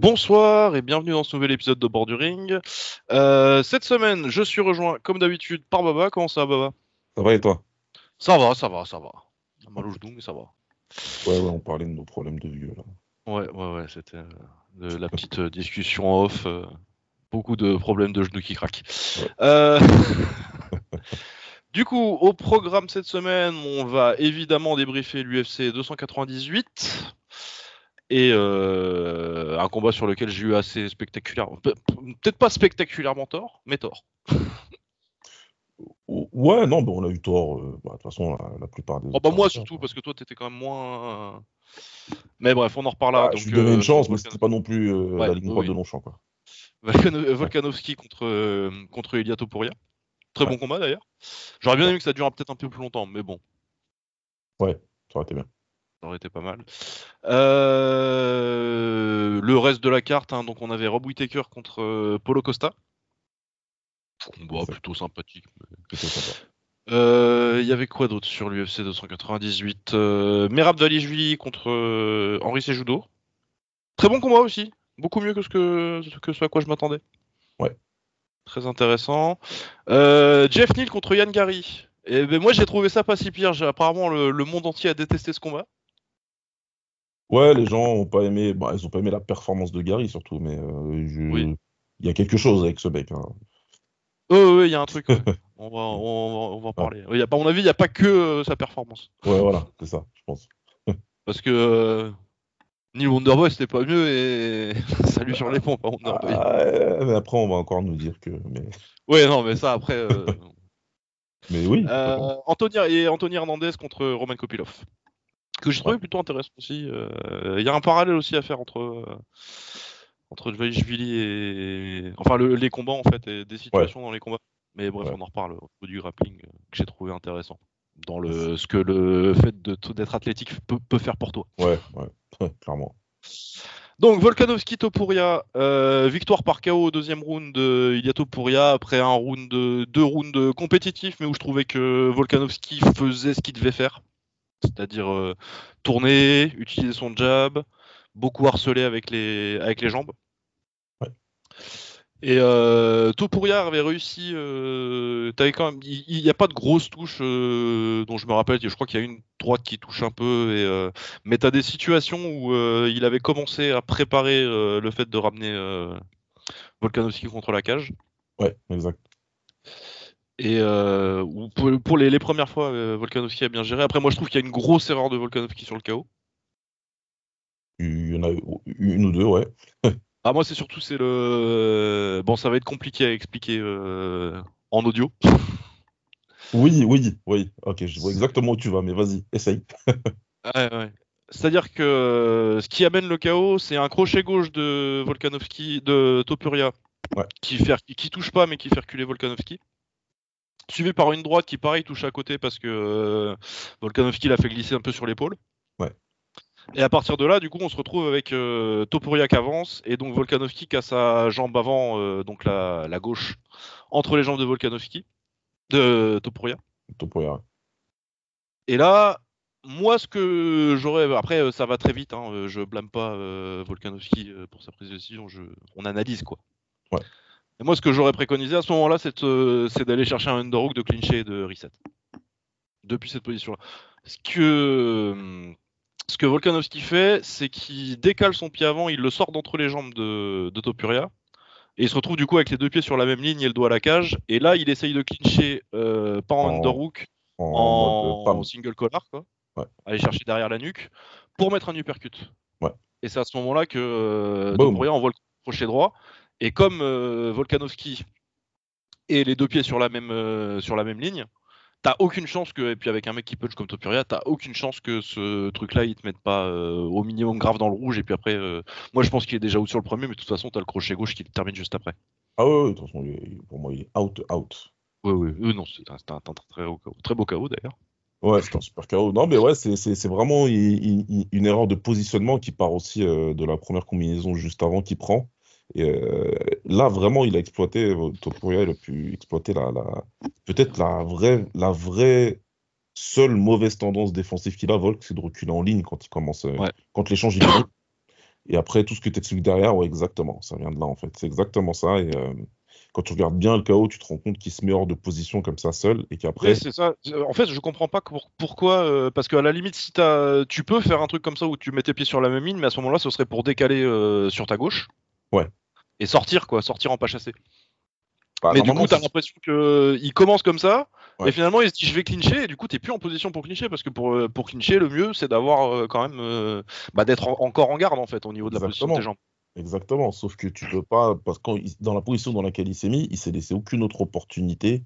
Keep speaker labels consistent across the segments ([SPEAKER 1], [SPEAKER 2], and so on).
[SPEAKER 1] Bonsoir et bienvenue dans ce nouvel épisode de Bord du Ring. Euh, cette semaine, je suis rejoint comme d'habitude par Baba. Comment ça va, Baba
[SPEAKER 2] Ça va et toi
[SPEAKER 1] Ça va, ça va, ça va. Mal au genou, mais ça va.
[SPEAKER 2] Ouais, ouais, on parlait de nos problèmes de vieux là.
[SPEAKER 1] Ouais, ouais, ouais, c'était euh, de la petite euh, discussion en off. euh, beaucoup de problèmes de genoux qui craquent. Euh, du coup, au programme cette semaine, on va évidemment débriefer l'UFC 298 et euh, un combat sur lequel j'ai eu assez spectaculaire, pe- peut-être pas spectaculairement tort, mais tort.
[SPEAKER 2] O- Ouais, non, bah, on a eu tort. euh, bah, De toute façon, la, la plupart des.
[SPEAKER 1] Oh, bah moi surtout parce que toi t'étais quand même moins. Mais bref, on en reparlera.
[SPEAKER 2] Ah,
[SPEAKER 1] donc,
[SPEAKER 2] je lui donnais
[SPEAKER 1] euh,
[SPEAKER 2] une chance, mais
[SPEAKER 1] Volkan-
[SPEAKER 2] c'était pas non plus euh,
[SPEAKER 1] Ouais,
[SPEAKER 2] la ligne
[SPEAKER 1] oui,
[SPEAKER 2] droite
[SPEAKER 1] oui.
[SPEAKER 2] de Longchamp. Quoi.
[SPEAKER 1] Volkan- Volkanovski contre, euh, contre Elia Topuria. Très bon
[SPEAKER 2] Ouais.
[SPEAKER 1] combat d'ailleurs. J'aurais bien aimé que ça dure peut-être un peu plus longtemps, mais bon,
[SPEAKER 2] Ça aurait été bien.
[SPEAKER 1] ça aurait été pas mal. Euh, Le reste de la carte, hein, donc on avait Rob Whittaker contre euh, Polo Costa. Combat
[SPEAKER 2] Exact.
[SPEAKER 1] plutôt sympathique. mais-
[SPEAKER 2] Plutôt sympa.
[SPEAKER 1] Euh, Il y avait quoi d'autre sur l'UFC 298 euh, Merab Dalijvili contre euh, Henri Sejudo. Très bon combat aussi. Beaucoup mieux que ce, que, que ce à quoi je m'attendais.
[SPEAKER 2] Ouais.
[SPEAKER 1] Très intéressant. Euh, Jeff Neal contre Yann Gary. Et ben, moi j'ai trouvé ça pas si pire. J'ai- Apparemment le, le monde entier a détesté ce combat.
[SPEAKER 2] Ouais, les gens ont pas aimé. Bah, ils ont pas aimé la performance de Gary surtout, mais euh, je-
[SPEAKER 1] Oui.
[SPEAKER 2] il y a quelque chose avec ce mec. hein.
[SPEAKER 1] Oh oui, il y a un truc. ouais. on, va, on, va, on va en parler. Oui, y a pas- à mon avis, il n'y a pas que euh, sa performance.
[SPEAKER 2] Ouais, voilà, c'est ça, je pense.
[SPEAKER 1] Parce que euh, Neil Wonderboy c'était pas mieux et salut sur les ponts à Wonderboy.
[SPEAKER 2] Ah, mais après, on va encore nous dire que. Mais,
[SPEAKER 1] Ouais, non, mais ça après. euh,
[SPEAKER 2] mais oui.
[SPEAKER 1] euh, Anthony, et Anthony Hernandez contre Roman Kopilov. Que j'ai trouvé plutôt intéressant aussi. Euh, Il y a un parallèle aussi à faire entre. euh, entre Dvalishvili et. Enfin, le- les combats en fait, et des situations dans les combats. Mais bref,
[SPEAKER 2] Ouais.
[SPEAKER 1] on en reparle au niveau du grappling euh, que j'ai trouvé intéressant. Dans le, ce que le fait de- d'être athlétique peut- peut faire pour toi.
[SPEAKER 2] Ouais, ouais, clairement.
[SPEAKER 1] Donc Volkanovski Topuria, euh, victoire par KO au deuxième round de Ilia Topuria après un round de, deux rounds compétitifs mais où je trouvais que Volkanovski faisait ce qu'il devait faire, c'est-à-dire euh, tourner, utiliser son jab, beaucoup harceler avec les avec les jambes.
[SPEAKER 2] Ouais.
[SPEAKER 1] Et euh, Topuria avait réussi. euh, t'avais quand même, il n'y a pas de grosse touche euh, dont je me rappelle. Je crois qu'il y a une droite qui touche un peu et euh, mais t'as des situations où euh, il avait commencé à préparer euh, le fait de ramener euh, Volkanovski contre la cage.
[SPEAKER 2] Ouais, exact.
[SPEAKER 1] Et euh, où pour, pour les, les premières fois, euh, Volkanovski a bien géré. Après, moi, je trouve qu'il y a une grosse erreur de Volkanovski sur le KO.
[SPEAKER 2] Il y en a eu une ou deux, ouais.
[SPEAKER 1] Ah, moi, c'est surtout c'est le. Bon, ça va être compliqué à expliquer euh, en audio.
[SPEAKER 2] Oui, oui, oui. Ok, je vois exactement où tu vas, mais vas-y, essaye.
[SPEAKER 1] Ouais, ouais. C'est-à-dire que euh, ce qui amène le chaos, c'est un crochet gauche de Volkanovski, de Topuria,
[SPEAKER 2] Ouais.
[SPEAKER 1] qui, fait, qui touche pas mais qui fait reculer Volkanovski. Suivi par une droite qui, pareil, touche à côté parce que euh, Volkanovski l'a fait glisser un peu sur l'épaule.
[SPEAKER 2] Ouais.
[SPEAKER 1] Et à partir de là, du coup, on se retrouve avec euh, Topuria qui avance et donc Volkanovski qui a sa jambe avant, euh, donc la, la gauche, entre les jambes de Volkanovski, de Topuria.
[SPEAKER 2] Topoya.
[SPEAKER 1] Et là, moi, ce que j'aurais. Après, euh, ça va très vite. Hein. euh, Je blâme pas euh, Volkanovski euh, pour sa prise de décision. Je... On analyse, quoi.
[SPEAKER 2] Ouais.
[SPEAKER 1] Et moi, ce que j'aurais préconisé à ce moment-là, c'est de, euh, c'est d'aller chercher un underhook, de clincher et de reset. Depuis cette position-là. Ce que. hum, Ce que Volkanovski fait, c'est qu'il décale son pied avant, il le sort d'entre les jambes de, de Topuria, et il se retrouve du coup avec les deux pieds sur la même ligne et le doigt à la cage, et là il essaye de clincher euh, pas en
[SPEAKER 2] En-
[SPEAKER 1] underhook,
[SPEAKER 2] En,
[SPEAKER 1] en,
[SPEAKER 2] mode euh, femme.
[SPEAKER 1] single collar, quoi.
[SPEAKER 2] Ouais.
[SPEAKER 1] Aller chercher derrière la nuque pour mettre un uppercut.
[SPEAKER 2] Ouais.
[SPEAKER 1] Et c'est à ce moment-là que euh,
[SPEAKER 2] Boom.
[SPEAKER 1] Topuria envoie le crochet droit. Et comme euh, Volkanovski et les deux pieds sur la même, euh, sur la même ligne, t'as aucune chance que, et puis avec un mec qui punch comme Topuria, t'as aucune chance que ce truc-là, il te mette pas euh, au minimum grave dans le rouge. Et puis après, euh, moi je pense qu'il est déjà out sur le premier, mais de toute façon, t'as le crochet gauche qui le termine juste après.
[SPEAKER 2] Ah ouais, ouais, de toute façon, il est- pour moi, il est out, out.
[SPEAKER 1] Oui, oui, oui, Euh, non, c'est un, c'est un très, très beau KO. Très beau KO d'ailleurs.
[SPEAKER 2] Ouais, c'est un super KO. Non, mais ouais, c'est- c'est c'est vraiment il- il- il- une erreur de positionnement qui part aussi euh, de la première combinaison juste avant qu'il prend. Et, euh, là, vraiment, il a exploité, euh, Topuria, il a pu exploiter la, la- peut-être la vraie, la vraie seule mauvaise tendance défensive qu'il a, Volk, c'est de reculer en ligne quand il commence, euh,
[SPEAKER 1] Ouais.
[SPEAKER 2] quand l'échange il est long. Et après, tout ce que tu expliques derrière, ouais, exactement, ça vient de là en fait. C'est exactement ça. Et euh, quand tu regardes bien le chaos, tu te rends compte qu'il se met hors de position comme ça seul et qu'après.
[SPEAKER 1] Ouais, c'est ça. En fait, je comprends pas pour- pourquoi. euh, parce qu'à la limite, si t'as- tu peux faire un truc comme ça où tu mets tes pieds sur la même ligne, mais à ce moment-là, ce serait pour décaler euh, sur ta gauche.
[SPEAKER 2] Ouais.
[SPEAKER 1] Et sortir, quoi. Sortir en pas chassé.
[SPEAKER 2] Bah,
[SPEAKER 1] mais du
[SPEAKER 2] normalement,
[SPEAKER 1] coup, t'as
[SPEAKER 2] c'est-
[SPEAKER 1] l'impression qu'il commence comme ça.
[SPEAKER 2] Ouais.
[SPEAKER 1] Et finalement, il se dit, je vais clincher. Et du coup, t'es plus en position pour clincher. Parce que pour, euh, pour clincher, le mieux, c'est d'avoir euh, quand même. euh, bah, d'être en- encore en garde, en fait, au niveau de la position de tes
[SPEAKER 2] Exactement.
[SPEAKER 1] jambes.
[SPEAKER 2] Exactement, sauf que tu peux pas, parce que quand il- dans la position dans laquelle il s'est mis, il s'est laissé aucune autre opportunité,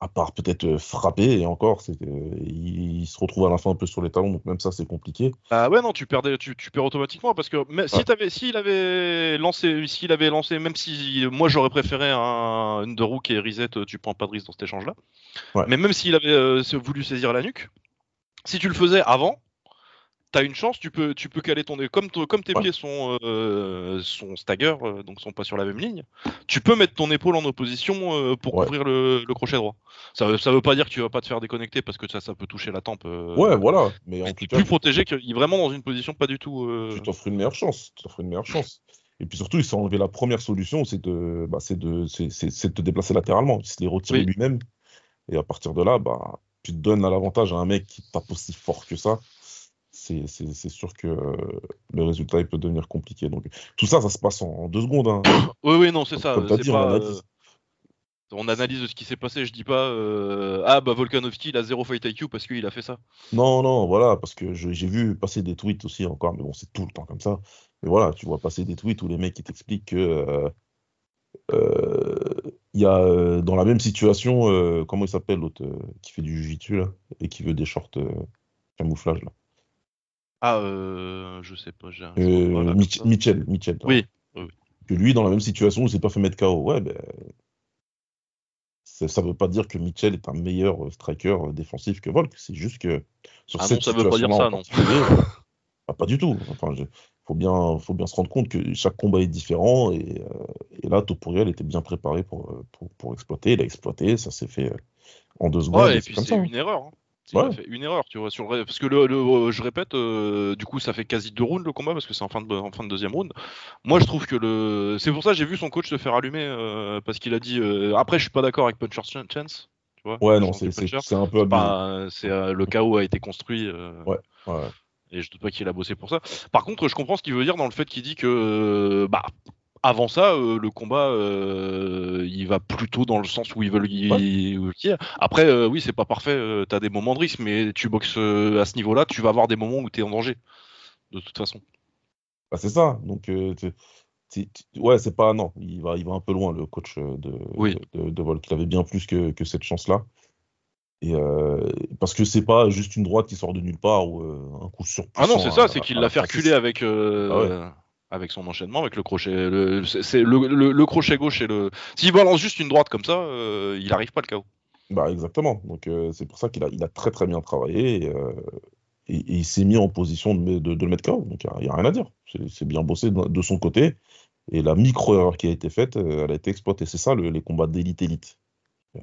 [SPEAKER 2] à part peut-être euh, frapper, et encore, c'est, euh, il, il se retrouve à la fin un peu sur les talons, donc même ça c'est compliqué.
[SPEAKER 1] Bah ouais non tu perds tu, tu perds automatiquement parce que mais, si t'avais s'il avait lancé s'il avait lancé même si moi j'aurais préféré un Underhook et Reset euh, tu prends pas de risque dans cet échange là
[SPEAKER 2] Ouais.
[SPEAKER 1] mais même s'il avait euh, se- voulu saisir la nuque si tu le faisais avant t'as une chance tu peux tu peux caler ton comme ton- comme tes
[SPEAKER 2] Ouais.
[SPEAKER 1] pieds sont euh, sont stagger euh, donc sont pas sur la même ligne tu peux mettre ton épaule en opposition euh, pour
[SPEAKER 2] Ouais.
[SPEAKER 1] couvrir le, le crochet droit ça veut- ça veut pas dire que tu vas pas te faire déconnecter parce que ça ça peut toucher la tempe euh,
[SPEAKER 2] Ouais, voilà, mais en tout
[SPEAKER 1] plus
[SPEAKER 2] cas, tu-
[SPEAKER 1] protégé qu'il est vraiment dans une position pas du tout. euh,
[SPEAKER 2] tu t'offres une meilleure chance, tu t'offres une meilleure chance. Et puis surtout, il s'est enlevé la première solution, c'est de, bah, c'est de, c'est, c'est- c'est de te déplacer latéralement, il se les retire
[SPEAKER 1] Oui.
[SPEAKER 2] lui-même, et à partir de là, bah, tu te donnes à l'avantage à un mec qui tape aussi fort que ça. C'est, c'est, c'est sûr que euh, le résultat il peut devenir compliqué. Donc tout ça, ça se passe en, en deux secondes. hein.
[SPEAKER 1] Oui, oui, non, c'est ça.
[SPEAKER 2] Comme
[SPEAKER 1] euh,
[SPEAKER 2] t'as
[SPEAKER 1] c'est
[SPEAKER 2] dit, on
[SPEAKER 1] pas,
[SPEAKER 2] analyse.
[SPEAKER 1] euh, on analyse ce qui s'est passé. Je dis pas euh, ah bah Volkanovski il a zéro fight IQ parce qu'il a fait ça.
[SPEAKER 2] Non, non, voilà, parce que je- j'ai vu passer des tweets aussi encore, mais bon, c'est tout le temps comme ça. Mais voilà, tu vois passer des tweets où les mecs qui t'expliquent que euh, euh, il y a euh, dans la même situation, euh, comment il s'appelle l'autre euh, qui fait du jiu-jitsu là et qui veut des shorts euh, camouflage là.
[SPEAKER 1] Ah, euh, je sais pas. J'ai un-
[SPEAKER 2] Euh,
[SPEAKER 1] voilà, comme
[SPEAKER 2] Mich-
[SPEAKER 1] ça.
[SPEAKER 2] Mitchell, Mitchell.
[SPEAKER 1] Oui,
[SPEAKER 2] voilà.
[SPEAKER 1] oui,
[SPEAKER 2] Que lui, dans la même situation, il s'est pas fait mettre KO. Ouais, ben. Ça, ça veut pas dire que Mitchell est un meilleur euh, striker euh, défensif que Volk. C'est juste que sur
[SPEAKER 1] Ah non,
[SPEAKER 2] cette
[SPEAKER 1] ça veut pas dire
[SPEAKER 2] situation-là
[SPEAKER 1] ça,
[SPEAKER 2] en
[SPEAKER 1] non.
[SPEAKER 2] particulier, euh, bah, pas du tout. Enfin, je- faut bien, faut bien se rendre compte que chaque combat est différent et, euh, et là, Topuriel était bien préparé pour, euh, pour, pour exploiter. Il a exploité, ça s'est fait euh, en deux secondes.
[SPEAKER 1] Ouais,
[SPEAKER 2] et
[SPEAKER 1] et
[SPEAKER 2] c'est
[SPEAKER 1] puis
[SPEAKER 2] comme
[SPEAKER 1] c'est
[SPEAKER 2] ça.
[SPEAKER 1] une erreur. hein. Il
[SPEAKER 2] Ouais.
[SPEAKER 1] a fait une erreur, tu vois, sur le... ré- parce que le, le- euh, je répète, euh, du coup, ça fait quasi deux rounds le combat parce que c'est en fin de en fin de deuxième round. Moi, je trouve que le, c'est pour ça que j'ai vu son coach se faire allumer euh, parce qu'il a dit euh, après, je suis pas d'accord avec Puncher Ch- Chance, tu vois.
[SPEAKER 2] Ouais,
[SPEAKER 1] le
[SPEAKER 2] non,
[SPEAKER 1] chant du
[SPEAKER 2] c'est c'est-
[SPEAKER 1] puncher.
[SPEAKER 2] c'est un peu abusé.
[SPEAKER 1] Bah, euh, c'est euh, le chaos a été construit. euh,
[SPEAKER 2] Ouais.
[SPEAKER 1] et je doute pas qu'il a bossé pour ça. Par contre, je comprends ce qu'il veut dire dans le fait qu'il dit que euh, bah avant ça, euh, le combat euh, il va plutôt dans le sens où ils veulent y- où ils tirent. Après, euh, oui, c'est pas parfait. euh, T'as des moments de risque, mais tu boxes euh, à ce niveau-là, tu vas avoir des moments où t'es en danger. De toute façon.
[SPEAKER 2] Bah, c'est ça. Donc, euh, tu- tu- tu- ouais, c'est pas. Non, il va, il va un peu loin, le coach euh, de,
[SPEAKER 1] Oui.
[SPEAKER 2] de, de Volk. Il avait bien plus que, que cette chance-là. Et euh, parce que c'est pas juste une droite qui sort de nulle part ou euh, un coup surpuissant.
[SPEAKER 1] Ah non, c'est ça,
[SPEAKER 2] à-
[SPEAKER 1] c'est qu'il
[SPEAKER 2] à-
[SPEAKER 1] l'a
[SPEAKER 2] à
[SPEAKER 1] fait
[SPEAKER 2] Francis.
[SPEAKER 1] reculer avec. euh, Avec son enchaînement, avec le crochet, le, c'est- c'est le, le- le crochet gauche et le. S'il balance juste une droite comme ça, euh, il arrive pas le chaos.
[SPEAKER 2] Bah, exactement. Donc, euh, c'est pour ça qu'il a, il a très, très bien travaillé. Et, euh, et- et il s'est mis en position de, me- de- de le mettre KO. Donc, il n'y a, rien à dire. C'est c'est bien bossé de, de son côté. Et la micro-erreur qui a été faite, euh, elle a été exploitée. C'est ça, le- les combats d'élite-élite. Euh,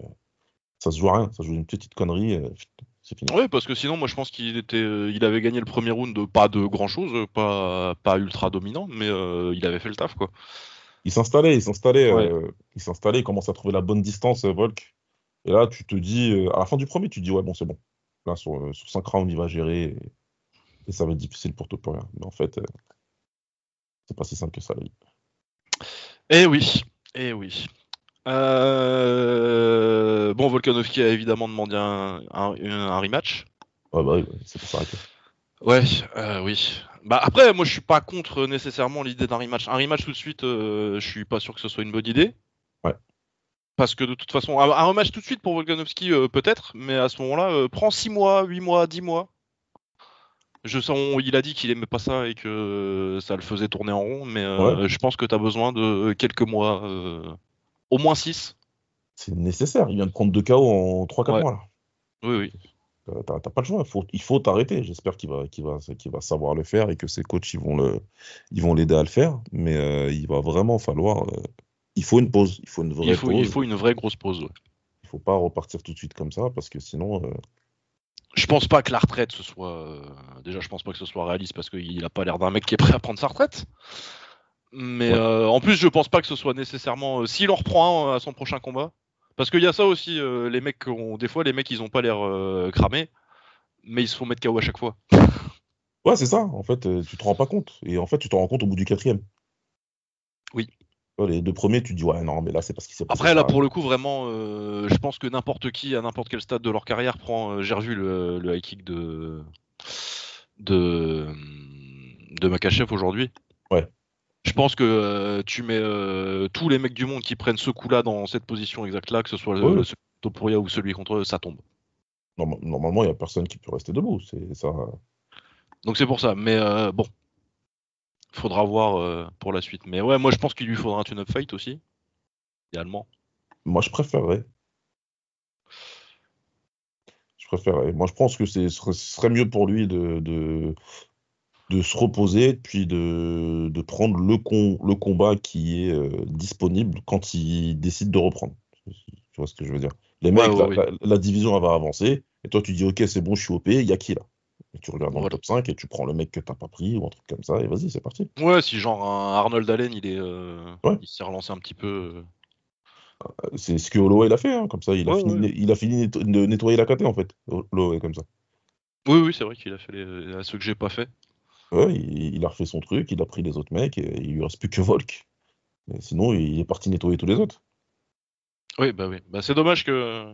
[SPEAKER 2] ça se joue à rien. Ça se joue à une petite connerie. euh, c'est fini.
[SPEAKER 1] Oui, parce que sinon, moi, je pense qu'il était, euh, il avait gagné le premier round, de, pas de grand chose, euh, pas, pas ultra dominant, mais euh, il avait fait le taf, quoi.
[SPEAKER 2] Il s'installait, il s'installait,
[SPEAKER 1] Ouais.
[SPEAKER 2] euh, il s'installait, il commence à trouver la bonne distance, euh, Volk. Et là, tu te dis, euh, à la fin du premier, tu te dis, ouais, bon, c'est bon. Là, sur, euh, sur 5 rounds, il va gérer et, et ça va être difficile pour Topuria. Mais en fait, euh, c'est pas si simple que ça, la vie.
[SPEAKER 1] Eh oui, eh oui. Euh, Bon, Volkanovski a évidemment demandé un, un- un rematch.
[SPEAKER 2] Ouais, bah oui, ouais, c'est pour ça que-
[SPEAKER 1] Ouais, euh, oui. Bah après, moi, je suis pas contre euh, nécessairement l'idée d'un rematch. Un rematch tout de suite, euh, je suis pas sûr que ce soit une bonne idée.
[SPEAKER 2] Ouais.
[SPEAKER 1] Parce que de toute façon, un, un rematch tout de suite pour Volkanovski, euh, peut-être, mais à ce moment-là, euh, prends 6 mois, 8 mois, 10 mois. Je sens, il a dit qu'il aimait pas ça et que euh, ça le faisait tourner en rond, mais euh, je pense que tu as besoin de quelques mois, euh, au moins 6.
[SPEAKER 2] C'est nécessaire. Il vient de prendre 2 KO en 3-4
[SPEAKER 1] Ouais.
[SPEAKER 2] mois, là.
[SPEAKER 1] Oui, oui.
[SPEAKER 2] Euh, T'as t'as pas le choix. Il faut, il faut t'arrêter. J'espère qu'il va, qu'il va, qu'il va savoir le faire et que ses coachs, ils vont le, ils vont l'aider à le faire. Mais euh, il va vraiment falloir. euh, il faut une pause. Il faut une vraie
[SPEAKER 1] Il faut,
[SPEAKER 2] pause.
[SPEAKER 1] il faut une vraie grosse pause. ouais.
[SPEAKER 2] Il faut pas repartir tout de suite comme ça parce que sinon, euh,
[SPEAKER 1] Je pense pas que la retraite ce soit. euh, déjà, je pense pas que ce soit réaliste parce qu'il a pas l'air d'un mec qui est prêt à prendre sa retraite. Mais
[SPEAKER 2] Ouais.
[SPEAKER 1] euh, en plus, je pense pas que ce soit nécessairement. euh, S'il en reprend un à son prochain combat, parce qu'il y a ça aussi, euh, les mecs ont des fois, les mecs ils ont pas l'air euh, cramés, mais ils se font mettre KO à chaque fois.
[SPEAKER 2] Ouais, c'est ça. En fait, euh, tu te rends pas compte. Et en fait, tu te rends compte au bout du quatrième.
[SPEAKER 1] Oui.
[SPEAKER 2] Ouais, les deux premiers, tu te dis, ouais, non, mais là, c'est parce qu'il s'est passé
[SPEAKER 1] Après, là,
[SPEAKER 2] ça.
[SPEAKER 1] pour le coup, vraiment, euh, je pense que n'importe qui, à n'importe quel stade de leur carrière, prend. euh, J'ai revu le, le high kick de. de. de Makachev aujourd'hui.
[SPEAKER 2] Ouais.
[SPEAKER 1] Je pense que euh, tu mets euh, tous les mecs du monde qui prennent ce coup-là dans cette position exacte-là, que ce soit le,
[SPEAKER 2] Ouais.
[SPEAKER 1] celui contre Topuria ou celui contre eux, ça tombe.
[SPEAKER 2] Norma- Normalement, il n'y a personne qui peut rester debout. C'est ça.
[SPEAKER 1] Donc c'est pour ça. Mais euh, bon. Faudra voir euh, pour la suite. Mais ouais, moi, je pense qu'il lui faudra un tune-up fight aussi. Idéalement.
[SPEAKER 2] Moi, je préférerais. Je préférerais. Moi, je pense que c'est- ce serait- ce serait mieux pour lui de, de, de se reposer, puis de, de prendre le, com- le combat qui est euh, disponible quand il décide de reprendre. Tu vois ce que je veux dire? Les
[SPEAKER 1] Ouais,
[SPEAKER 2] mecs,
[SPEAKER 1] ouais,
[SPEAKER 2] la,
[SPEAKER 1] ouais.
[SPEAKER 2] la- la division, elle va avancer, et toi, tu dis, OK, c'est bon, je suis OP, il y a qui là? Et tu regardes dans le
[SPEAKER 1] Voilà.
[SPEAKER 2] top 5 et tu prends le mec que t'as pas pris ou un truc comme ça, et vas-y, c'est parti.
[SPEAKER 1] Ouais, si genre un Arnold Allen, il est, euh,
[SPEAKER 2] Ouais.
[SPEAKER 1] il s'est relancé un petit peu. euh.
[SPEAKER 2] Euh, C'est ce que Holloway il a fait, hein, comme ça, il a
[SPEAKER 1] Ouais,
[SPEAKER 2] fini, il a fini netto- de nettoyer la caté en fait, Holloway, comme ça.
[SPEAKER 1] Oui, oui, c'est vrai qu'il a fait les, à ceux que j'ai pas fait.
[SPEAKER 2] Ouais, il, il a refait son truc, il a pris les autres mecs, et il lui reste plus que Volk. Mais sinon, il est parti nettoyer tous les autres.
[SPEAKER 1] Oui, bah oui. Bah, c'est dommage que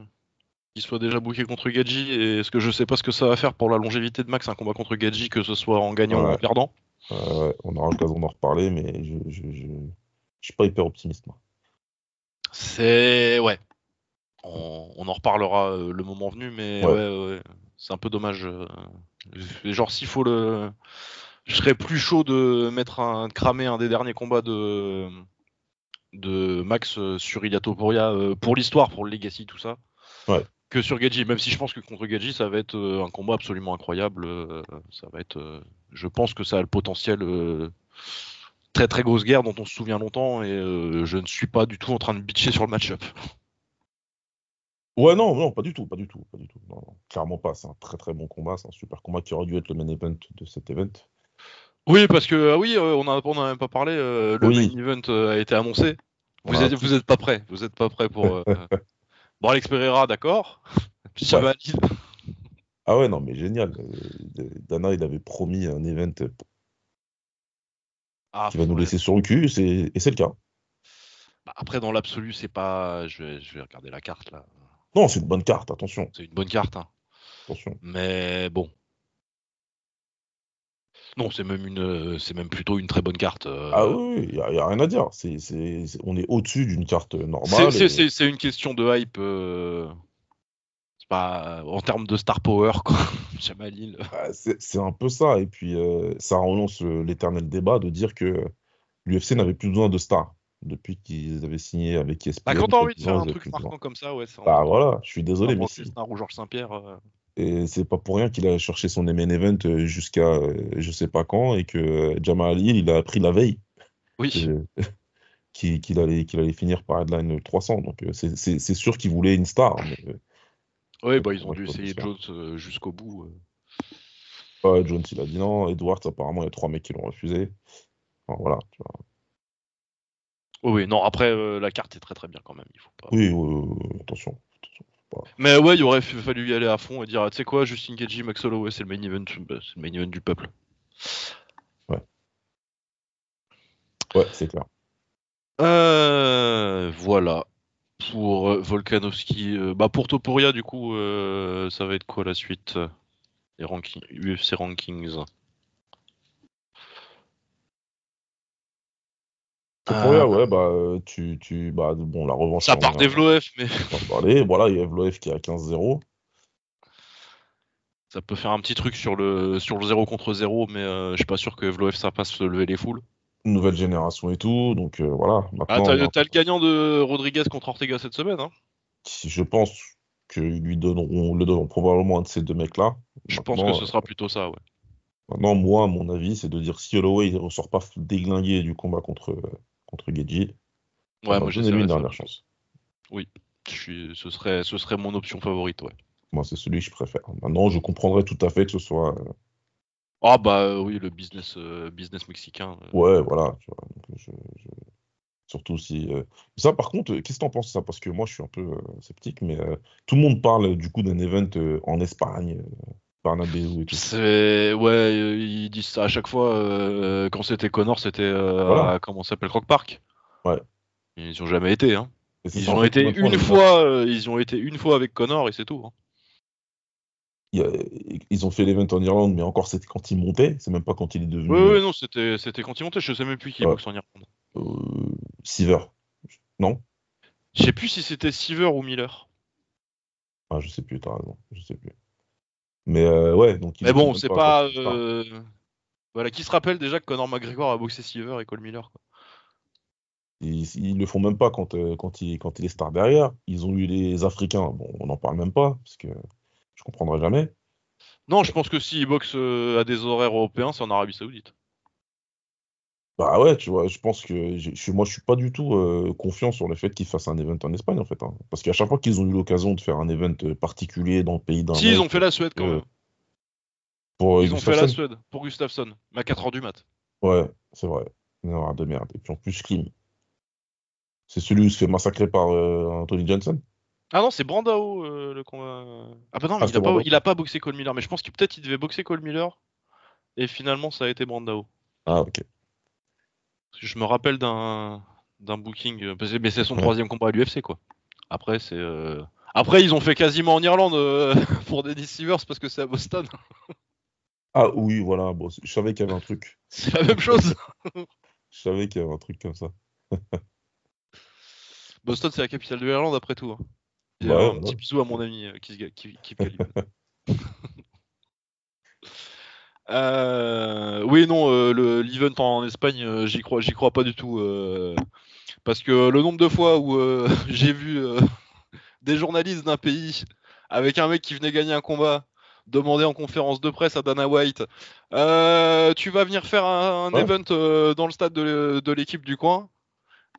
[SPEAKER 1] qu'il soit déjà bouqué contre Gadji et ce que je sais pas ce que ça va faire pour la longévité de Max un combat contre Gadji que ce soit en gagnant ou en
[SPEAKER 2] Ouais.
[SPEAKER 1] perdant.
[SPEAKER 2] Euh, ouais, on aura l'occasion d'en reparler, mais je, je, je, je suis pas hyper optimiste, moi.
[SPEAKER 1] C'est ouais. On, on en reparlera euh, le moment venu, mais ouais,
[SPEAKER 2] Ouais.
[SPEAKER 1] ouais. c'est un peu dommage. euh. Genre s'il faut le, je serais plus chaud de mettre un de cramer un des derniers combats de de Max euh, sur Ilia Topuria euh, pour l'histoire, pour le legacy, tout ça.
[SPEAKER 2] Ouais.
[SPEAKER 1] Que sur Gaji, même si je pense que contre Gaji, ça va être euh, un combat absolument incroyable. euh, ça va être, euh, je pense que ça a le potentiel euh, très très grosse guerre dont on se souvient longtemps et euh, je ne suis pas du tout en train de bitcher sur le match-up.
[SPEAKER 2] Ouais, non, non, pas du tout, pas du tout, pas du tout. Non, non, clairement pas. C'est un très très bon combat, c'est un super combat qui aurait dû être le main event de cet event.
[SPEAKER 1] Oui, parce que ah oui, euh, on n'en a même pas parlé. euh, le
[SPEAKER 2] Oui.
[SPEAKER 1] main event euh, a été annoncé. Vous
[SPEAKER 2] Voilà.
[SPEAKER 1] n'êtes vous êtes pas prêt. Vous êtes pas prêt pour. euh, bon, Alex Pereira, d'accord. Chaval,
[SPEAKER 2] Ah ouais, non, mais génial. Euh, Dana, il avait promis un event
[SPEAKER 1] ah,
[SPEAKER 2] qui va nous
[SPEAKER 1] ouais.
[SPEAKER 2] laisser sur le cul, c'est- et c'est le cas.
[SPEAKER 1] Bah, après, dans l'absolu, c'est pas. Je vais, je vais regarder la carte là.
[SPEAKER 2] Non, c'est une bonne carte, attention,
[SPEAKER 1] C'est une bonne carte, hein.
[SPEAKER 2] attention.
[SPEAKER 1] mais bon. Non, c'est même une, euh, c'est même plutôt une très bonne carte. euh.
[SPEAKER 2] Ah oui, il n'y a, y a rien à dire. C'est, c'est, c'est- on est au-dessus d'une carte
[SPEAKER 1] c'est,
[SPEAKER 2] normale.
[SPEAKER 1] c'est-
[SPEAKER 2] et-
[SPEAKER 1] c'est- c'est une question de hype. euh, C'est pas euh, en termes de star power quoi. Jamalil.
[SPEAKER 2] Bah, c'est c'est un peu ça. Et puis, euh, ça relance euh, l'éternel débat de dire que euh, l'UFC n'avait plus besoin de stars depuis qu'ils avaient signé avec E ESPN.
[SPEAKER 1] Bah, quand t'as envie de
[SPEAKER 2] ils
[SPEAKER 1] faire un
[SPEAKER 2] avaient
[SPEAKER 1] truc hein.
[SPEAKER 2] plus besoin.
[SPEAKER 1] marquant comme ça, ouais. C'est
[SPEAKER 2] Bah voilà, je suis désolé, mais c'est-
[SPEAKER 1] un Georges Saint-Pierre. euh,
[SPEAKER 2] et c'est pas pour rien qu'il a cherché son main event euh, jusqu'à euh, je sais pas quand et que euh, Jamal Ali, il a appris la veille
[SPEAKER 1] Oui.
[SPEAKER 2] que- qu'il qu'il allait, qu'il allait finir par Headline 300. Donc, euh, c'est c'est- c'est sûr qu'il voulait une star. mais, euh,
[SPEAKER 1] Ouais, bah ils ont dû
[SPEAKER 2] Ouais,
[SPEAKER 1] essayer
[SPEAKER 2] c'est ça.
[SPEAKER 1] Jones euh, jusqu'au bout. euh.
[SPEAKER 2] Ouais, Jones, il a dit non. Edwards, apparemment, il y a trois mecs qui l'ont refusé. Enfin, voilà. tu vois.
[SPEAKER 1] Oh, oui, non. Après, euh, la carte est très très bien quand même. Il faut pas.
[SPEAKER 2] Oui, oui, oui, oui, attention. attention.
[SPEAKER 1] Mais ouais, il aurait f- fallu y aller à fond et dire, ah, tu sais quoi, Justin Gaethje, Max Holloway, c'est le main event, bah, c'est le main event du peuple.
[SPEAKER 2] Ouais, c'est clair.
[SPEAKER 1] Euh, voilà. Pour euh, Volkanovski, euh, bah pour Topuria, du coup, euh, ça va être quoi la suite euh, Les rankings, UFC rankings.
[SPEAKER 2] Topuria,
[SPEAKER 1] Euh,
[SPEAKER 2] ouais, bah, euh, tu, tu, bah, bon, la revanche.
[SPEAKER 1] Ça
[SPEAKER 2] on
[SPEAKER 1] part
[SPEAKER 2] en a-
[SPEAKER 1] des VLOF, mais
[SPEAKER 2] on en a parlé. Voilà, il y a Evloev qui est à 15-0.
[SPEAKER 1] ça peut faire un petit truc sur le sur le 0 contre 0, mais euh, je suis pas sûr que VLOF ça passe lever les foules.
[SPEAKER 2] Une Nouvelle génération et tout. Donc, euh, voilà.
[SPEAKER 1] Ah,
[SPEAKER 2] Maintenant,
[SPEAKER 1] t'as
[SPEAKER 2] on a-
[SPEAKER 1] t'as le gagnant de Rodriguez contre Ortega cette semaine, hein
[SPEAKER 2] qui- je pense qu'ils lui donneront, le donneront probablement à un de ces deux mecs-là.
[SPEAKER 1] Je pense que
[SPEAKER 2] Maintenant,
[SPEAKER 1] ce sera plutôt ça, ouais.
[SPEAKER 2] Maintenant, moi, mon avis, c'est de dire si Holloway ne ressort pas déglingué du combat contre, euh, contre Gaethje,
[SPEAKER 1] euh, Ouais,
[SPEAKER 2] on
[SPEAKER 1] moi
[SPEAKER 2] va donner lui
[SPEAKER 1] j'essaierai
[SPEAKER 2] une
[SPEAKER 1] ça.
[SPEAKER 2] dernière chance.
[SPEAKER 1] Je suis, ce serait, ce serait mon option favorite, ouais.
[SPEAKER 2] Moi, c'est celui que je préfère. Maintenant, je comprendrais tout à fait que ce soit. euh,
[SPEAKER 1] Ah bah euh, oui, le business, euh, business mexicain. euh.
[SPEAKER 2] Ouais, voilà. tu vois, donc, euh, je- je- Surtout si. euh, Ça, par contre, euh, qu'est-ce que t'en penses de ça? Parce que moi, je suis un peu euh, sceptique, mais euh, tout le monde parle euh, du coup d'un event euh, en Espagne, euh, Bernabéu et tout.
[SPEAKER 1] C'est ouais, euh, ils disent ça à chaque fois. euh, quand c'était Connor, c'était euh,
[SPEAKER 2] Voilà.
[SPEAKER 1] à- comment ça s'appelle Rock Park.
[SPEAKER 2] Ouais.
[SPEAKER 1] Ils y ont jamais été. Hein.
[SPEAKER 2] Et c'est
[SPEAKER 1] Ils
[SPEAKER 2] ça, en
[SPEAKER 1] ont
[SPEAKER 2] fait,
[SPEAKER 1] été
[SPEAKER 2] maintenant,
[SPEAKER 1] une
[SPEAKER 2] je-
[SPEAKER 1] fois. euh, ils ont été une fois avec Connor et c'est tout. hein.
[SPEAKER 2] il y a- Ils ont fait l'event en Irlande, mais encore, c'était quand il montait, c'est même pas quand il est devenu
[SPEAKER 1] Ouais, ouais,
[SPEAKER 2] euh,
[SPEAKER 1] non, c'était c'était quand ils montaient. Je sais même plus qui
[SPEAKER 2] Ouais.
[SPEAKER 1] boxe en Irlande.
[SPEAKER 2] euh, Seaver. Non?
[SPEAKER 1] Je sais plus si c'était Seaver ou Miller.
[SPEAKER 2] Ah, je sais plus, t'as raison, je sais plus. Mais euh, ouais, donc il
[SPEAKER 1] Mais
[SPEAKER 2] était
[SPEAKER 1] bon,
[SPEAKER 2] même
[SPEAKER 1] c'est
[SPEAKER 2] pas-
[SPEAKER 1] pas. euh, Voilà, qui se rappelle déjà que Conor McGregor a boxé Seaver et Cole Miller quoi.
[SPEAKER 2] Ils, ils le font même pas quand, euh, quand, il, quand il est star derrière. Ils ont eu les Africains. Bon, on n'en parle même pas, parce que je comprendrai jamais.
[SPEAKER 1] Non, je pense que s'ils boxent euh, à des horaires européens, c'est en Arabie Saoudite.
[SPEAKER 2] Bah ouais, tu vois, je pense que j'ai- je, suis- moi, je suis pas du tout euh, confiant sur le fait qu'ils fassent un event en Espagne, en fait. hein. Parce qu'à chaque fois qu'ils ont eu l'occasion de faire un event euh, particulier dans le pays d'un
[SPEAKER 1] Si, ils
[SPEAKER 2] mec,
[SPEAKER 1] ont fait la Suède quand
[SPEAKER 2] euh,
[SPEAKER 1] même.
[SPEAKER 2] pour euh,
[SPEAKER 1] Ils ont fait la
[SPEAKER 2] Gustafsson,
[SPEAKER 1] Suède pour Gustafsson, mais à 4h du mat.
[SPEAKER 2] ouais, c'est vrai. Une erreur de merde. Et puis en plus, Klim. C'est celui où il se fait massacrer par euh, Anthony Johnson.
[SPEAKER 1] Ah non, c'est Brandao euh, le combat. Ah bah non,
[SPEAKER 2] Ah,
[SPEAKER 1] il,
[SPEAKER 2] c'était
[SPEAKER 1] a pas,
[SPEAKER 2] Brandao.
[SPEAKER 1] il a pas boxé Cole Miller, mais je pense que peut-être il devait boxer Cole Miller. Et finalement, ça a été Brandao.
[SPEAKER 2] Ah, ok.
[SPEAKER 1] Parce que je me rappelle d'un d'un booking, euh, parce que- mais c'est son
[SPEAKER 2] Ouais.
[SPEAKER 1] troisième combat à l'UFC quoi. Après c'est euh, après ils ont fait quasiment en Irlande euh, pour Dennis Sivers parce que c'est à Boston.
[SPEAKER 2] Ah oui, voilà. Bon, je savais qu'il y avait un truc.
[SPEAKER 1] C'est la même chose.
[SPEAKER 2] Je savais qu'il y avait un truc comme ça.
[SPEAKER 1] Boston c'est la capitale de l'Irlande après tout. hein. Et,
[SPEAKER 2] Ouais,
[SPEAKER 1] euh, un
[SPEAKER 2] voilà.
[SPEAKER 1] petit bisou à mon ami euh, qui, se ga- qui, qui Galib. Euh, oui, non, euh, le- l'event en Espagne, euh, j'y crois, j'y crois pas du tout. euh, parce que le nombre de fois où euh, j'ai vu euh, des journalistes d'un pays avec un mec qui venait gagner un combat demander en conférence de presse à Dana White Euh, Tu vas venir faire un, un
[SPEAKER 2] Ouais.
[SPEAKER 1] event euh, dans le stade de, de l'équipe du coin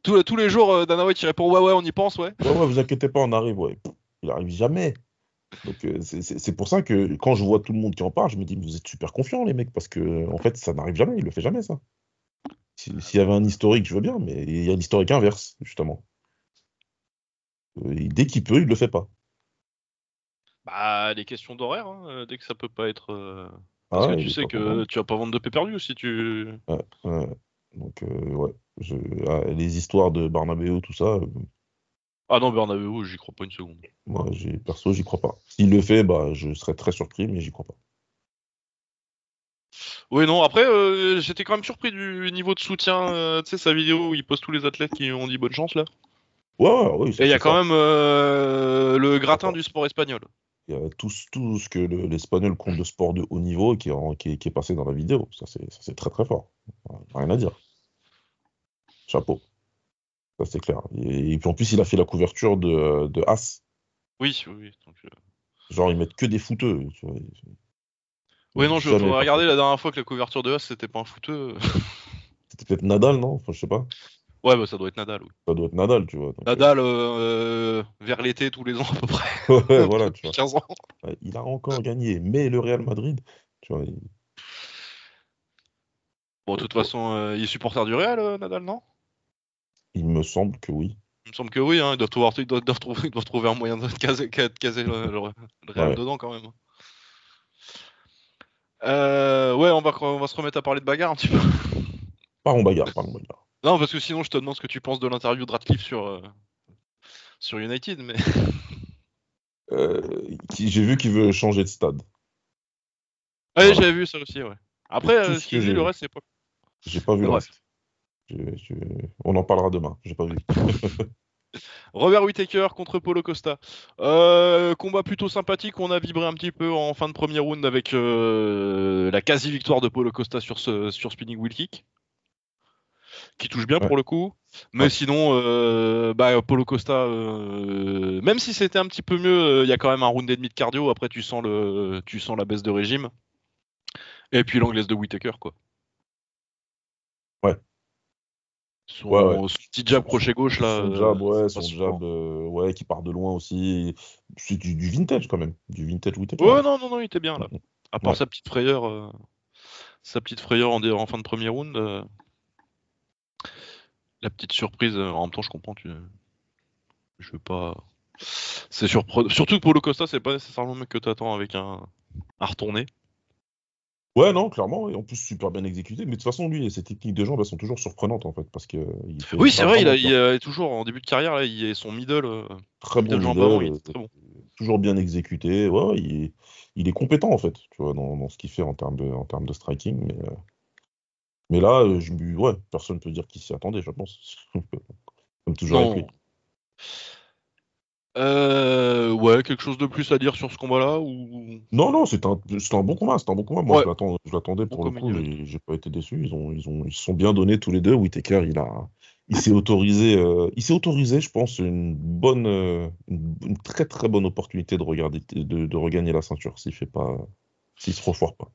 [SPEAKER 1] tous, tous les jours, euh, Dana White il répond Ouais, ouais, on y pense, ouais.
[SPEAKER 2] Ouais, ouais, vous inquiétez pas, on arrive, ouais. Pff, Il arrive jamais. Donc euh, c'est- c'est c'est pour ça que quand je vois tout le monde qui en parle, je me dis, vous êtes super confiants, les mecs, parce que euh, en fait, ça n'arrive jamais, il le fait jamais, ça. Si- S'il y avait un historique, je veux bien, mais il y a l'historique inverse, justement. Euh, il- dès qu'il peut, il le fait pas.
[SPEAKER 1] Bah, les questions d'horaire, hein, euh, dès que ça peut pas être. euh,
[SPEAKER 2] Ah
[SPEAKER 1] Parce
[SPEAKER 2] ouais,
[SPEAKER 1] que
[SPEAKER 2] il
[SPEAKER 1] tu
[SPEAKER 2] est
[SPEAKER 1] sais
[SPEAKER 2] pas
[SPEAKER 1] que
[SPEAKER 2] content.
[SPEAKER 1] tu vas pas vendre de pay-per-view si tu.
[SPEAKER 2] Ouais, ouais. Donc, euh, ouais. Je- ah, les histoires de Barnabéo, tout ça, euh,
[SPEAKER 1] Ah non, Bernabeu, j'y crois pas une seconde.
[SPEAKER 2] moi, j'ai- perso, j'y crois pas. S'il le fait, bah, je serais très surpris, mais j'y crois pas.
[SPEAKER 1] Oui, non, après, euh, j'étais quand même surpris du niveau de soutien, euh, tu sais, sa vidéo où il pose tous les athlètes qui ont dit bonne chance, là.
[SPEAKER 2] Ouais, ouais, oui,
[SPEAKER 1] Et il y a
[SPEAKER 2] c'est ça.
[SPEAKER 1] quand même euh, le gratin
[SPEAKER 2] Attends.
[SPEAKER 1] du sport espagnol.
[SPEAKER 2] Il y a euh, tout, ce- tout ce que le- l'Espagnol compte de sport de haut niveau qui est, en- qui est- qui est passé dans la vidéo. Ça, c'est ça, c'est très très fort. Rien à dire. Chapeau. Ça, c'est clair. Et, et puis en plus, il a fait la couverture de, de As.
[SPEAKER 1] Oui, oui, oui. donc, euh.
[SPEAKER 2] Genre, ils mettent que des footeux. tu vois.
[SPEAKER 1] Oui, non, je
[SPEAKER 2] Jamais
[SPEAKER 1] faudrait
[SPEAKER 2] par
[SPEAKER 1] regarder
[SPEAKER 2] contre.
[SPEAKER 1] la dernière fois que la couverture de As, c'était pas un fouteux.
[SPEAKER 2] C'était peut-être Nadal, non Enfin, Je sais pas.
[SPEAKER 1] Ouais, bah ça doit être Nadal, oui.
[SPEAKER 2] Ça doit être Nadal, tu vois. Donc, euh,
[SPEAKER 1] Nadal, euh, euh, vers l'été, tous les ans, à peu près,
[SPEAKER 2] ouais, voilà, tu
[SPEAKER 1] depuis
[SPEAKER 2] vois.
[SPEAKER 1] 15 ans.
[SPEAKER 2] Ouais, Il a encore gagné, mais le Real Madrid, tu vois, il-
[SPEAKER 1] Bon, de toute façon, euh, il est supporter du Real, euh, Nadal, non
[SPEAKER 2] il me semble que oui.
[SPEAKER 1] Il me semble que oui, hein, ils, doivent trouver, ils, doivent, doivent trouver, ils doivent trouver un moyen de caser, ca- de caser le, le- le Real
[SPEAKER 2] Ouais.
[SPEAKER 1] dedans quand même. hein. Euh, ouais, on va, on va se remettre à parler de bagarre un petit peu.
[SPEAKER 2] Pas en bagarre, pas en bagarre.
[SPEAKER 1] Non, parce que sinon je te demande ce que tu penses de l'interview de Ratcliffe sur, euh, sur United, mais
[SPEAKER 2] Euh, qui- J'ai vu qu'il veut changer de stade.
[SPEAKER 1] ouais,
[SPEAKER 2] Voilà.
[SPEAKER 1] j'avais vu ça aussi, ouais. Après,
[SPEAKER 2] Tout
[SPEAKER 1] euh,
[SPEAKER 2] ce
[SPEAKER 1] ce
[SPEAKER 2] que
[SPEAKER 1] qu'il dit,
[SPEAKER 2] j'ai
[SPEAKER 1] le
[SPEAKER 2] vu.
[SPEAKER 1] reste, c'est pas.
[SPEAKER 2] J'ai pas vu le
[SPEAKER 1] Bref.
[SPEAKER 2] reste. Je- je- On en parlera demain. J'ai pas vu.
[SPEAKER 1] Robert Whittaker contre Polo Costa. Euh, combat plutôt sympathique. On a vibré un petit peu en fin de premier round avec euh, la quasi-victoire de Polo Costa sur, ce, sur Spinning Wheel Kick. Qui touche bien
[SPEAKER 2] Ouais.
[SPEAKER 1] pour le coup. Mais
[SPEAKER 2] Ouais.
[SPEAKER 1] sinon, euh, bah, Polo Costa, euh, même si c'était un petit peu mieux, euh, il y a quand même un round et demi de cardio. Après, tu sens, le, tu sens la baisse de régime. Et puis l'anglaise de Whittaker, quoi. Son,
[SPEAKER 2] Ouais, ouais.
[SPEAKER 1] son petit jab crochet gauche là.
[SPEAKER 2] Son
[SPEAKER 1] euh,
[SPEAKER 2] jab, ouais,
[SPEAKER 1] c'est
[SPEAKER 2] son
[SPEAKER 1] pas souvent.
[SPEAKER 2] jab, euh, ouais, qui part de loin aussi. C'est du, du vintage quand même. Du vintage vintage.
[SPEAKER 1] Ouais, non, non, non, il était bien là. À part
[SPEAKER 2] Ouais.
[SPEAKER 1] sa petite frayeur, euh, sa petite frayeur en, dé- en fin de premier round. euh, la petite surprise, euh, en même temps, je comprends. Tu, je veux pas. C'est surprenant. Surtout que Polo Costa, c'est pas nécessairement le mec que t'attends avec un à retourner.
[SPEAKER 2] Ouais, non, clairement. Et en plus, super bien exécuté. Mais de toute façon, lui, ses techniques de jambes, elles sont toujours surprenantes en fait. Parce que, euh, il fait
[SPEAKER 1] Oui, c'est
[SPEAKER 2] pas
[SPEAKER 1] vrai. Il, a-
[SPEAKER 2] vraiment
[SPEAKER 1] il est toujours en début de carrière là. Il est son middle, euh,
[SPEAKER 2] très bon
[SPEAKER 1] middle jambe
[SPEAKER 2] middle,
[SPEAKER 1] avant, il
[SPEAKER 2] euh,
[SPEAKER 1] est très bon.
[SPEAKER 2] toujours bien exécuté. Ouais, ouais, il est, il est compétent en fait, tu vois, dans, dans ce qu'il fait en termes de, en termes de striking. Mais, euh, mais là, euh, je, ouais, personne ne peut dire qu'il s'y attendait, je pense. Comme toujours
[SPEAKER 1] Non.
[SPEAKER 2] avec lui.
[SPEAKER 1] Euh, ouais, quelque chose de plus à dire sur ce combat-là ou
[SPEAKER 2] Non, non, c'était un, c'était un bon combat, c'était un bon combat. Moi,
[SPEAKER 1] Ouais.
[SPEAKER 2] je l'attends- je l'attendais pour
[SPEAKER 1] Bon
[SPEAKER 2] le
[SPEAKER 1] combat
[SPEAKER 2] coup,
[SPEAKER 1] milieu.
[SPEAKER 2] j'ai j'ai pas été déçu. Ils ont, ils ont, ils se sont bien donnés tous les deux. Whittaker, il a, il s'est autorisé, euh, il s'est autorisé, je pense, une bonne, euh, une, une très très bonne opportunité de regarder, de, de regagner la ceinture s'il fait pas, s'il se refoire pas.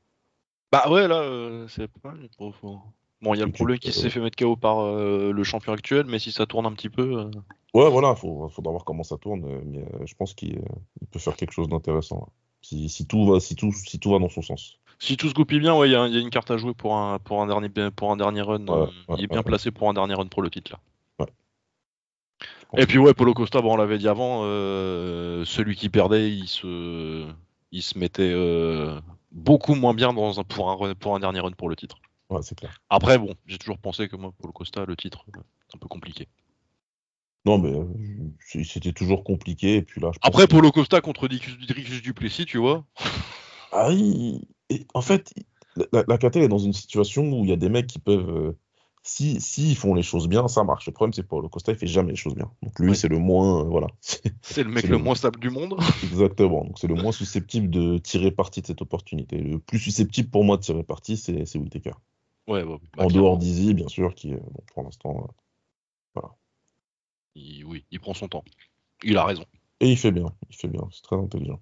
[SPEAKER 1] Bah ouais, là, euh, c'est pas mal. Bon, faut- bon, il y a le
[SPEAKER 2] Ok,
[SPEAKER 1] problème qui
[SPEAKER 2] euh,
[SPEAKER 1] s'est fait mettre KO par euh, le champion actuel, mais si ça tourne un petit peu. euh,
[SPEAKER 2] Ouais, voilà, faut, faudra voir comment ça tourne, euh, mais euh, je pense qu'il euh, il peut faire quelque chose d'intéressant. là. Si, si tout va, si tout, si tout va dans son sens.
[SPEAKER 1] Si tout se goupille bien, ouais, il y, a un- il y a une carte à jouer pour un, pour un, dernier, pour un dernier run. euh,
[SPEAKER 2] ouais,
[SPEAKER 1] il est bien
[SPEAKER 2] ouais.
[SPEAKER 1] placé pour un dernier run pour le titre, là.
[SPEAKER 2] Ouais. pense
[SPEAKER 1] Et puis, ouais, Polo Costa, bon, on l'avait dit avant, euh, celui qui perdait, il se, il se mettait euh, beaucoup moins bien dans un, pour, un, run- pour un dernier run pour le titre.
[SPEAKER 2] Ouais, c'est clair.
[SPEAKER 1] Après, bon, j'ai toujours pensé que moi, Polo Costa, le titre, euh, c'est un peu compliqué.
[SPEAKER 2] Non, mais euh, je- c'était toujours compliqué, et puis là, je pense
[SPEAKER 1] Après,
[SPEAKER 2] que-
[SPEAKER 1] Polo Costa contre Dicus- Dricus Duplessis, tu vois.
[SPEAKER 2] Ah oui, et en fait, la, la, la KT est dans une situation où il y a des mecs qui peuvent. euh, si, si ils font les choses bien, ça marche. Le problème, c'est que Paulo Costa, il fait jamais les choses bien. Donc lui,
[SPEAKER 1] Ouais.
[SPEAKER 2] c'est le moins. euh, voilà.
[SPEAKER 1] C'est le mec
[SPEAKER 2] C'est
[SPEAKER 1] le
[SPEAKER 2] le-
[SPEAKER 1] moins stable du monde.
[SPEAKER 2] Exactement. Donc c'est le moins susceptible de tirer parti de cette opportunité. Le plus susceptible pour moi de tirer parti, c'est c'est Whittaker.
[SPEAKER 1] Ouais, ouais, bah, clairement,
[SPEAKER 2] en dehors d'Izzy, bien sûr, qui, euh, bon, pour l'instant. euh,
[SPEAKER 1] il- oui, il prend son temps. Il a raison.
[SPEAKER 2] Et il fait bien. Il fait bien. C'est très intelligent.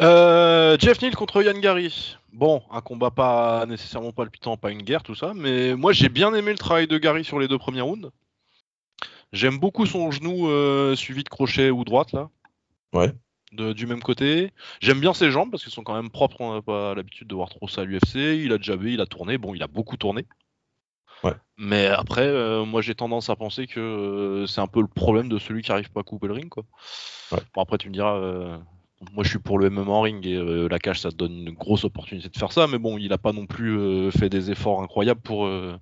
[SPEAKER 1] Euh, Jeff Neal contre Yann Gary. Bon, un combat pas nécessairement palpitant, pas une guerre, tout ça, mais moi j'ai bien aimé le travail de Gary sur les deux premiers rounds. J'aime beaucoup son genou euh, suivi de crochet ou droite là.
[SPEAKER 2] Ouais.
[SPEAKER 1] De- du même côté. J'aime bien ses jambes parce qu'elles sont quand même propres, on n'a pas l'habitude de voir trop ça à l'UFC. Il a jabé, il a tourné, bon, il a beaucoup tourné.
[SPEAKER 2] Ouais.
[SPEAKER 1] Mais après, euh, moi j'ai tendance à penser que euh, c'est un peu le problème de celui qui arrive pas à couper le ring quoi.
[SPEAKER 2] Ouais.
[SPEAKER 1] Bon, après tu me diras. euh, moi, je suis pour le MMA en ring et euh, la cage, ça te donne une grosse opportunité de faire ça. Mais bon, il n'a pas non plus euh, fait des efforts incroyables pour, euh,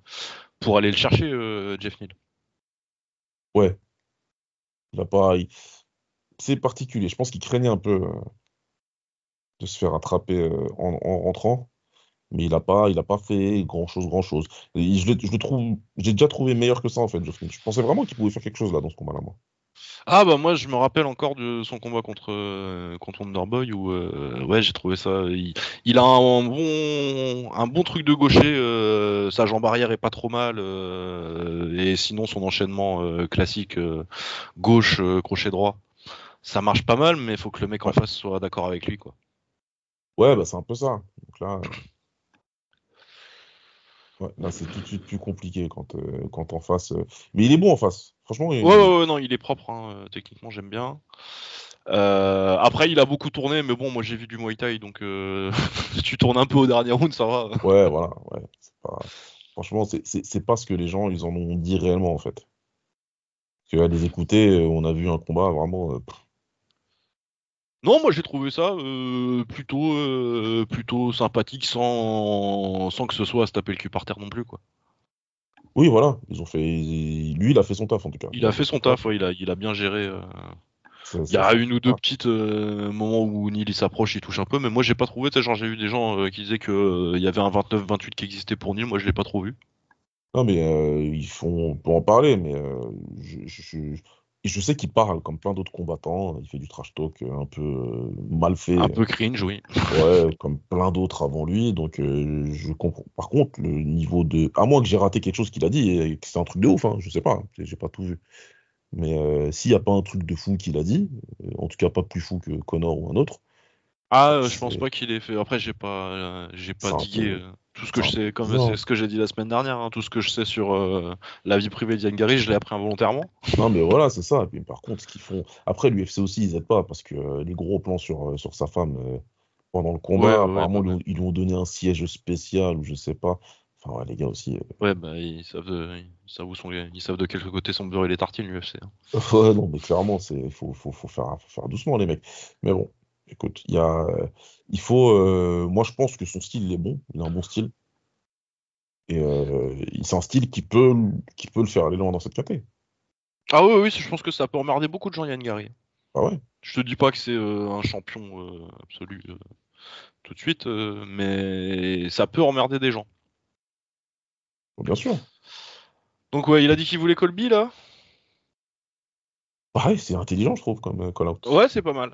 [SPEAKER 1] pour aller le chercher, euh, Jeff Neal.
[SPEAKER 2] Ouais. Il a pas. il- C'est particulier. Je pense qu'il craignait un peu euh, de se faire attraper euh, en, en rentrant. Mais il n'a pas, il a pas fait grand-chose, grand-chose. Et il- Je, le- je le trouve, j'ai déjà trouvé meilleur que ça, en fait, Jeff Lynch. Je pensais vraiment qu'il pouvait faire quelque chose, là, dans ce combat-là, moi.
[SPEAKER 1] Ah bah moi, je me rappelle encore de son combat contre euh, contre Wonderboy où euh, ouais, j'ai trouvé ça. Il, il a un bon un bon truc de gaucher. euh, sa jambe arrière est pas trop mal euh, et sinon son enchaînement euh, classique euh, gauche euh, crochet droit, ça marche pas mal. Mais il faut que le mec en face soit d'accord avec lui quoi.
[SPEAKER 2] Ouais, bah, c'est un peu ça. Donc là, euh, ouais, là, c'est tout de suite plus compliqué quand, euh, quand en face. euh, Mais il est bon en face. Franchement, il-
[SPEAKER 1] Ouais, ouais, ouais, non, il est propre, hein, euh, techniquement, j'aime bien. Euh, après, il a beaucoup tourné, mais bon, moi j'ai vu du Muay Thai, donc euh, tu tournes un peu au dernier round, ça va.
[SPEAKER 2] ouais, voilà. Ouais, c'est pas... Franchement, c'est- c'est c'est pas ce que les gens, ils en ont dit réellement, en fait. Parce que à les écouter, euh, on a vu un combat vraiment. euh, pff,
[SPEAKER 1] Non, moi j'ai trouvé ça euh, plutôt, euh, plutôt sympathique sans, sans que ce soit à se taper le cul par terre non plus. Quoi.
[SPEAKER 2] Oui, voilà. Ils ont fait. Lui, il a fait son taf, en tout cas.
[SPEAKER 1] Il a fait son taf, ouais, il, a, il a bien géré. euh.
[SPEAKER 2] Ça-
[SPEAKER 1] Il y a
[SPEAKER 2] ça-
[SPEAKER 1] une ou deux petites euh, moments où Neil il s'approche, il touche un peu, mais moi j'ai pas trouvé. tu sais, Genre, j'ai vu des gens euh, qui disaient qu'il y avait un 29-28 qui existait pour Neil, moi je l'ai pas trop vu.
[SPEAKER 2] Non, mais euh, ils font, on peut en parler, mais euh, je, je, je- et je sais qu'il parle comme plein d'autres combattants. Il fait du trash talk euh, un peu euh, mal fait,
[SPEAKER 1] Un peu cringe, oui.
[SPEAKER 2] ouais, comme plein d'autres avant lui. Donc, euh, je comprends. Par contre, le niveau de. À moins que j'ai raté quelque chose qu'il a dit et que c'est un truc de ouf, hein, je sais pas, j'ai j'ai pas tout vu. Mais euh, s'il n'y a pas un truc de fou qu'il a dit, euh, en tout cas pas plus fou que Connor ou un autre,
[SPEAKER 1] Ah, euh, je pense pas qu'il ait fait. Après, j'ai pas, euh, j'ai pas
[SPEAKER 2] C'est un
[SPEAKER 1] digué
[SPEAKER 2] peu-
[SPEAKER 1] euh, tout ce que
[SPEAKER 2] c'est
[SPEAKER 1] je
[SPEAKER 2] un
[SPEAKER 1] sais. Comme
[SPEAKER 2] bizarre.
[SPEAKER 1] c'est ce que j'ai dit la semaine dernière, hein, tout ce que je sais sur euh, la vie privée d'Yann Gary, je l'ai appris involontairement.
[SPEAKER 2] Non, mais voilà, c'est ça. Et puis, par contre, ce qu'ils font. Après, l'UFC aussi, ils aident pas parce que euh, les gros plans sur, euh, sur sa femme euh, pendant le
[SPEAKER 1] Ouais,
[SPEAKER 2] combat,
[SPEAKER 1] ouais,
[SPEAKER 2] apparemment,
[SPEAKER 1] ouais.
[SPEAKER 2] ils lui ont- ils lui ont donné un siège spécial ou je sais pas. Enfin, ouais, les gars aussi. euh,
[SPEAKER 1] Ouais, bah ils savent, de, ils savent où sont les- ils savent de quel côté sont beurrés les tartines l'UFC. hein.
[SPEAKER 2] Ouais, non, mais clairement, c'est faut, faut, faut faire, faut faire doucement, les mecs. Mais bon, écoute, il y a, euh, il faut. euh, moi, je pense que son style il est bon. Il a un bon style. Et euh, il- c'est un style qui peut, qui peut le faire aller loin dans cette caté.
[SPEAKER 1] Ah oui, oui, je pense que ça peut emmerder beaucoup de gens Yann Gary.
[SPEAKER 2] Ah ouais.
[SPEAKER 1] Je te dis pas que c'est euh, un champion euh, absolu euh, tout de suite, euh, mais ça peut emmerder des gens.
[SPEAKER 2] Bien sûr.
[SPEAKER 1] Donc ouais, il a dit qu'il voulait Colby là.
[SPEAKER 2] Pareil, Bah c'est intelligent, je trouve, comme euh, call-out.
[SPEAKER 1] Ouais, c'est pas mal.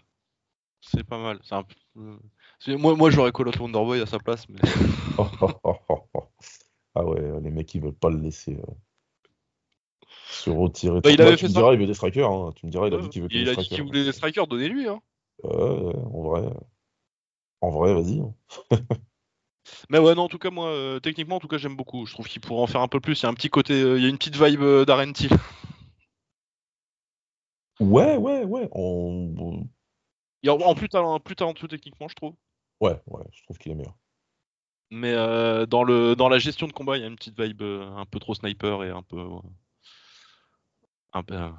[SPEAKER 1] C'est pas mal. C'est un peu- euh, c'est- Moi, moi j'aurais Call of Wonderboy à sa place, mais
[SPEAKER 2] Ah ouais, les mecs, ils veulent pas le laisser euh, se retirer.
[SPEAKER 1] Bah, il
[SPEAKER 2] Toi,
[SPEAKER 1] avait
[SPEAKER 2] tu
[SPEAKER 1] fait
[SPEAKER 2] me
[SPEAKER 1] ça.
[SPEAKER 2] diras, il veut des strikers. hein. Tu me diras, il a dit qu'il veut que
[SPEAKER 1] il
[SPEAKER 2] des
[SPEAKER 1] a dit qu'il
[SPEAKER 2] strikers. hein.
[SPEAKER 1] voulait des strikers, donnez-lui. Hein.
[SPEAKER 2] Ouais, ouais, en vrai, euh, en vrai, vas-y. hein.
[SPEAKER 1] Mais ouais, non, en tout cas, moi, euh, techniquement, en tout cas, j'aime beaucoup. Je trouve qu'il pourrait en faire un peu plus. Il y a un petit côté, euh, il y a une petite vibe euh, d'Aren Till.
[SPEAKER 2] Ouais, ouais, ouais. on-
[SPEAKER 1] Il est en- en plus, talent, plus talentueux techniquement, je trouve.
[SPEAKER 2] Ouais, ouais, je trouve qu'il est meilleur.
[SPEAKER 1] Mais euh, dans, le, dans la gestion de combat, il y a une petite vibe euh, un peu trop sniper et un peu. euh, un, peu euh,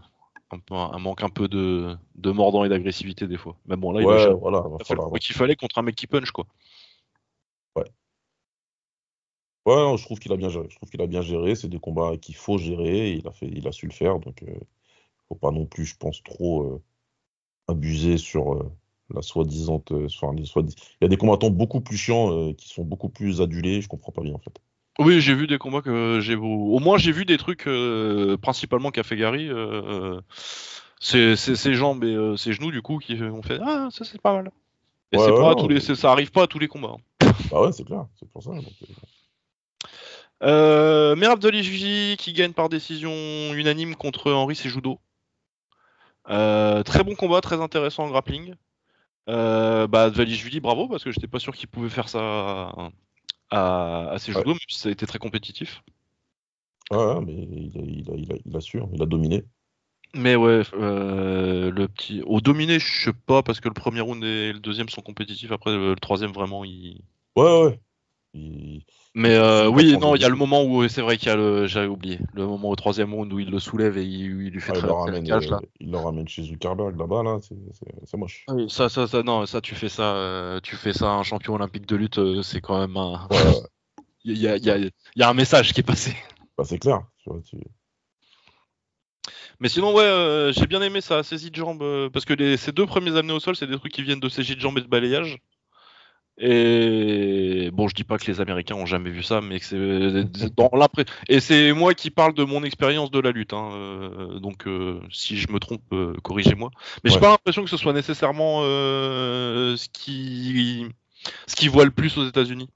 [SPEAKER 1] un, peu- un manque un peu de, de mordant et d'agressivité des fois. Mais bon, là, il a
[SPEAKER 2] ouais,
[SPEAKER 1] jamais
[SPEAKER 2] voilà, va
[SPEAKER 1] fait le
[SPEAKER 2] falloir-
[SPEAKER 1] coup qu'il fallait contre un mec qui punch, quoi.
[SPEAKER 2] Ouais, non, je trouve qu'il a bien géré. Je trouve qu'il a bien géré. C'est des combats qu'il faut gérer. et Il a fait, il a su le faire. Donc, euh, faut pas non plus, je pense, trop euh, abuser sur euh, la soi-disant. euh, sur les soi-dis- Il y a des combattants beaucoup plus chiants euh, qui sont beaucoup plus adulés. Je comprends pas bien en fait.
[SPEAKER 1] Oui, j'ai vu des combats que j'ai. Au moins, j'ai vu des trucs euh, principalement qu'a fait Gary. euh, euh, c'est c'est ses jambes et euh, ses genoux du coup qui ont fait ah ça c'est pas mal. Et
[SPEAKER 2] Ouais,
[SPEAKER 1] c'est
[SPEAKER 2] ouais,
[SPEAKER 1] pas à
[SPEAKER 2] non,
[SPEAKER 1] tous les,
[SPEAKER 2] mais-
[SPEAKER 1] c'est- ça arrive pas à tous les combats. hein.
[SPEAKER 2] Bah ouais, c'est clair. C'est pour ça. donc, euh,
[SPEAKER 1] Euh, Merab Delici qui gagne par décision unanime contre Henri Sejudo. Euh, très bon combat, très intéressant en grappling. Euh, bah, Delici, bravo parce que j'étais pas sûr qu'il pouvait faire ça à, à, à Sejudo, même si ça a été très compétitif.
[SPEAKER 2] euh, ouais, ouais, mais il a, il a, il a, il a su. hein, Il a dominé.
[SPEAKER 1] Mais ouais, euh, le petit. Au dominé, je sais pas, parce que le premier round et le deuxième sont compétitifs. Après, euh, le troisième, vraiment, il.
[SPEAKER 2] Ouais, ouais. Il-
[SPEAKER 1] Mais euh,
[SPEAKER 2] pas
[SPEAKER 1] oui,
[SPEAKER 2] changé
[SPEAKER 1] non, il y a
[SPEAKER 2] de
[SPEAKER 1] le moment où c'est vrai qu'il y a le. J'avais oublié. Le moment au troisième round où il le soulève et il, il lui fait
[SPEAKER 2] ah, il,
[SPEAKER 1] traverser
[SPEAKER 2] le
[SPEAKER 1] la
[SPEAKER 2] ramène,
[SPEAKER 1] cage,
[SPEAKER 2] euh,
[SPEAKER 1] là.
[SPEAKER 2] il le ramène chez Zuckerberg là-bas. Là, c'est- c'est c'est moche.
[SPEAKER 1] Oui, Ça, ça, ça, non, ça, tu fais ça, euh, tu fais ça, à un champion olympique de lutte, euh, c'est quand même un.
[SPEAKER 2] Ouais, ouais.
[SPEAKER 1] Il y a, il y a- il y a un message qui est passé.
[SPEAKER 2] Euh, Bah, c'est clair. tu vois, tu-
[SPEAKER 1] Mais sinon, ouais, euh, j'ai bien aimé ça, saisie de jambes, euh, parce que les, ces deux premiers amenés au sol, c'est des trucs qui viennent de saisie de jambes et de balayage. Et bon, je dis pas que les Américains ont jamais vu ça, mais que c'est euh, dans l'après. Et c'est moi qui parle de mon expérience de la lutte, hein, euh, donc euh, si je me trompe, euh, corrigez-moi. Mais j'ai
[SPEAKER 2] Ouais.
[SPEAKER 1] pas l'impression que ce soit nécessairement euh, ce qui ce qui voit le plus aux États-Unis.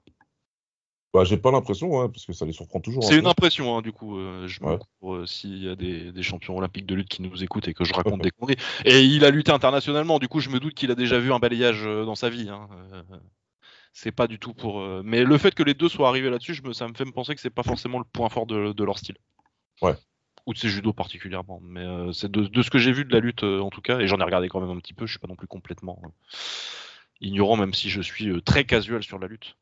[SPEAKER 2] Bah, j'ai pas l'impression, ouais, parce que ça les surprend toujours. un
[SPEAKER 1] C'est
[SPEAKER 2] peu.
[SPEAKER 1] une impression, hein, du coup. euh, je me
[SPEAKER 2] Ouais.
[SPEAKER 1] couvre euh, s'il y a des, des champions olympiques de lutte qui nous écoutent et que je raconte des conneries. Et il a lutté internationalement, du coup, je me doute qu'il a déjà vu un balayage euh, dans sa vie. hein, euh, c'est pas du tout pour. euh, Mais le fait que les deux soient arrivés là-dessus, je me- ça me fait me penser que c'est pas forcément le point fort de, de leur style.
[SPEAKER 2] Ouais.
[SPEAKER 1] Ou de ses judo particulièrement. Mais euh, c'est de, de ce que j'ai vu de la lutte, euh, en tout cas, et j'en ai regardé quand même un petit peu, je suis pas non plus complètement euh, ignorant, même si je suis euh, très casual sur la lutte.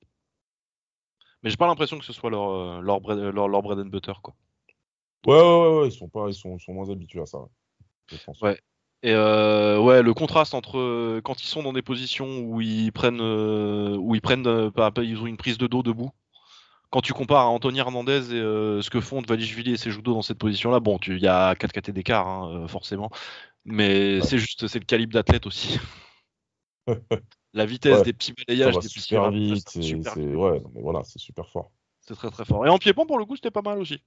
[SPEAKER 1] Mais j'ai pas l'impression que ce soit leur, euh, leur, bread, leur, leur bread and butter, quoi.
[SPEAKER 2] Ouais, ouais, ouais, ouais, ils sont pas, ils sont, ils sont moins habitués à ça. ouais. Je pense.
[SPEAKER 1] Ouais. Et euh, ouais, le contraste entre euh, quand ils sont dans des positions où ils prennent, euh, où ils prennent, euh, pas- pas- ils ont une prise de dos debout. Quand tu compares à Anthony Hernandez et euh, ce que font Dvalishvili et Sejudo dans cette position-là, bon, tu- il y a 4 KT d'écart, hein, euh, forcément. Mais c'est juste, c'est le calibre d'athlète aussi. La vitesse
[SPEAKER 2] Ouais.
[SPEAKER 1] des petits
[SPEAKER 2] Ça
[SPEAKER 1] balayages,
[SPEAKER 2] va
[SPEAKER 1] des petits
[SPEAKER 2] super
[SPEAKER 1] rapaces,
[SPEAKER 2] vite,
[SPEAKER 1] ça va
[SPEAKER 2] c'est,
[SPEAKER 1] super
[SPEAKER 2] c'est-
[SPEAKER 1] vite.
[SPEAKER 2] ouais, non, mais voilà, c'est super fort.
[SPEAKER 1] C'est très très fort. Et en pied-pont, pour le coup, c'était pas mal aussi.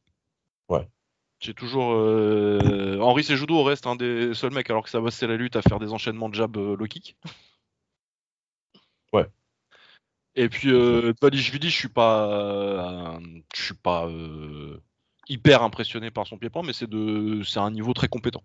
[SPEAKER 2] Ouais.
[SPEAKER 1] J'ai toujours. Euh... Henri Sejudo reste un des seuls mecs, alors que ça va, c'est la lutte, à faire des enchaînements de jab euh, low kick.
[SPEAKER 2] Ouais.
[SPEAKER 1] Et puis, euh, Dvalishvili, je suis pas. euh, je suis pas. euh, hyper impressionné par son pied-point, mais c'est de c'est un niveau très compétent.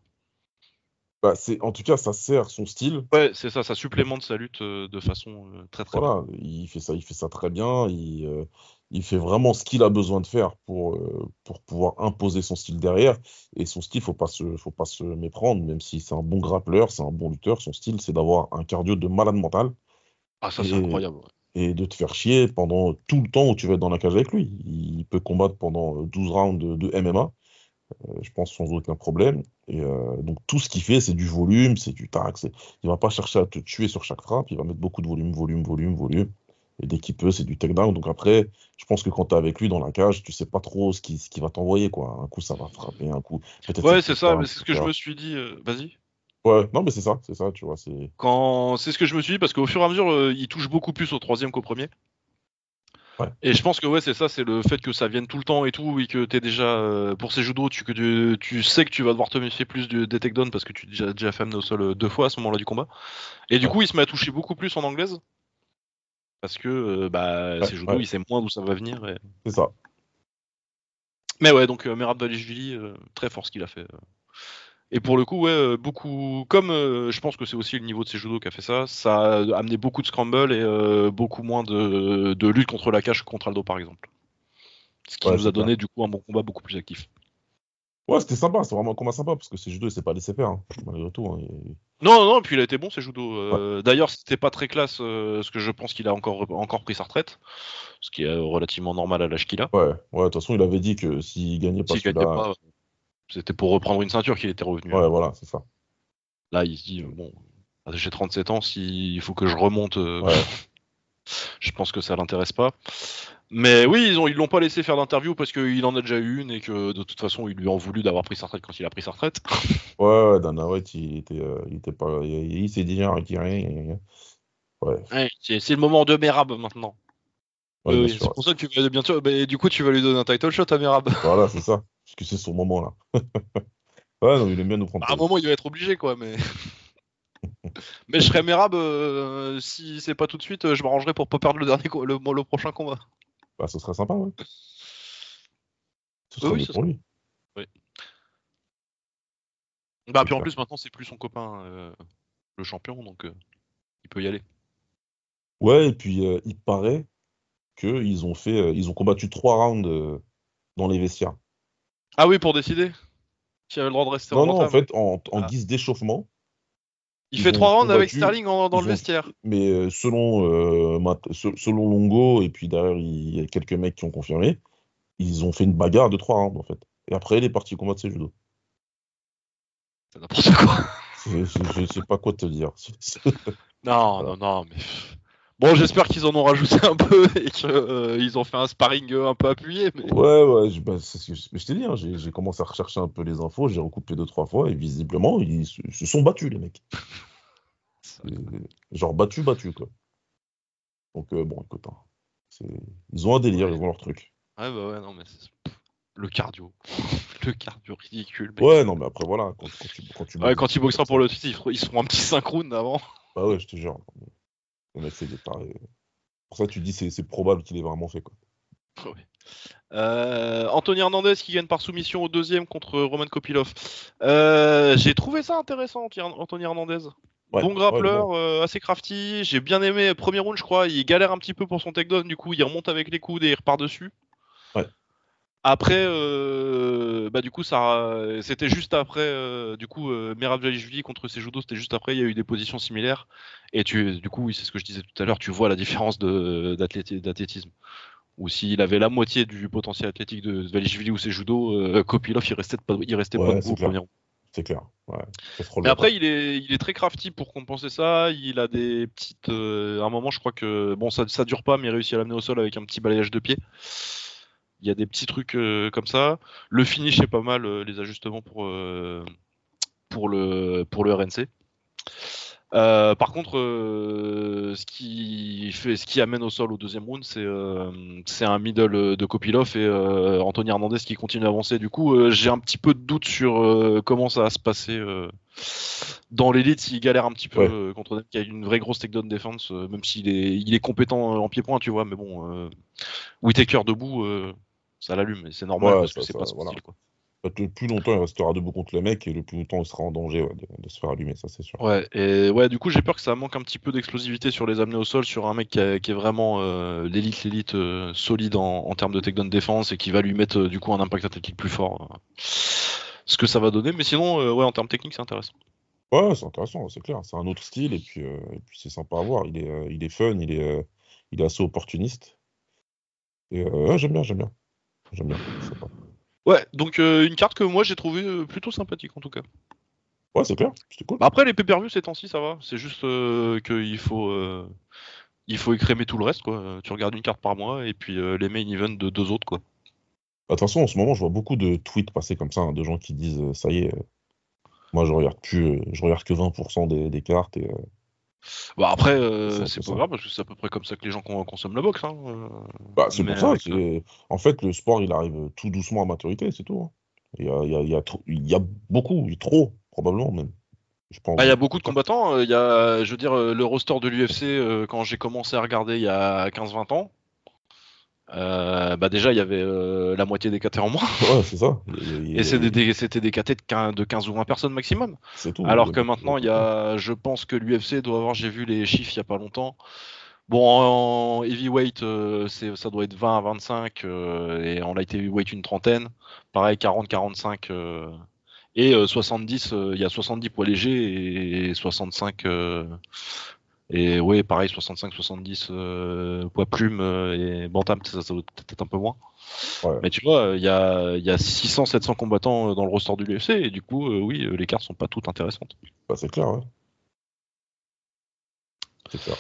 [SPEAKER 2] Bah, c'est, en tout cas, ça sert son style.
[SPEAKER 1] Ouais, c'est ça, ça supplémente sa lutte euh, de façon euh, très très
[SPEAKER 2] Voilà, il fait ça, il fait ça très bien. Il, euh, il fait vraiment ce qu'il a besoin de faire pour, euh, pour pouvoir imposer son style derrière. Et son style, faut pas se, faut pas se méprendre, même si c'est un bon grappleur, c'est un bon lutteur. Son style, c'est d'avoir un cardio de malade mental
[SPEAKER 1] Ah, ça c'est
[SPEAKER 2] Et-
[SPEAKER 1] incroyable. ouais.
[SPEAKER 2] et de te faire chier pendant tout le temps où tu vas être dans la cage avec lui. Il peut combattre pendant euh, 12 rounds de, de MMA, euh, je pense sans aucun problème. Et euh, donc tout ce qu'il fait, c'est du volume, c'est du tac. c'est- Il va pas chercher à te tuer sur chaque frappe, il va mettre beaucoup de volume, volume, volume, volume. Et dès qu'il peut, c'est du takedown. Donc après, je pense que quand tu es avec lui dans la cage, tu sais pas trop ce qui, ce qui va t'envoyer. quoi. Un coup, ça va frapper, un coup. peut-être
[SPEAKER 1] Ouais, c'est ça,
[SPEAKER 2] takedown,
[SPEAKER 1] mais c'est ce que je
[SPEAKER 2] etc.
[SPEAKER 1] me suis dit. euh, Vas-y.
[SPEAKER 2] Ouais, non, mais c'est ça, c'est ça, tu vois. c'est...
[SPEAKER 1] Quand... C'est ce que je me suis dit parce qu'au fur et à mesure, euh, il touche beaucoup plus au troisième qu'au premier.
[SPEAKER 2] Ouais.
[SPEAKER 1] Et je pense que ouais, c'est ça, c'est le fait que ça vienne tout le temps et tout, et que t'es déjà euh, pour ces judo, tu, que tu, tu sais que tu vas devoir te méfier plus du, des takedowns parce que tu t'es déjà, déjà fait amener au sol euh, deux fois à ce moment-là du combat. Et du
[SPEAKER 2] Ouais.
[SPEAKER 1] coup, il se met à toucher beaucoup plus en anglaise parce que euh, bah,
[SPEAKER 2] Ouais,
[SPEAKER 1] ces judo,
[SPEAKER 2] ouais.
[SPEAKER 1] il sait moins d'où ça va venir. et-
[SPEAKER 2] C'est ça.
[SPEAKER 1] Mais ouais, donc euh, Merab Valishvili, euh, très fort ce qu'il a fait. euh. Et pour le coup, ouais, euh, beaucoup. Comme euh, je pense que c'est aussi le niveau de ses judo qui a fait ça, ça a amené beaucoup de scramble et euh, beaucoup moins de, de lutte contre la cage que contre Aldo, par exemple. Ce qui
[SPEAKER 2] Ouais,
[SPEAKER 1] nous a
[SPEAKER 2] c'est
[SPEAKER 1] donné du coup un bon combat beaucoup plus actif.
[SPEAKER 2] Ouais, c'était sympa, c'est vraiment un combat sympa parce que c'est judo, il s'est pas laissé faire, hein, malgré tout. hein, et-
[SPEAKER 1] Non, non, et puis il a été bon, ses judo. Euh, D'ailleurs, c'était pas très classe, euh, parce que je pense qu'il a encore, encore pris sa retraite, ce qui est euh, relativement normal à l'âge qu'il a.
[SPEAKER 2] Ouais, ouais, de toute façon, il avait dit que s'il gagnait pas
[SPEAKER 1] S'il gagnait
[SPEAKER 2] celui-là.
[SPEAKER 1] pas, euh, c'était pour reprendre une ceinture qu'il était revenu.
[SPEAKER 2] Ouais, voilà, c'est ça.
[SPEAKER 1] Là, il se dit, euh, bon, j'ai 37 ans, s'il faut que je remonte, euh,
[SPEAKER 2] Ouais.
[SPEAKER 1] je pense que ça l'intéresse pas. Mais oui, ils ont, ils l'ont pas laissé faire d'interview parce qu'il en a déjà eu une et que de toute façon, ils lui ont voulu d'avoir pris sa retraite quand il a pris sa retraite.
[SPEAKER 2] Ouais, ouais, Dana White, il était, euh, il était pas. Il, il s'est hein, déjà retiré. Ouais,
[SPEAKER 1] Ouais, c'est c'est le moment de Merab maintenant.
[SPEAKER 2] ouais,
[SPEAKER 1] Euh,
[SPEAKER 2] bien
[SPEAKER 1] oui,
[SPEAKER 2] sûr.
[SPEAKER 1] c'est pour ça que tu vas bien sûr, mais du coup, tu vas lui donner un title shot à Merab.
[SPEAKER 2] Voilà, c'est ça. Parce que c'est son moment là. ouais, non, il aime bien nous prendre.
[SPEAKER 1] Bah, à un moment, il va être obligé, quoi, mais. mais je serais Merab, euh, si c'est pas tout de suite, euh, je m'arrangerai pour pas perdre le, dernier, co- le, le prochain combat.
[SPEAKER 2] Bah, ce serait sympa, ouais. Ce
[SPEAKER 1] Oui,
[SPEAKER 2] serait
[SPEAKER 1] oui,
[SPEAKER 2] mieux
[SPEAKER 1] ce
[SPEAKER 2] pour lui.
[SPEAKER 1] Bah,
[SPEAKER 2] C'est
[SPEAKER 1] puis en
[SPEAKER 2] clair.
[SPEAKER 1] plus, maintenant, c'est plus son copain, euh, le champion, donc euh, il peut y aller.
[SPEAKER 2] Ouais, et puis euh, il paraît qu'ils ont fait. euh, ils ont combattu trois rounds euh, dans les vestiaires.
[SPEAKER 1] Ah oui, pour décider S'il avait le droit de rester
[SPEAKER 2] Non,
[SPEAKER 1] en
[SPEAKER 2] non, en
[SPEAKER 1] entame.
[SPEAKER 2] fait, en, en
[SPEAKER 1] Ah.
[SPEAKER 2] guise d'échauffement,
[SPEAKER 1] Il
[SPEAKER 2] ils
[SPEAKER 1] fait
[SPEAKER 2] ont
[SPEAKER 1] trois rounds avec
[SPEAKER 2] combattu-
[SPEAKER 1] Sterling en- dans
[SPEAKER 2] ils
[SPEAKER 1] le
[SPEAKER 2] ont-
[SPEAKER 1] vestiaire.
[SPEAKER 2] mais euh, selon, euh, Mat- se- selon Longo, et puis derrière, il y a quelques mecs qui ont confirmé, ils ont fait une bagarre de trois rounds, en fait. Et après, il est parti combattre ses judo.
[SPEAKER 1] C'est n'importe quoi.
[SPEAKER 2] Je je- je sais pas quoi te dire. C'est- c'est-
[SPEAKER 1] Non,
[SPEAKER 2] Voilà.
[SPEAKER 1] non, non, mais. Bon, j'espère qu'ils en ont rajouté un peu et qu'ils ont fait un sparring euh, un peu appuyé, mais.
[SPEAKER 2] Ouais, ouais, je, bah, c'est ce que je, mais je t'ai dit, hein, j'ai j'ai commencé à rechercher un peu les infos, j'ai recoupé deux, trois fois, et visiblement, ils se, se sont battus, les mecs. Euh, Genre battus, battus, quoi. Donc, euh, bon, écoute, hein, c'est- ils ont un délire, ils ont leur truc.
[SPEAKER 1] Ouais, bah ouais, non, mais. c'est- Le cardio. le cardio ridicule. mec.
[SPEAKER 2] Ouais, non, mais après, voilà, quand, quand tu, quand tu
[SPEAKER 1] Ouais,
[SPEAKER 2] boxes-
[SPEAKER 1] quand ils boxeront pour le titre, ils feront- ils se feront un petit synchrone avant.
[SPEAKER 2] Bah ouais, je te jure. Le mec, c'est des tarés. Pour ça, tu dis c'est c'est probable qu'il ait vraiment fait quoi.
[SPEAKER 1] Euh, Anthony Hernandez qui gagne par soumission au deuxième contre Roman Kopilov. Euh, j'ai trouvé ça intéressant, Anti- Anthony Hernandez.
[SPEAKER 2] Ouais,
[SPEAKER 1] bon
[SPEAKER 2] ouais,
[SPEAKER 1] grappleur,
[SPEAKER 2] bon.
[SPEAKER 1] euh, assez crafty. J'ai bien aimé. euh, Premier round, je crois, il galère un petit peu pour son takedown. Du coup, il remonte avec les coudes et il repart dessus.
[SPEAKER 2] Ouais.
[SPEAKER 1] Après, euh, bah du coup, ça, c'était juste après. euh, du coup, euh, Merab Djalishvili contre Sejudo, c'était juste après. Il y a eu des positions similaires. Et tu, du coup, oui, c'est ce que je disais tout à l'heure. Tu vois la différence de d'athléti- d'athlétisme. Ou s'il avait la moitié du potentiel athlétique de Valishvili ou Sejudo, euh, Kopilov, il restait de pas, il restait
[SPEAKER 2] Ouais,
[SPEAKER 1] pas
[SPEAKER 2] c'est
[SPEAKER 1] debout au
[SPEAKER 2] clair.
[SPEAKER 1] premier round.
[SPEAKER 2] C'est clair. Ouais. Ça se relève
[SPEAKER 1] Mais
[SPEAKER 2] pas.
[SPEAKER 1] après, il est, il est très crafty pour compenser ça. Il a des petites. euh, à un moment, je crois que. Bon, ça, ça dure pas, mais il réussit à l'amener au sol avec un petit balayage de pied. Il y a des petits trucs euh, comme ça. Le finish est pas mal, euh, les ajustements pour, euh, pour, le, pour le RNC. Euh, par contre, euh, ce, qui fait, ce qui amène au sol au deuxième round, c'est euh, c'est un middle euh, de Kopilov et euh, Anthony Hernandez qui continue d'avancer. Du coup, euh, j'ai un petit peu de doute sur euh, comment ça va se passer euh, dans l'élite s'il galère un petit peu
[SPEAKER 2] Ouais.
[SPEAKER 1] euh, contre Dem qui a une vraie grosse takedown défense, même s'il est, il est compétent euh, en pied-point, tu vois. Mais bon, euh, Whittaker debout, euh, ça l'allume, et c'est normal
[SPEAKER 2] Ouais,
[SPEAKER 1] parce que
[SPEAKER 2] ça-
[SPEAKER 1] c'est
[SPEAKER 2] ça-
[SPEAKER 1] pas son
[SPEAKER 2] voilà.
[SPEAKER 1] style, quoi.
[SPEAKER 2] Le plus longtemps il restera debout contre le mec et le plus longtemps il sera en danger ouais, de, de se faire allumer, ça c'est sûr.
[SPEAKER 1] Ouais, et ouais, du coup, j'ai peur que ça manque un petit peu d'explosivité sur les amener au sol, sur un mec qui, a- qui est vraiment euh, l'élite, l'élite euh, solide en, en termes de takedown défense et qui va lui mettre euh, du coup un impact athlétique plus fort. euh, ce que ça va donner, mais sinon, euh, ouais, en termes techniques, c'est intéressant.
[SPEAKER 2] Ouais, c'est intéressant, c'est clair. C'est un autre style et puis, euh, et puis c'est sympa à voir. Il est, euh, il est fun, il est, euh, il est assez opportuniste. Et euh, ouais, j'aime bien, j'aime bien. J'aime bien. c'est sympa.
[SPEAKER 1] Ouais, donc euh, une carte que moi j'ai trouvé plutôt sympathique en tout cas.
[SPEAKER 2] Ouais, c'est clair, c'était cool.
[SPEAKER 1] Bah après, les pay-per-view ces temps-ci, ça va. C'est juste euh, qu'il faut, euh, il faut écrémer tout le reste, quoi. Tu regardes une carte par mois et puis euh, les main events de deux autres, quoi.
[SPEAKER 2] Attention, en ce moment, je vois beaucoup de tweets passer comme ça, hein, de gens qui disent euh, ça y est, euh, moi je regarde plus, euh, je regarde que 20% des, des cartes et euh,
[SPEAKER 1] Bah après,
[SPEAKER 2] C'est un
[SPEAKER 1] euh,
[SPEAKER 2] peu
[SPEAKER 1] c'est
[SPEAKER 2] ça.
[SPEAKER 1] pas grave parce que c'est à peu près comme ça que les gens con- consomment la boxe. Hein. euh.
[SPEAKER 2] Bah, c'est
[SPEAKER 1] Mais euh,
[SPEAKER 2] pour ça.
[SPEAKER 1] avec
[SPEAKER 2] c'est-
[SPEAKER 1] le-
[SPEAKER 2] En fait, le sport, il arrive euh, tout doucement à maturité, c'est tout. hein. Il y a, il y a- il y a trop- il y a beaucoup, il y a trop, probablement même. Je pense.
[SPEAKER 1] Ah, il y a beaucoup de combattants. euh, Il y a, je veux dire, euh, le roster de l'UFC euh, quand j'ai commencé à regarder il y a 15-20 ans. euh, bah déjà il y avait euh, la moitié des KT en moins
[SPEAKER 2] Ouais, c'est ça. Il y a- il y a-
[SPEAKER 1] et c'est des- des- c'était des KT de 15 de 15 ou 20 personnes maximum
[SPEAKER 2] Oh, bah, c'est tout.
[SPEAKER 1] Alors
[SPEAKER 2] Il
[SPEAKER 1] que
[SPEAKER 2] y a-
[SPEAKER 1] maintenant, il y a, je pense que l'UFC doit avoir, j'ai vu les chiffres il n'y a pas longtemps. Bon, en heavyweight, euh, c'est, ça doit être 20 à 25, euh, et en light heavyweight, une trentaine. Pareil, 40, 45, euh, et euh, 70, euh, il y a 70 poids légers et 65, euh, et ouais, pareil, 65, 70 euh, poids plume euh, et bantam, ça, ça doit être peut-être un peu moins.
[SPEAKER 2] Ouais.
[SPEAKER 1] Mais tu vois, euh, il y a, il y a 600, 700 combattants euh, dans le roster de l'UFC, et du coup, euh, oui, euh, les cartes sont pas toutes intéressantes.
[SPEAKER 2] Bah, c'est clair, ouais. C'est clair.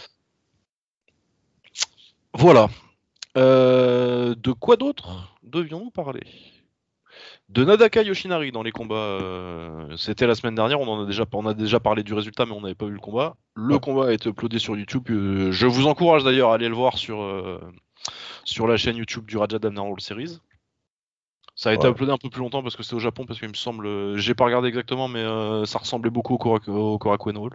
[SPEAKER 1] Voilà. Euh, de quoi d'autre devions-nous parler De Nadaka Yoshinari dans les combats. euh, C'était la semaine dernière, on en a déjà, on a déjà parlé du résultat, mais on n'avait pas vu le combat. Le
[SPEAKER 2] Ouais.
[SPEAKER 1] combat a été uploadé sur YouTube. euh, je vous encourage d'ailleurs à aller le voir sur, euh, sur la chaîne YouTube du Raja Damnar All Series. Ça a été
[SPEAKER 2] Ouais.
[SPEAKER 1] uploadé un peu plus longtemps parce que c'est au Japon, parce qu'il me semble, euh, j'ai pas regardé exactement, mais euh, ça ressemblait beaucoup au, Korak- au Korakuen Hall.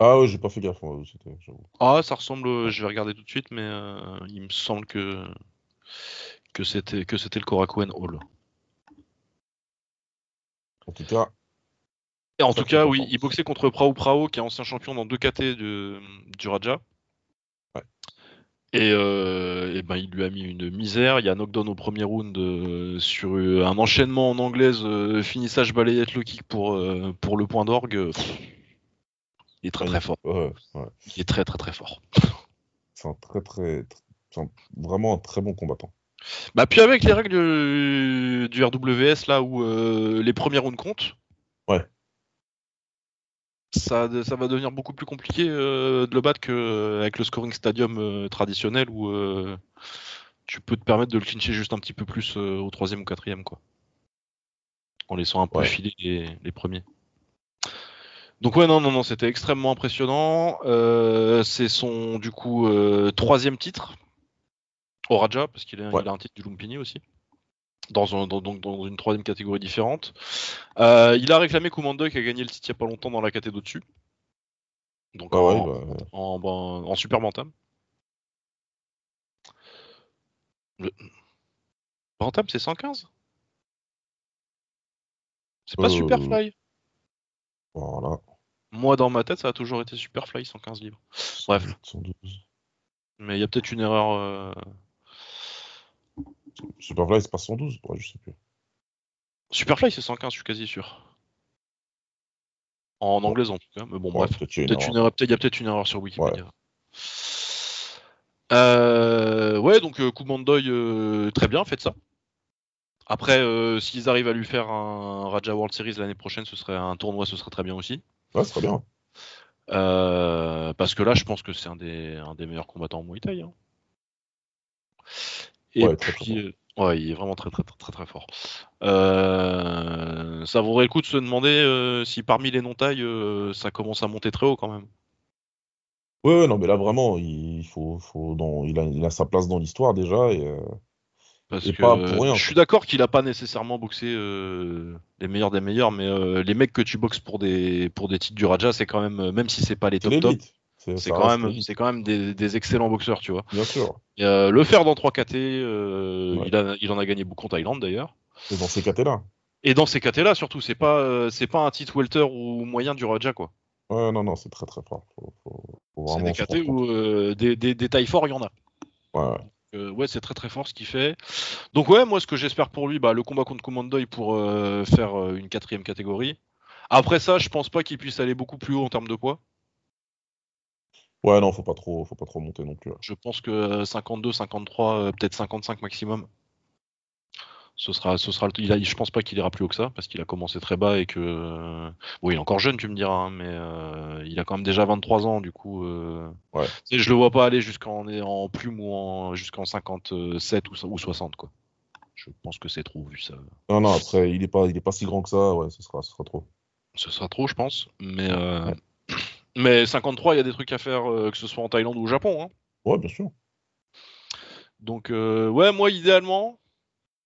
[SPEAKER 2] Ah ouais, j'ai pas fait gaffe. ouais, c'était- E, j'avoue.
[SPEAKER 1] Ah, ça ressemble, euh, je vais regarder tout de suite, mais euh, il me semble que que c'était que c'était le Korakuen Hall.
[SPEAKER 2] En tout cas,
[SPEAKER 1] Et en
[SPEAKER 2] Ça,
[SPEAKER 1] tout
[SPEAKER 2] je
[SPEAKER 1] cas,
[SPEAKER 2] suis
[SPEAKER 1] oui,
[SPEAKER 2] content.
[SPEAKER 1] il boxait contre Prao Prao, qui est ancien champion dans 2KT de, du Raja.
[SPEAKER 2] Ouais.
[SPEAKER 1] Et, euh, eh ben, il lui a mis une misère. Il y a knockdown au premier round euh, sur euh, un enchaînement en anglaise, euh, finissage balayette low kick pour, euh, pour le point d'orgue. Euh, pff, Il est très très fort.
[SPEAKER 2] ouais, ouais.
[SPEAKER 1] Il est très très très fort.
[SPEAKER 2] c'est un très très, tr- c'est un- vraiment un très bon combattant.
[SPEAKER 1] Bah puis avec les règles euh, du, du RWS là où euh, les premiers rounds comptent.
[SPEAKER 2] Ouais.
[SPEAKER 1] Ça, ça va devenir beaucoup plus compliqué euh, de le battre que euh, avec le scoring stadium euh, traditionnel où euh, tu peux te permettre de le clincher juste un petit peu plus euh, au troisième ou quatrième quoi. En laissant un peu
[SPEAKER 2] Ouais.
[SPEAKER 1] filer les, les premiers. Donc ouais non non non c'était extrêmement impressionnant. Euh, c'est son du coup euh, troisième titre au Raja parce qu'il a,
[SPEAKER 2] Ouais.
[SPEAKER 1] il a un titre du Lumpini aussi dans, un- dans- donc dans une troisième catégorie différente. Euh, il a réclamé Commando qui a gagné le titre il n'y a pas longtemps dans la catégorie d'au-dessus. Donc
[SPEAKER 2] Ah ouais,
[SPEAKER 1] en,
[SPEAKER 2] bah, ouais.
[SPEAKER 1] en- en- en super bantam. Le- Bantam c'est 115 C'est pas
[SPEAKER 2] Euh,
[SPEAKER 1] Superfly
[SPEAKER 2] voilà.
[SPEAKER 1] Moi dans ma tête ça a toujours été Superfly 115 livres. Bref.
[SPEAKER 2] 112.
[SPEAKER 1] Mais il y a peut-être une erreur. euh,
[SPEAKER 2] Superfly, c'est pas 112, ouais, je sais plus.
[SPEAKER 1] Superfly c'est 115 je suis quasi sûr. En anglais en tout cas. Mais bon
[SPEAKER 2] Ouais,
[SPEAKER 1] bref.
[SPEAKER 2] peut-être qu'il y a une
[SPEAKER 1] Peut-être
[SPEAKER 2] erreur.
[SPEAKER 1] une erreur- peut-être- il y a peut-être une erreur sur Wikipédia. Euh, ouais, donc euh, Kumandoy, euh, très bien, faites ça. Après, euh, s'ils arrivent à lui faire un Raja World Series l'année prochaine, ce serait un tournoi, ce serait très bien aussi.
[SPEAKER 2] Ouais, c'est très bien.
[SPEAKER 1] Euh, parce que là, je pense que c'est un des, un des meilleurs combattants en Muay Thai. hein. Et
[SPEAKER 2] Ouais, très,
[SPEAKER 1] puis,
[SPEAKER 2] très
[SPEAKER 1] euh, ouais, il est vraiment très très très très, très fort. Euh, ça vaudrait le coup de se demander euh, si parmi les non-tailles, euh, ça commence à monter très haut quand même.
[SPEAKER 2] Ouais, ouais, non, mais là vraiment, il faut, faut dans, il a, il a sa place dans l'histoire déjà. Et, euh,
[SPEAKER 1] Parce
[SPEAKER 2] Et
[SPEAKER 1] que
[SPEAKER 2] pas pour rien,
[SPEAKER 1] je suis d'accord qu'il a pas nécessairement boxé euh, les meilleurs des meilleurs, mais euh, les mecs que tu boxes pour des pour des titres du Raja, c'est quand même euh, même si c'est pas les
[SPEAKER 2] c'est
[SPEAKER 1] top top,
[SPEAKER 2] l'élite. C'est
[SPEAKER 1] c'est
[SPEAKER 2] ça
[SPEAKER 1] quand
[SPEAKER 2] reste
[SPEAKER 1] même
[SPEAKER 2] l'élite,
[SPEAKER 1] c'est quand même des, des excellents boxeurs, tu vois.
[SPEAKER 2] Bien sûr.
[SPEAKER 1] Et, euh, le faire dans 3 KT, euh,
[SPEAKER 2] Ouais.
[SPEAKER 1] il, a- il en a gagné beaucoup en Thaïlande d'ailleurs.
[SPEAKER 2] Et dans ces catés-là.
[SPEAKER 1] Et dans ces catés-là, surtout, c'est pas, euh, c'est pas un titre welter ou moyen du Raja, quoi.
[SPEAKER 2] Ouais, non, non, c'est très très fort. Faut- faut- faut
[SPEAKER 1] C'est
[SPEAKER 2] vraiment
[SPEAKER 1] des
[SPEAKER 2] s'en
[SPEAKER 1] catés
[SPEAKER 2] rendre compte.
[SPEAKER 1] où euh, des, des, des tailles forts, il y en a.
[SPEAKER 2] Ouais, ouais.
[SPEAKER 1] Euh, ouais, c'est très très fort ce qu'il fait. Donc ouais, moi ce que j'espère pour lui, bah, le combat contre Commandoy pour euh, faire euh, une quatrième catégorie. Après ça, je pense pas qu'il puisse aller beaucoup plus haut en termes de poids.
[SPEAKER 2] Ouais, non, faut pas trop, faut pas trop monter non plus. ouais.
[SPEAKER 1] Je pense que euh, 52, 53, euh, peut-être 55 maximum. Ce sera, ce sera le. Il a, je pense pas qu'il ira plus haut que ça parce qu'il a commencé très bas et que. euh, bon, il est encore jeune, tu me diras, hein, mais euh, il a quand même déjà 23 ans, du coup. euh,
[SPEAKER 2] Ouais.
[SPEAKER 1] tu sais, je le vois pas aller jusqu'en en plume ou en jusqu'en 57 ou, so- ou 60 quoi. Je pense que c'est trop vu ça.
[SPEAKER 2] Non, non, après, il est pas, il est pas si grand que ça. Ouais, ce sera, ce sera trop.
[SPEAKER 1] Ce sera trop, je pense. Mais euh, mais 53, il y a des trucs à faire, euh, que ce soit en Thaïlande ou au Japon. hein.
[SPEAKER 2] Ouais, bien sûr.
[SPEAKER 1] Donc, euh, ouais, moi, idéalement,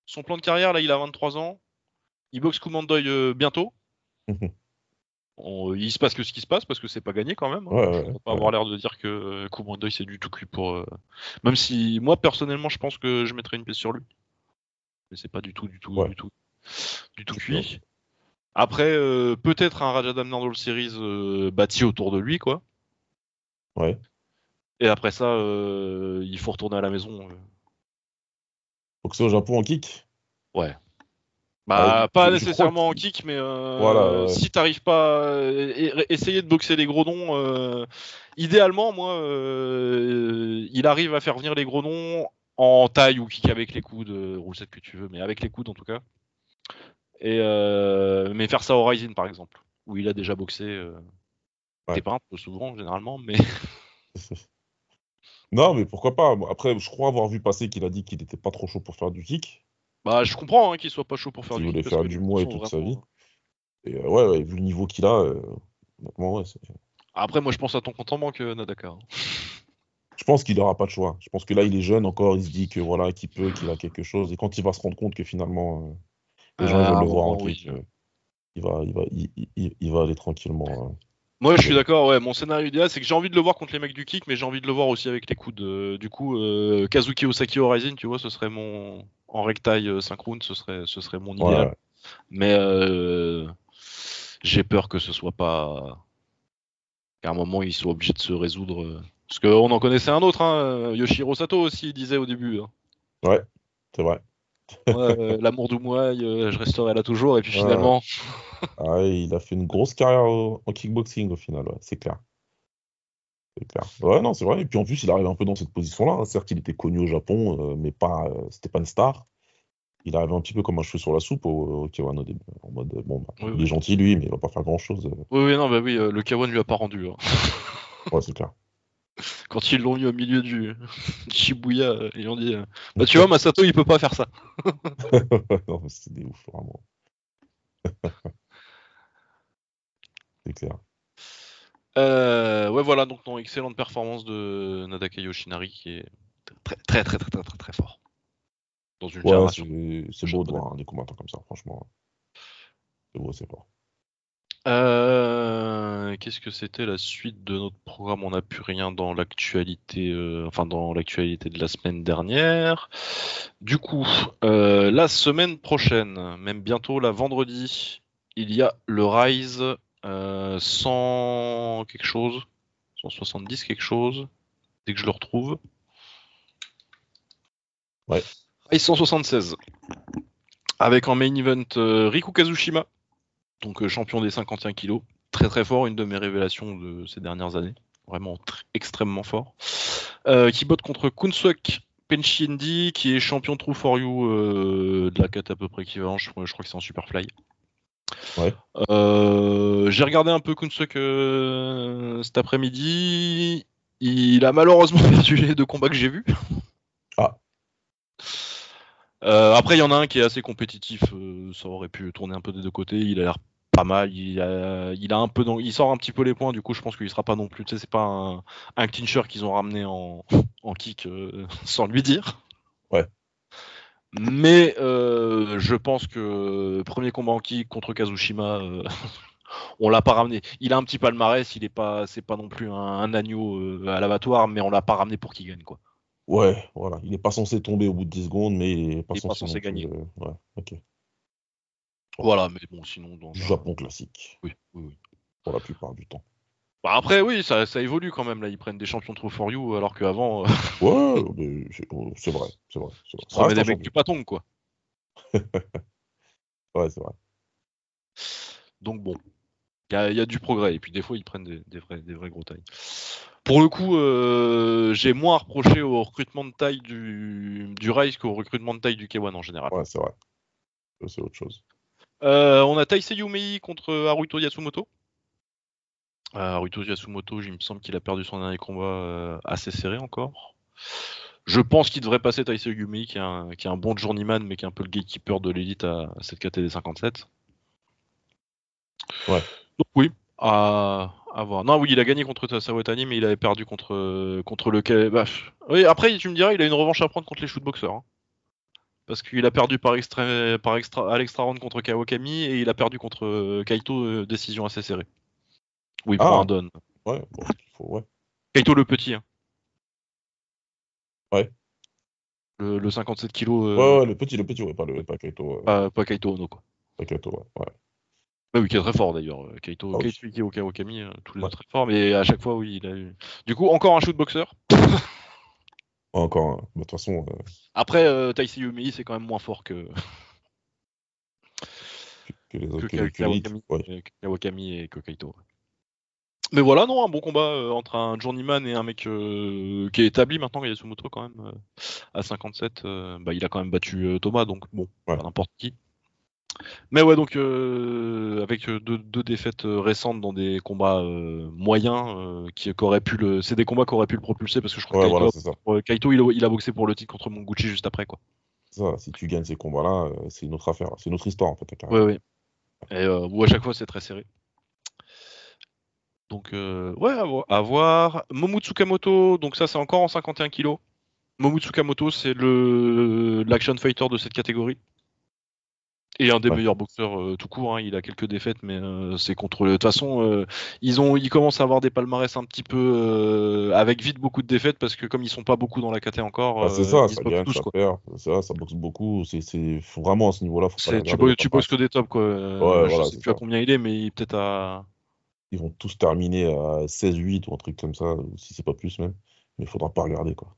[SPEAKER 1] son plan de carrière, là, il a 23 ans. Il boxe Kumandoy euh, bientôt.
[SPEAKER 2] Mhm.
[SPEAKER 1] On- il se passe que ce qui se passe, parce que c'est pas gagné quand même. hein.
[SPEAKER 2] Ouais, ouais,
[SPEAKER 1] On va pas
[SPEAKER 2] ouais.
[SPEAKER 1] avoir l'air de dire que euh, Kumandoy, c'est du tout cuit pour... euh, Même si, moi, personnellement, je pense que je mettrais une pièce sur lui. Mais c'est pas du tout, du tout,
[SPEAKER 2] Ouais.
[SPEAKER 1] du tout, du tout
[SPEAKER 2] Je
[SPEAKER 1] cuit. Après, euh, peut-être un Rajadam Nardol Series euh, bâti autour de lui, quoi.
[SPEAKER 2] Ouais.
[SPEAKER 1] Et après ça, euh, il faut retourner à la maison. euh,
[SPEAKER 2] Faut que c'est au Japon en kick.
[SPEAKER 1] Bah,
[SPEAKER 2] Ouais,
[SPEAKER 1] pas
[SPEAKER 2] je- je
[SPEAKER 1] nécessairement en
[SPEAKER 2] crois que-
[SPEAKER 1] kick, mais euh,
[SPEAKER 2] Voilà, ouais.
[SPEAKER 1] si t'arrives pas, euh, et- et- essayer de boxer les gros noms. euh, idéalement, moi, euh, il arrive à faire venir les gros noms en taille ou kick avec les coudes, euh, roule set que tu veux, mais avec les coudes en tout cas. Et euh, mais faire ça au Rising par exemple, où il a déjà boxé. Euh,
[SPEAKER 2] Ouais.
[SPEAKER 1] t'es pas un peu souvent généralement, mais
[SPEAKER 2] Non, mais pourquoi pas. Après, je crois avoir vu passer qu'il a dit qu'il était pas trop chaud pour faire du kick.
[SPEAKER 1] bah je comprends hein, qu'il soit pas chaud pour faire
[SPEAKER 2] S'il
[SPEAKER 1] du
[SPEAKER 2] voulait
[SPEAKER 1] kick.
[SPEAKER 2] faire
[SPEAKER 1] parce que
[SPEAKER 2] du
[SPEAKER 1] les
[SPEAKER 2] muay
[SPEAKER 1] coups sont
[SPEAKER 2] toute sa
[SPEAKER 1] vraiment- hein.
[SPEAKER 2] vie. Et euh, ouais, ouais, vu le niveau qu'il a, euh, honnêtement, ouais, c'est-
[SPEAKER 1] Après, moi je pense à ton compte en banque, euh, Nadaka. hein.
[SPEAKER 2] je pense qu'il n'aura pas de choix. Je pense que là, il est jeune encore. Il se dit que voilà, qu'il peut, qu'il a quelque chose. Et quand il va se rendre compte que finalement, euh, les gens
[SPEAKER 1] Euh,
[SPEAKER 2] ils veulent
[SPEAKER 1] à un
[SPEAKER 2] le voir en
[SPEAKER 1] moment, oui.
[SPEAKER 2] kick, euh, il va, il va, il, il- il- il va aller tranquillement. hein.
[SPEAKER 1] Moi, je suis d'accord. Ouais, mon scénario idéal, c'est que j'ai envie de le voir contre les mecs du kick, mais j'ai envie de le voir aussi avec les coudes. Euh, du coup, euh, Kazuki Osaki Horizon, tu vois, ce serait mon en rectail 5 rounds, ce serait, ce serait mon idéal.
[SPEAKER 2] Ouais.
[SPEAKER 1] Mais euh, j'ai peur que ce soit pas qu'à un moment ils soient obligés de se résoudre. euh, Parce qu'on en connaissait un autre, hein, Yoshiro Sato aussi, il disait au début. hein.
[SPEAKER 2] c'est vrai.
[SPEAKER 1] Moi, euh, l'amour d'Oumuai, euh, je resterai là toujours. Et puis
[SPEAKER 2] Ouais.
[SPEAKER 1] finalement,
[SPEAKER 2] Ah, il a fait une grosse carrière au- en kickboxing au final, ouais, c'est clair. C'est clair. Ouais, non, c'est vrai. Et puis en plus, il arrive un peu dans cette position-là. hein. Certes, il était connu au Japon, euh, mais pas, euh, c'était pas une star. Il arrivait un petit peu comme un cheveu sur la soupe au, au K1 au début. En mode, euh, bon, bah,
[SPEAKER 1] Oui,
[SPEAKER 2] il
[SPEAKER 1] oui.
[SPEAKER 2] est gentil, lui, mais il va pas faire grand-chose.
[SPEAKER 1] oui, oui, non, bah oui, euh, le Kawan lui a pas rendu. hein.
[SPEAKER 2] Ouais, c'est clair.
[SPEAKER 1] quand ils l'ont mis au milieu du du Shibuya, euh, ils ont dit euh, Bah tu vois, Masato il peut pas faire ça.
[SPEAKER 2] non, mais c'est des ouf, vraiment. c'est clair.
[SPEAKER 1] Euh, ouais, voilà, donc non, excellente performance de Nadaka Yoshinari qui est très très très très très très, très fort. Dans une
[SPEAKER 2] Ouais,
[SPEAKER 1] génération.
[SPEAKER 2] c'est c'est beau de voir hein, des combattants comme ça, franchement. C'est beau, c'est fort.
[SPEAKER 1] Euh, Qu'est-ce que c'était la suite de notre programme On n'a plus rien dans l'actualité, euh, enfin dans l'actualité de la semaine dernière. Du coup, euh, la semaine prochaine, même bientôt la vendredi, il y a le Rise euh, 100 quelque chose, 170 quelque chose, dès que je le retrouve.
[SPEAKER 2] Ouais.
[SPEAKER 1] Rise 176, avec en main event euh, Riku Kazushima donc euh, champion des 51 kilos, très très fort, une de mes révélations de ces dernières années, vraiment tr- extrêmement fort, Euh, qui botte contre Kunsuk Penshindi, qui est champion True for You euh, de la quête à peu près équivalent, je, je crois que c'est en Superfly.
[SPEAKER 2] Ouais.
[SPEAKER 1] Euh, J'ai regardé un peu Kunsuk euh, cet après-midi. Il a malheureusement perdu les deux combats que j'ai vus.
[SPEAKER 2] Ah.
[SPEAKER 1] Euh, après, il y en a un qui est assez compétitif. euh, ça aurait pu tourner un peu des deux côtés. Il a l'air pas mal. Il a, il a un peu, dans- il sort un petit peu les points. Du coup, je pense qu'il sera pas non plus. Tu sais, c'est pas un, un clincher qu'ils ont ramené en, en kick euh, sans lui dire.
[SPEAKER 2] Ouais.
[SPEAKER 1] Mais euh, je pense que premier combat en kick contre Kazushima, euh, on l'a pas ramené. Il a un petit palmarès. Il est pas, c'est pas non plus un, un agneau euh, à l'abattoir, mais on l'a pas ramené pour qu'il gagne quoi.
[SPEAKER 2] Ouais, voilà. Il n'est pas censé tomber au bout de 10 secondes, mais il n'est pas
[SPEAKER 1] Il est pas
[SPEAKER 2] censé,
[SPEAKER 1] censé
[SPEAKER 2] non plus,
[SPEAKER 1] gagner.
[SPEAKER 2] euh, Ouais, ok.
[SPEAKER 1] Voilà, mais bon, sinon. Dans
[SPEAKER 2] Du Japon classique,
[SPEAKER 1] Oui, oui, oui.
[SPEAKER 2] pour la plupart du temps.
[SPEAKER 1] Bah, après, oui, ça, ça évolue quand même. Là, ils prennent des champions trop for you, alors qu'avant, euh,
[SPEAKER 2] Ouais, mais c'est oh, c'est vrai, c'est vrai. c'est vrai.
[SPEAKER 1] ils
[SPEAKER 2] Ça reste
[SPEAKER 1] prenaient
[SPEAKER 2] un
[SPEAKER 1] des mecs
[SPEAKER 2] champion.
[SPEAKER 1] du patong, quoi.
[SPEAKER 2] Ouais, c'est vrai.
[SPEAKER 1] Donc bon, il y, a- il y a du progrès. Et puis des fois, ils prennent des, des vrais, des vrais gros tailles. Pour le coup, euh, j'ai moins reproché au recrutement de taille du, du Rice qu'au recrutement de taille du K1 en général.
[SPEAKER 2] Ouais, c'est vrai. Ça, C'est autre chose.
[SPEAKER 1] Euh, on a Taisei Yumei contre Haruto Yasumoto. Euh, Haruto Yasumoto, il me semble qu'il a perdu son dernier combat euh, assez serré encore. Je pense qu'il devrait passer Taisei Yumei, qui est, un, qui est un bon journeyman, mais qui est un peu le gatekeeper de l'élite à, à cette KTD 57.
[SPEAKER 2] Ouais.
[SPEAKER 1] Donc oui, à, à voir. Non, oui, il a gagné contre Sawatani, mais il avait perdu contre, euh, contre le... K- bah, pff. oui, après, tu me diras, il a une revanche à prendre contre les shootboxers. hein. Parce qu'il a perdu par extra, par extra, à l'extra round contre Kawakami et il a perdu contre euh, Kaito, euh, décision assez serrée. Oui, pour
[SPEAKER 2] Ah.
[SPEAKER 1] un don.
[SPEAKER 2] Ouais, bon, faut, ouais.
[SPEAKER 1] Kaito le petit. hein.
[SPEAKER 2] Ouais.
[SPEAKER 1] Le, le 57 kilos. euh,
[SPEAKER 2] ouais, ouais, le petit, le petit, ouais, pas le pas Kaito, euh,
[SPEAKER 1] Pas, pas Kaito Ono, quoi.
[SPEAKER 2] pas Kaito, ouais. ouais.
[SPEAKER 1] Bah oui, qui est très fort d'ailleurs. euh, Kaito,
[SPEAKER 2] Ah oui.
[SPEAKER 1] Kaito Ikeo, Kawakami, euh, tous les
[SPEAKER 2] Ouais.
[SPEAKER 1] deux très forts, mais à chaque fois, oui, il a eu. Du coup, encore un shootboxer.
[SPEAKER 2] Encore, un. Bah, de toute façon, euh,
[SPEAKER 1] Après, euh, Taisei Yumi, c'est quand même moins fort que,
[SPEAKER 2] que les
[SPEAKER 1] que,
[SPEAKER 2] autres, que,
[SPEAKER 1] Ka-
[SPEAKER 2] que l'élite,
[SPEAKER 1] Kawakami,
[SPEAKER 2] ouais.
[SPEAKER 1] euh, que Kawakami et que Kaito. Mais voilà, non, un bon combat euh, entre un journeyman et un mec euh, qui est établi maintenant, Yasumoto quand même, euh, à 57. euh, bah, il a quand même battu euh, Thomas, donc bon,
[SPEAKER 2] Ouais.
[SPEAKER 1] pas n'importe qui. Mais ouais, donc euh, avec euh, deux, deux défaites euh, récentes dans des combats euh, moyens, euh, qui, qu'auraient pu le, c'est des combats qui auraient pu le propulser parce que je crois
[SPEAKER 2] Ouais,
[SPEAKER 1] que Kaito,
[SPEAKER 2] voilà, c'est ça.
[SPEAKER 1] euh, Kaito, il, a, il a boxé pour le titre contre Monguchi juste après, quoi.
[SPEAKER 2] C'est ça. Si tu gagnes ces combats-là, euh, c'est une autre affaire. C'est une autre histoire, en fait, la carrière.
[SPEAKER 1] Ouais, ouais. Et euh, où à chaque fois c'est très serré. Donc euh, ouais, à voir. à voir. Momo Tsukamoto, donc ça c'est encore en 51 kilos. Momo Tsukamoto, c'est le l'action fighter de cette catégorie. Et un des
[SPEAKER 2] Ouais.
[SPEAKER 1] meilleurs boxeurs euh, tout court, hein. il a quelques défaites, mais euh, c'est contre. De toute façon, euh, ils ont, ils commencent à avoir des palmarès un petit peu euh, avec vite beaucoup de défaites parce que comme ils sont pas beaucoup dans la KT encore,
[SPEAKER 2] Ah, c'est
[SPEAKER 1] euh,
[SPEAKER 2] ça,
[SPEAKER 1] ils se
[SPEAKER 2] ça
[SPEAKER 1] boxent
[SPEAKER 2] gagne,
[SPEAKER 1] tous,
[SPEAKER 2] ça
[SPEAKER 1] quoi.
[SPEAKER 2] perd. Ça, ça boxe beaucoup. C'est, c'est faut vraiment à ce niveau-là, faut pas
[SPEAKER 1] C'est-
[SPEAKER 2] les
[SPEAKER 1] Tu,
[SPEAKER 2] regarder,
[SPEAKER 1] bo-
[SPEAKER 2] faut
[SPEAKER 1] tu
[SPEAKER 2] pas-
[SPEAKER 1] boxes que des tops quoi.
[SPEAKER 2] Ouais,
[SPEAKER 1] je
[SPEAKER 2] voilà,
[SPEAKER 1] sais
[SPEAKER 2] c'est
[SPEAKER 1] plus à
[SPEAKER 2] ça.
[SPEAKER 1] combien il est, mais il est peut-être à.
[SPEAKER 2] Ils vont tous terminer à 16-8 ou un truc comme ça, ou si c'est pas plus même. Mais faudra pas regarder, quoi.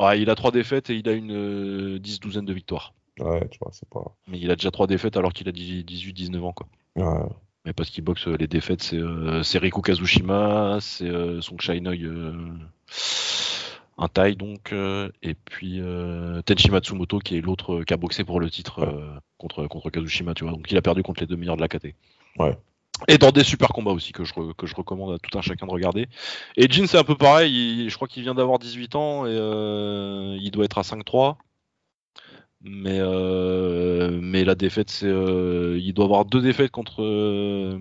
[SPEAKER 1] Ouais, il a trois défaites et il a une 10 douzaine de victoires.
[SPEAKER 2] Ouais, tu vois, c'est pas.
[SPEAKER 1] Mais il a déjà trois défaites alors qu'il a 18-19 ans quoi.
[SPEAKER 2] Ouais,
[SPEAKER 1] Mais parce qu'il boxe euh, les défaites, c'est euh, c'est Riku Kazushima, c'est euh, Song Chainoi, euh, un Thai donc, euh, et puis euh, Tenchi Matsumoto qui est l'autre euh, qui a boxé pour le titre
[SPEAKER 2] Ouais.
[SPEAKER 1] euh, contre, contre Kazushima, tu vois. Donc il a perdu contre les deux meilleurs de la KT.
[SPEAKER 2] Ouais.
[SPEAKER 1] Et dans des super combats aussi que je, re- que je recommande à tout un chacun de regarder. Et Jin c'est un peu pareil, il- je crois qu'il vient d'avoir 18 ans et euh, il doit être à 5-3. Mais, euh, mais la défaite, c'est. euh, il doit avoir deux défaites contre. euh,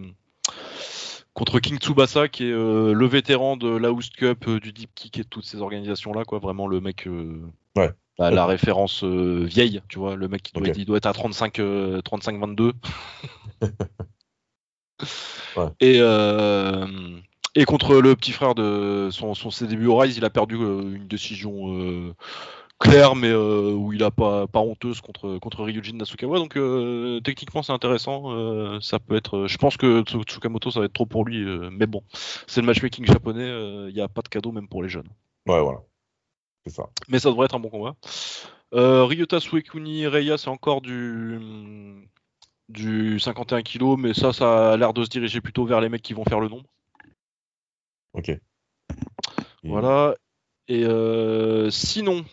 [SPEAKER 1] contre King Tsubasa, qui est euh, le vétéran de la Houst Cup, euh, du Deep Kick et de toutes ces organisations-là, quoi. Vraiment le mec. euh,
[SPEAKER 2] Ouais.
[SPEAKER 1] bah, la référence euh, vieille, tu vois. Le mec qui doit,
[SPEAKER 2] Ok.
[SPEAKER 1] être, il doit être à 35, euh, 35-22.
[SPEAKER 2] Ouais.
[SPEAKER 1] Et. euh, et contre le petit frère de son, son ses débuts au Rise, il a perdu euh, une décision euh, claire, mais euh, où il a pas, pas honteuse contre, contre Ryujin Nasukawa. Donc euh, techniquement, c'est intéressant. euh, ça peut être, euh, je pense que Tsu- Tsukamoto, ça va être trop pour lui. euh, mais bon, c'est le matchmaking japonais. Il n'y a pas de cadeau même pour les jeunes.
[SPEAKER 2] ouais, voilà. C'est ça.
[SPEAKER 1] Mais ça devrait être un bon combat. Euh, Ryota Suekuni, Reya, c'est encore du du 51 kg, mais ça, ça a l'air de se diriger plutôt vers les mecs qui vont faire le nombre.
[SPEAKER 2] Ok. Et- Mm.
[SPEAKER 1] Voilà. Et euh, sinon,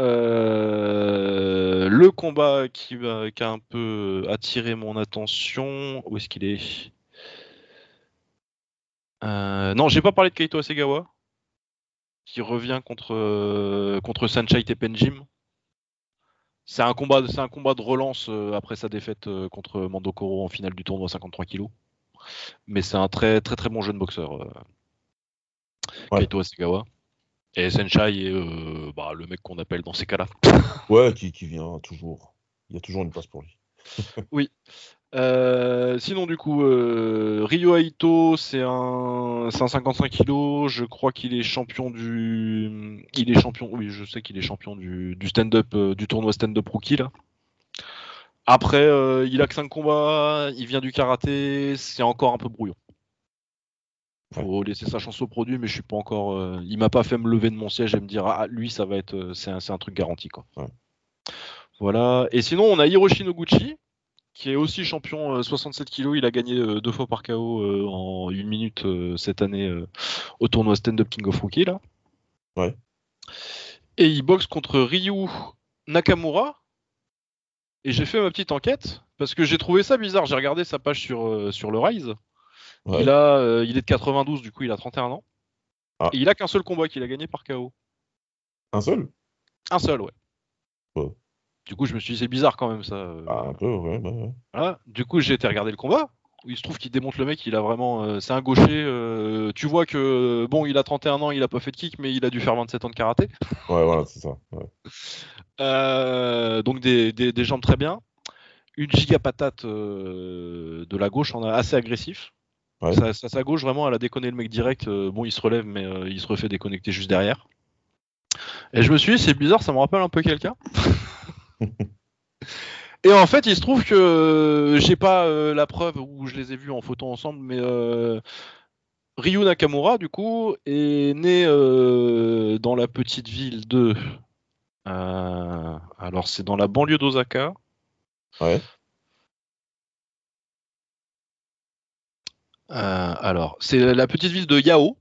[SPEAKER 1] euh, le combat qui, va- qui a un peu euh, attiré mon attention, où est-ce qu'il est, Euh, Non, j'ai pas parlé de Kaito Asegawa, qui revient contre, euh, contre Sanchai Tepenjim. C'est un, combat, c'est un combat de relance euh, après sa défaite euh, contre Mandokoro en finale du tournoi 53 kg. Mais c'est un très très très bon jeune boxeur. euh,
[SPEAKER 2] Ouais.
[SPEAKER 1] Kaito Asegawa. Et Senshai est euh, bah, le mec qu'on appelle dans ces cas-là.
[SPEAKER 2] Ouais, qui, qui vient toujours. Il y a toujours une place pour lui.
[SPEAKER 1] Euh, sinon, du coup, euh, Ryo Aito, c'est un, c'est un 55 kg. Je crois qu'il est champion du. Il est champion. Oui, je sais qu'il est champion du, du stand-up, euh, du tournoi stand-up rookie là. Après, euh, il a que 5 combats, il vient du karaté, c'est encore un peu brouillon. Faut laisser sa chance au produit, mais je suis pas encore. euh, il m'a pas fait me lever de mon siège et me dire ah lui ça va être euh, c'est un, c'est un truc garanti quoi.
[SPEAKER 2] Ouais.
[SPEAKER 1] Voilà. Et sinon on a Hiroshi Noguchi qui est aussi champion euh, 67 kg. Il a gagné euh, deux fois par KO euh, en une minute euh, cette année euh, au tournoi stand-up King of Rookie là.
[SPEAKER 2] Ouais.
[SPEAKER 1] Et il boxe contre Ryu Nakamura. Et j'ai fait ma petite enquête parce que j'ai trouvé ça bizarre. J'ai regardé sa page sur euh, sur le Rise.
[SPEAKER 2] Ouais.
[SPEAKER 1] Il, a, euh, il est de 92, du coup, il a 31 ans.
[SPEAKER 2] Ah.
[SPEAKER 1] Et il a qu'un seul combat qu'il a gagné par KO.
[SPEAKER 2] Un seul
[SPEAKER 1] Un seul, ouais.
[SPEAKER 2] Ouais.
[SPEAKER 1] Du coup, je me suis dit, c'est bizarre quand même ça. euh,
[SPEAKER 2] Ah, Un peu, ouais. ouais, ouais.
[SPEAKER 1] voilà. Du coup, j'ai été regarder le combat. où Il se trouve qu'il démonte le mec, il a vraiment. euh, c'est un gaucher. euh, tu vois que, bon, il a 31 ans, il a pas fait de kick, mais il a dû faire 27 ans de karaté.
[SPEAKER 2] Ouais, voilà, c'est ça. ouais.
[SPEAKER 1] Euh, donc des, des- des jambes très bien. Une giga patate euh, de la gauche, on a assez agressif.
[SPEAKER 2] Ouais.
[SPEAKER 1] Ça, ça, sa gauche, vraiment, elle a déconné le mec direct. Euh, bon, il se relève, mais euh, il se refait déconnecter juste derrière. Et je me suis dit, c'est bizarre, ça me rappelle un peu quelqu'un. Et en fait, il se trouve que euh, j'ai pas euh, la preuve où je les ai vus en photo ensemble, mais euh, Ryu Nakamura, du coup, est né euh, dans la petite ville de. Euh, alors, c'est dans la banlieue d'Osaka.
[SPEAKER 2] Ouais.
[SPEAKER 1] Euh, alors, c'est la petite ville de Yao,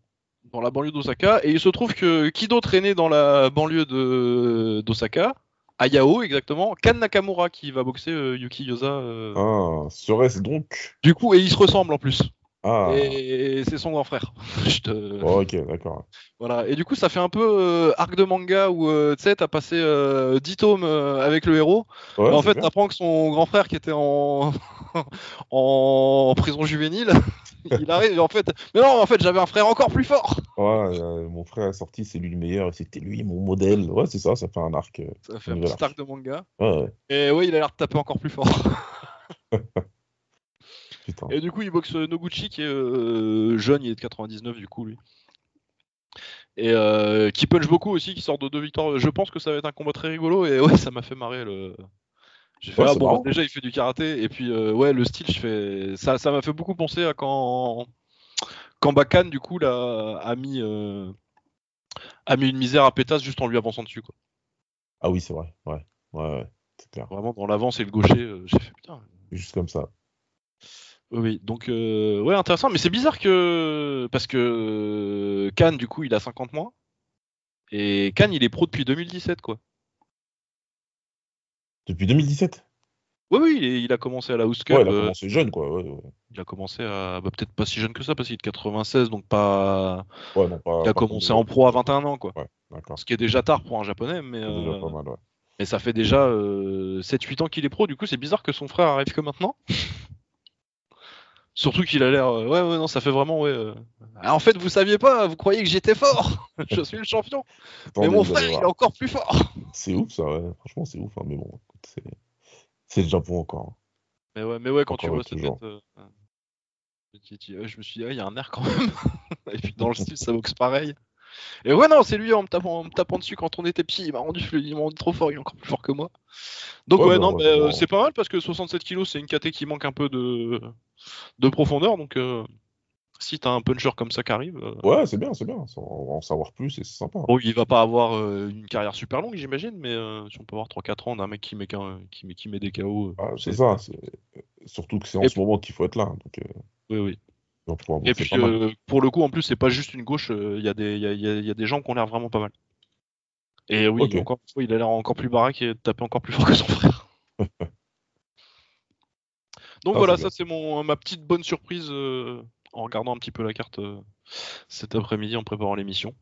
[SPEAKER 1] dans la banlieue d'Osaka. Et il se trouve que qui d'autre est né dans la banlieue de- d'Osaka À Yao, exactement. Kan Nakamura qui va boxer euh, Yuki Yosa. euh.
[SPEAKER 2] Ah, serait-ce donc
[SPEAKER 1] Du coup, et ils se ressemblent en plus.
[SPEAKER 2] Ah,
[SPEAKER 1] Et, et c'est son grand frère. Je te-
[SPEAKER 2] oh, ok, d'accord.
[SPEAKER 1] Voilà. Et du coup, ça fait un peu euh, arc de manga où euh, tu sais, t'as passé euh, 10 tomes euh, avec le héros.
[SPEAKER 2] Ouais,
[SPEAKER 1] Et en
[SPEAKER 2] c'est
[SPEAKER 1] fait,
[SPEAKER 2] bien.
[SPEAKER 1] t'apprends que son grand frère qui était en, en prison juvénile, il arrive et en fait, mais non, en fait, j'avais un frère encore plus fort.
[SPEAKER 2] Ouais, euh, mon frère est sorti, c'est lui le meilleur, et c'était lui mon modèle. Ouais, c'est ça, ça fait un arc. euh,
[SPEAKER 1] Ça fait un
[SPEAKER 2] Nouvel
[SPEAKER 1] petit arc de manga.
[SPEAKER 2] Ouais, ouais,
[SPEAKER 1] Et ouais, il a l'air de taper encore plus fort.
[SPEAKER 2] putain.
[SPEAKER 1] Et du coup, il boxe Noguchi qui est euh, jeune, il est de 99 du coup lui. Et euh, qui punch beaucoup aussi, qui sort de deux victoires. Je pense que ça va être un combat très rigolo et ouais, ça m'a fait marrer le. J'ai fait
[SPEAKER 2] Ouais,
[SPEAKER 1] ah,
[SPEAKER 2] c'est
[SPEAKER 1] bon,
[SPEAKER 2] marrant.
[SPEAKER 1] déjà il fait du karaté et puis euh, ouais le style, je fais ça, ça m'a fait beaucoup penser à quand quand Bakan du coup là a mis euh, a mis une misère à Pétas juste en lui avançant dessus quoi.
[SPEAKER 2] Ah oui, c'est vrai, ouais, ouais, ouais, c'est clair.
[SPEAKER 1] Vraiment dans l'avance et le gaucher, euh, j'ai fait putain.
[SPEAKER 2] Juste comme ça.
[SPEAKER 1] Oui, oui, donc euh, ouais, intéressant, mais c'est bizarre que parce que Cannes du coup il a 50 mois et Cannes il est pro depuis 2017 quoi.
[SPEAKER 2] Depuis 2017
[SPEAKER 1] Oui, oui, il, est- il a commencé à la House Cup,
[SPEAKER 2] Ouais, il a
[SPEAKER 1] euh,
[SPEAKER 2] commencé jeune, quoi. Ouais, ouais.
[SPEAKER 1] il a commencé à bah, peut-être pas si jeune que ça parce qu'il est de 96 donc pas
[SPEAKER 2] Ouais, non,
[SPEAKER 1] il
[SPEAKER 2] pas,
[SPEAKER 1] a
[SPEAKER 2] pas
[SPEAKER 1] commencé
[SPEAKER 2] comme-
[SPEAKER 1] en pro à 21 ans quoi.
[SPEAKER 2] D'accord,
[SPEAKER 1] Ce qui est déjà tard pour un japonais mais
[SPEAKER 2] c'est déjà
[SPEAKER 1] euh,
[SPEAKER 2] pas mal, ouais.
[SPEAKER 1] mais ça fait déjà 7 8 ans qu'il est pro du coup c'est bizarre que son frère arrive que maintenant. Surtout qu'il a l'air euh, ouais ouais non ça fait vraiment ouais euh, Ah, en fait vous saviez pas vous croyez que j'étais fort je suis le champion
[SPEAKER 2] Attendez, vous allez voir.
[SPEAKER 1] encore plus fort.
[SPEAKER 2] C'est ouf, ça, ouais. Franchement, c'est ouf, hein, mais bon, écoute, c'est... c'est le Japon encore.
[SPEAKER 1] Mais ouais, mais ouais, quand tu
[SPEAKER 2] Encore
[SPEAKER 1] vois
[SPEAKER 2] et
[SPEAKER 1] cette
[SPEAKER 2] toujours.
[SPEAKER 1] tête, euh, euh, tu- tu- euh, je me suis dit, ah, il y a un air quand même. et puis dans le style, ça boxe pareil. Et ouais, non, c'est lui en me tapant, en me tapant dessus quand on était petit. Il m'a rendu, il m'a rendu trop fort, il est encore plus fort que moi. Donc
[SPEAKER 2] Ouais,
[SPEAKER 1] ouais,
[SPEAKER 2] bah,
[SPEAKER 1] non, mais,
[SPEAKER 2] ouais, c'est
[SPEAKER 1] euh,
[SPEAKER 2] marrant.
[SPEAKER 1] c'est pas mal parce que 67 kilos, c'est une caté qui manque un peu de, de profondeur. Donc euh, si t'as un puncher comme ça qui arrive, euh,
[SPEAKER 2] Ouais, c'est bien, c'est bien. ça, On va en savoir plus et c'est sympa.
[SPEAKER 1] bon, il va pas avoir euh, une carrière super longue, j'imagine, mais euh, si on peut avoir 3-4 ans d'un mec qui met, qu'un- qui, met- qui met des KO, euh,
[SPEAKER 2] Ah, c'est ça. c'est- Surtout que c'est en
[SPEAKER 1] Et
[SPEAKER 2] ce moment qu'il faut être là. Donc, euh,
[SPEAKER 1] oui, oui.
[SPEAKER 2] on va pouvoir
[SPEAKER 1] Et
[SPEAKER 2] bosser
[SPEAKER 1] puis
[SPEAKER 2] pas mal.
[SPEAKER 1] euh, pour le coup, en plus, c'est pas juste une gauche. euh, Il y a des, il y a, y a- y a des gens qui ont l'air vraiment pas mal. Et oui,
[SPEAKER 2] Ok.
[SPEAKER 1] encore une fois, il a l'air encore plus baraque et de taper encore plus fort que son frère. Donc
[SPEAKER 2] Ah,
[SPEAKER 1] voilà,
[SPEAKER 2] c'est
[SPEAKER 1] ça c'est mon ma petite bonne surprise euh, en regardant un petit peu la carte euh, cet après-midi en préparant l'émission.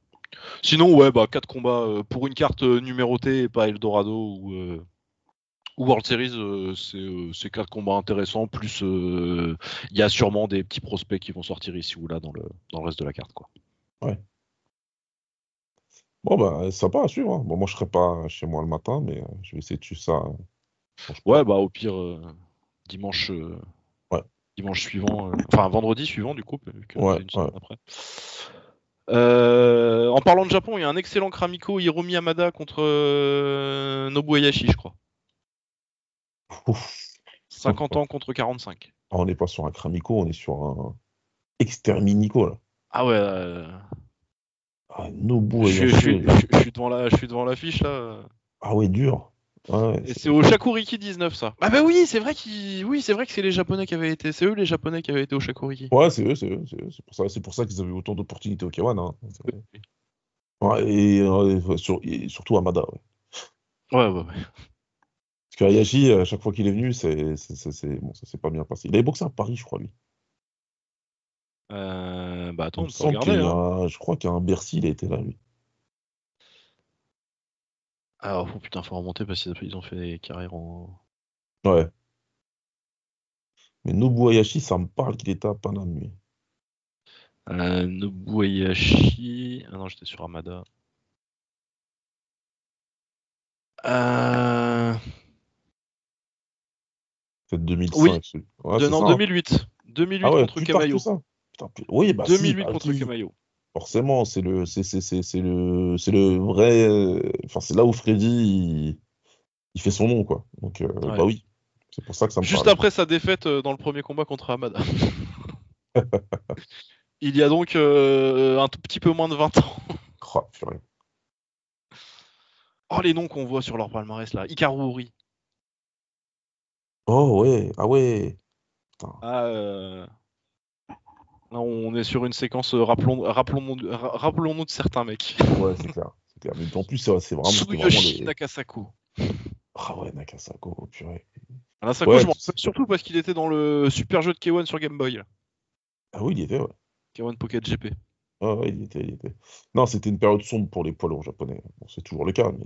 [SPEAKER 1] Sinon, ouais, bah quatre combats euh, pour une carte euh, numérotée et pas Eldorado ou, euh, ou World Series, euh, c'est euh, c'est quatre combats intéressants. Plus euh, il y a sûrement des petits prospects qui vont sortir ici ou là dans le, dans le reste de la carte. Quoi.
[SPEAKER 2] Bon, bah, sympa à suivre. hein. Bon, moi, je serai pas chez moi le matin, mais euh, je vais essayer de suivre ça. euh, quand je
[SPEAKER 1] Ouais, bah au pire, euh, dimanche, euh,
[SPEAKER 2] Ouais.
[SPEAKER 1] dimanche suivant, euh, enfin vendredi suivant du coup, vu que
[SPEAKER 2] Ouais,
[SPEAKER 1] c'est une semaine
[SPEAKER 2] ouais.
[SPEAKER 1] après. Euh, en parlant de Japon, il y a un excellent Kramiko Hiromi Hamada contre euh, Nobueyashi, je crois.
[SPEAKER 2] peux. Ouf.
[SPEAKER 1] 50 ans contre 45.
[SPEAKER 2] Ah, on n'est pas sur un Cramico, on est sur un Exterminico là.
[SPEAKER 1] Ah ouais. euh,
[SPEAKER 2] Ah, Nobu
[SPEAKER 1] je, je-
[SPEAKER 2] Hayashi.
[SPEAKER 1] je- je suis devant la, je suis devant l'affiche là.
[SPEAKER 2] Ah ouais, dur. Ah ouais,
[SPEAKER 1] Et c'est au Shakuriki 19 ça. Ah bah oui, c'est vrai qu'ils, oui, c'est vrai que c'est les Japonais qui avaient été, c'est eux les Japonais qui avaient été au Shakuriki.
[SPEAKER 2] Ouais, c'est eux, c'est eux, c'est eux. C'est pour ça, c'est pour ça qu'ils avaient autant d'opportunités au Kawan. hein. C'est-
[SPEAKER 1] Oui.
[SPEAKER 2] Ouais, et, euh, sur- et surtout Amada. ouais.
[SPEAKER 1] Ouais, ouais, ouais.
[SPEAKER 2] Parce que Hayashi, à chaque fois qu'il est venu, c'est, c'est, c'est- c'est- bon, ça s'est pas bien passé. Il avait boxé à Paris, je crois, lui.
[SPEAKER 1] Euh, bah attends,
[SPEAKER 2] Il
[SPEAKER 1] on
[SPEAKER 2] me
[SPEAKER 1] peut
[SPEAKER 2] semble
[SPEAKER 1] regarder.
[SPEAKER 2] qu'il y
[SPEAKER 1] hein.
[SPEAKER 2] a- je crois qu'à un Bercy, il a été là, lui.
[SPEAKER 1] Alors, oh putain, faut remonter parce qu'ils ils ont fait des carrières en.
[SPEAKER 2] Ouais. Mais Nobu Hayashi, ça me parle qu'il était à Paname, lui.
[SPEAKER 1] Euh, Nobueyashi. Ah non, j'étais sur Amada. Euh...
[SPEAKER 2] Peut-être 2005.
[SPEAKER 1] Oui.
[SPEAKER 2] celui- Ouais,
[SPEAKER 1] de-
[SPEAKER 2] c'est
[SPEAKER 1] non,
[SPEAKER 2] ça.
[SPEAKER 1] 2008. 2008
[SPEAKER 2] Ah ouais,
[SPEAKER 1] contre
[SPEAKER 2] plus tard que
[SPEAKER 1] Camayo.
[SPEAKER 2] ça. Putain, plus- Oui, bah si,
[SPEAKER 1] 2008
[SPEAKER 2] bah
[SPEAKER 1] contre
[SPEAKER 2] oui.
[SPEAKER 1] Camayo.
[SPEAKER 2] Forcément, c'est le, c'est, c'est, c'est, c'est le, c'est le vrai. euh, Enfin, c'est là où Freddy, il, il fait son nom, quoi. Donc, euh,
[SPEAKER 1] Ouais.
[SPEAKER 2] bah oui. C'est pour ça que ça me
[SPEAKER 1] Juste
[SPEAKER 2] parle.
[SPEAKER 1] après sa défaite euh, dans le premier combat contre Amada. Il y a donc euh, un tout petit peu moins de 20 ans.
[SPEAKER 2] Oh, purée.
[SPEAKER 1] Oh, les noms qu'on voit sur leur palmarès là. Hikaru Uri.
[SPEAKER 2] Oh, ouais. Ah, ouais. Putain.
[SPEAKER 1] Ah, euh, Là, on est sur une séquence, euh, rappelons- rappelons-nous ra- rappelons-nous de certains mecs.
[SPEAKER 2] Ouais, c'est clair. C'est clair. Mais en plus, c'est c'est vraiment. c'était vraiment
[SPEAKER 1] Tsuyoshi
[SPEAKER 2] les-
[SPEAKER 1] Nakasako.
[SPEAKER 2] Ah, ouais, Nakasako, oh, purée.
[SPEAKER 1] Alors, ça,
[SPEAKER 2] Ouais,
[SPEAKER 1] Ah, je m'en
[SPEAKER 2] tout ça.
[SPEAKER 1] rappelle surtout parce qu'il était dans le super jeu de K1 sur Game Boy, là.
[SPEAKER 2] Ah, oui, il y était, ouais.
[SPEAKER 1] K1 Pocket GP.
[SPEAKER 2] Ah, ouais, il y était, il y était. Non, c'était une période sombre pour les poids lourds japonais. Bon, c'est toujours le cas, mais,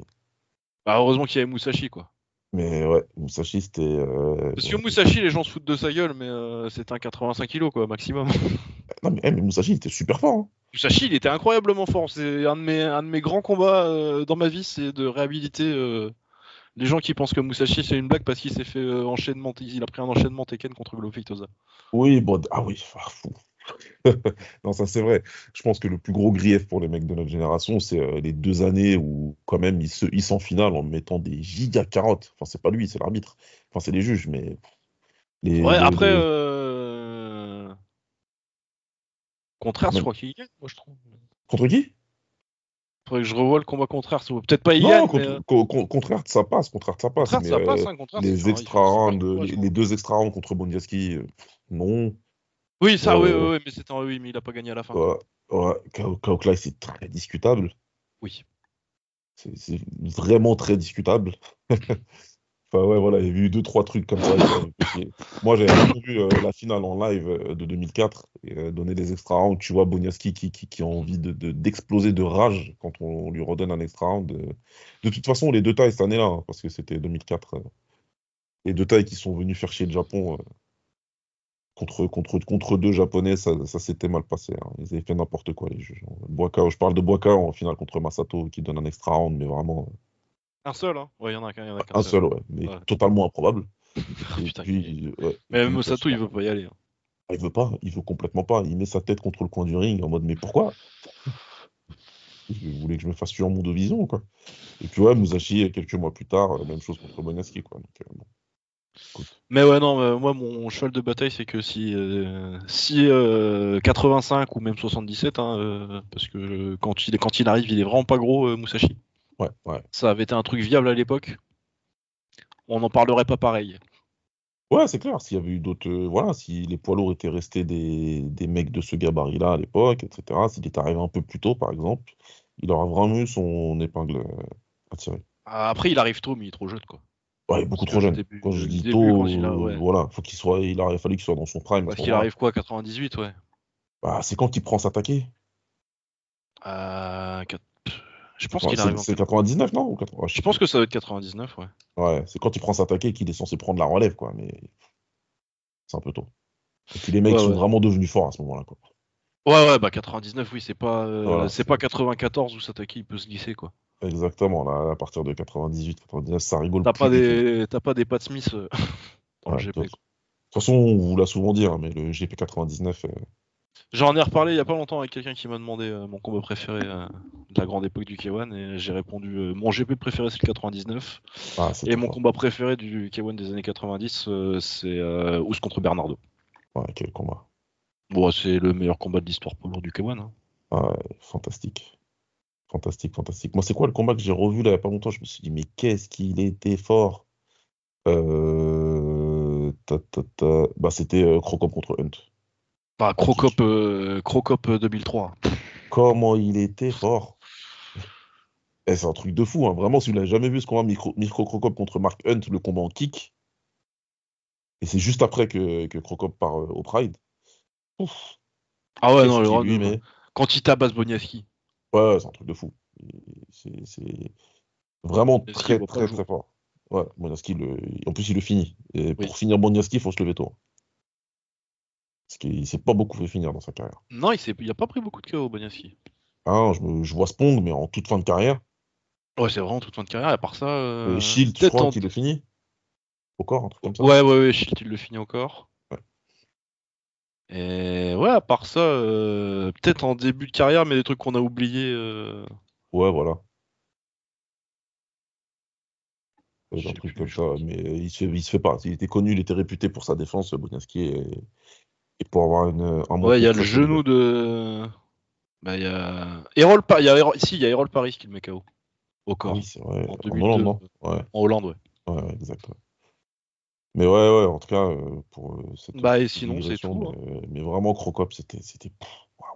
[SPEAKER 1] Bah, heureusement qu'il y avait Musashi, quoi.
[SPEAKER 2] mais ouais, Musashi, c'était. euh,
[SPEAKER 1] Parce que Musashi, les gens se foutent de sa gueule, mais euh, c'était un 85 kg quoi, maximum.
[SPEAKER 2] Non, mais, eh, mais Musashi, il était super fort. hein.
[SPEAKER 1] Musashi, il était incroyablement fort. C'est un, de mes- un de mes grands combats euh, dans ma vie, c'est de réhabiliter euh, les gens qui pensent que Musashi, c'est une blague parce qu'il s'est fait euh, enchaînement. Il a pris un enchaînement Tekken contre Glovic Toza.
[SPEAKER 2] Oui, bon, ah oui, ah, fou. Non, ça c'est vrai. Je pense que le plus gros grief pour les mecs de notre génération, c'est euh, les deux années où quand même ils se hissent en finale en mettant des giga carottes. Enfin, c'est pas lui, c'est l'arbitre. Enfin, c'est les juges, mais les,
[SPEAKER 1] Ouais,
[SPEAKER 2] les-
[SPEAKER 1] après.
[SPEAKER 2] les-
[SPEAKER 1] euh, Contraire, je
[SPEAKER 2] Non.
[SPEAKER 1] crois qu'il gagne, moi, je trouve.
[SPEAKER 2] contre qui?
[SPEAKER 1] Faudrait que je revoie le combat contraire. ça vaut- Peut-être pas
[SPEAKER 2] Non,
[SPEAKER 1] Yann, mais,
[SPEAKER 2] contre,
[SPEAKER 1] euh,
[SPEAKER 2] co- co- contraire, ça passe, contraire, ça passe.
[SPEAKER 1] contraire,
[SPEAKER 2] mais,
[SPEAKER 1] ça
[SPEAKER 2] euh,
[SPEAKER 1] passe. hein, contraire, c'est
[SPEAKER 2] les
[SPEAKER 1] pareil,
[SPEAKER 2] extra
[SPEAKER 1] c'est pareil,
[SPEAKER 2] rounds,
[SPEAKER 1] ouais, je
[SPEAKER 2] les,
[SPEAKER 1] crois.
[SPEAKER 2] les deux extra rounds contre Bondiaski, euh, pff, non.
[SPEAKER 1] Oui, ça, oui,
[SPEAKER 2] euh,
[SPEAKER 1] oui, oui, mais c'était en oui, mais il a pas gagné à la fin.
[SPEAKER 2] Ouais, ouais, Kao- Kao Klai, c'est très discutable.
[SPEAKER 1] Oui.
[SPEAKER 2] C'est c'est vraiment très discutable. Enfin, ouais, voilà, il y avait eu deux, trois trucs comme ça. qui m'avaient fait chier. Moi, j'avais vraiment vu euh, la finale en live euh, de 2004 et euh, donner des extra rounds. Tu vois, Boniaski qui, qui, qui a envie de- de- d'exploser de, rage quand on lui redonne un extra round. euh. De toute façon, les deux tailles cette année-là, hein, parce que c'était 2004, euh, les deux tailles qui sont venus faire chier le Japon euh, contre, contre, contre deux Japonais, ça, ça s'était mal passé. hein. Ils avaient fait n'importe quoi, les juges. hein. Boaka, je parle de Boaka en finale contre Masato qui donne un extra round, mais vraiment
[SPEAKER 1] Un seul, hein Ouais, il y en a qu'un. il y en a qu'un
[SPEAKER 2] un seul, ouais, mais
[SPEAKER 1] Ouais.
[SPEAKER 2] totalement improbable.
[SPEAKER 1] Ah,
[SPEAKER 2] Et
[SPEAKER 1] putain, il-
[SPEAKER 2] puis, ouais,
[SPEAKER 1] mais
[SPEAKER 2] et
[SPEAKER 1] même
[SPEAKER 2] puis,
[SPEAKER 1] Osato, il veut pas y aller. hein.
[SPEAKER 2] ah, Il veut pas, il veut complètement pas. Il met sa tête contre le coin du ring en mode mais pourquoi Vous voulez que je me fasse tuer en mon division ou quoi Et puis ouais, Musashi, quelques mois plus tard, euh, même chose contre Bonaski quoi. Donc, euh, bon.
[SPEAKER 1] Mais ouais, non, mais moi, mon cheval de bataille, c'est que si, euh, si euh, 85 ou même 77, hein, euh, parce que euh, quand, il, quand il arrive, il est vraiment pas gros, euh, Musashi.
[SPEAKER 2] Ouais, ouais.
[SPEAKER 1] Ça avait été un truc viable à l'époque. On n'en parlerait pas pareil.
[SPEAKER 2] Ouais, c'est clair, s'il y avait eu d'autres. euh, voilà, si les poids lourds étaient restés des, des mecs de ce gabarit-là à l'époque, etc., s'il est arrivé un peu plus tôt, par exemple, il aura vraiment eu son épingle euh, à tirer.
[SPEAKER 1] Ah, Après, il arrive tôt, mais il est trop jeune, quoi.
[SPEAKER 2] Ouais, il est beaucoup
[SPEAKER 1] Parce
[SPEAKER 2] trop
[SPEAKER 1] que
[SPEAKER 2] jeune.
[SPEAKER 1] le début-
[SPEAKER 2] Quand je
[SPEAKER 1] le
[SPEAKER 2] dis
[SPEAKER 1] début,
[SPEAKER 2] tôt,
[SPEAKER 1] quand il a- ouais.
[SPEAKER 2] euh, voilà, faut qu'il soit, il aurait fallu qu'il soit dans son prime. à
[SPEAKER 1] Parce
[SPEAKER 2] ce
[SPEAKER 1] qu'il
[SPEAKER 2] moment-là.
[SPEAKER 1] arrive quoi, 98, ouais.
[SPEAKER 2] Bah, c'est quand il prend s'attaquer.
[SPEAKER 1] Euh, quat- Je pense
[SPEAKER 2] Ouais,
[SPEAKER 1] qu'il
[SPEAKER 2] c'est-
[SPEAKER 1] arrive. en-
[SPEAKER 2] C'est 99, non ou 80
[SPEAKER 1] Je pense que ça doit être 99, ouais.
[SPEAKER 2] Ouais, c'est quand il prend s'attaquer qu'il est censé prendre la relève, quoi. Mais c'est un peu tôt. Et puis les mecs
[SPEAKER 1] Ouais,
[SPEAKER 2] sont
[SPEAKER 1] ouais.
[SPEAKER 2] vraiment devenus forts à ce moment-là, quoi.
[SPEAKER 1] Ouais, ouais, bah 99, oui, c'est pas, euh,
[SPEAKER 2] Voilà.
[SPEAKER 1] c'est pas 94 où Sataki il peut se glisser, quoi.
[SPEAKER 2] Exactement, là, à partir de 98, 99, ça rigole
[SPEAKER 1] T'as
[SPEAKER 2] plus
[SPEAKER 1] pas
[SPEAKER 2] du tout.
[SPEAKER 1] des, t'as pas des Pat Smith euh, dans le
[SPEAKER 2] Ouais, de
[SPEAKER 1] GP.
[SPEAKER 2] toute façon, on vous l'a souvent dit, hein, mais le GP 99, euh,
[SPEAKER 1] J'en ai reparlé il y a pas longtemps avec quelqu'un qui m'a demandé euh, mon combat préféré euh, de la grande époque du K1 et j'ai répondu euh, mon GP préféré c'est le 99
[SPEAKER 2] Ah, c'est
[SPEAKER 1] et mon
[SPEAKER 2] trop
[SPEAKER 1] combat préféré du K1 des années 90 euh, c'est euh, Ous contre Bernardo.
[SPEAKER 2] fort. Ouais, quel combat.
[SPEAKER 1] Bon, c'est le meilleur combat de l'histoire pour lourd du K1. hein.
[SPEAKER 2] Ah, ouais, fantastique. Fantastique, fantastique. Moi, c'est quoi le combat que j'ai revu là il y a pas longtemps Je me suis dit, mais qu'est-ce qu'il était fort Euh, ta, ta, ta. Bah, c'était euh, Crocop contre Hunt.
[SPEAKER 1] Bah, Crocop, euh, Crocop 2003.
[SPEAKER 2] Comment il était fort Eh, C'est un truc de fou, hein. vraiment, si vous l'avez jamais vu ce combat Micro, Micro Crocop contre Mark Hunt, le combat en kick. Et c'est juste après que, que Crocop part euh, au Pride. Ouf,
[SPEAKER 1] Ah ouais, non,
[SPEAKER 2] qu'est-ce
[SPEAKER 1] le
[SPEAKER 2] qu'il
[SPEAKER 1] round,
[SPEAKER 2] lui met
[SPEAKER 1] quand il tabasse Boniaski.
[SPEAKER 2] Ouais, ouais, c'est un truc de fou. C'est c'est vraiment
[SPEAKER 1] Boniaski,
[SPEAKER 2] très,
[SPEAKER 1] il voit pas
[SPEAKER 2] très,
[SPEAKER 1] le
[SPEAKER 2] très fort. Ouais, Boniaski, le... en plus, il le finit. Et pour
[SPEAKER 1] Oui.
[SPEAKER 2] finir Boniaski, il faut se lever tôt. Parce qu'il s'est pas beaucoup fait finir dans sa carrière.
[SPEAKER 1] Non, il, s'est- il a pas pris beaucoup de KO, Boniaski.
[SPEAKER 2] Hein, je, me- je vois Spong, mais en toute fin de carrière.
[SPEAKER 1] Ouais, c'est vraiment toute fin de carrière, à part ça. euh,
[SPEAKER 2] Euh, Shield, je
[SPEAKER 1] peut-être
[SPEAKER 2] crois
[SPEAKER 1] en-
[SPEAKER 2] qu'il le finit. Au corps, un truc comme ça.
[SPEAKER 1] Ouais, ouais, ouais, Shield, il le finit encore.
[SPEAKER 2] Ouais.
[SPEAKER 1] Et ouais, à part ça, euh, peut-être en début de carrière, mais des trucs qu'on a oubliés. euh,
[SPEAKER 2] Ouais, voilà.
[SPEAKER 1] Je
[SPEAKER 2] Ouais, un
[SPEAKER 1] sais plus,
[SPEAKER 2] truc comme
[SPEAKER 1] je
[SPEAKER 2] ça,
[SPEAKER 1] pense.
[SPEAKER 2] mais il se, il se fait pas. Il était connu, il était réputé pour sa défense, Boniaski, et, et pour avoir une, un
[SPEAKER 1] Ouais, il y a le
[SPEAKER 2] très
[SPEAKER 1] genou
[SPEAKER 2] solide.
[SPEAKER 1] de. Bah, il y a. Errol Pa- il y a Errol- Si, il y a Errol Paris qui le met KO. Au
[SPEAKER 2] Ah
[SPEAKER 1] corps.
[SPEAKER 2] Oui, c'est vrai.
[SPEAKER 1] En
[SPEAKER 2] En
[SPEAKER 1] 2002.
[SPEAKER 2] Hollande, non Ouais,
[SPEAKER 1] En Hollande, ouais.
[SPEAKER 2] ouais, ouais, exact. ouais. Mais ouais, ouais, en tout cas, euh, pour euh, cette
[SPEAKER 1] Bah, et sinon, c'est
[SPEAKER 2] digression,
[SPEAKER 1] tout. hein.
[SPEAKER 2] Mais, euh, mais vraiment, Crocop, c'était. c'était- pff, Waouh.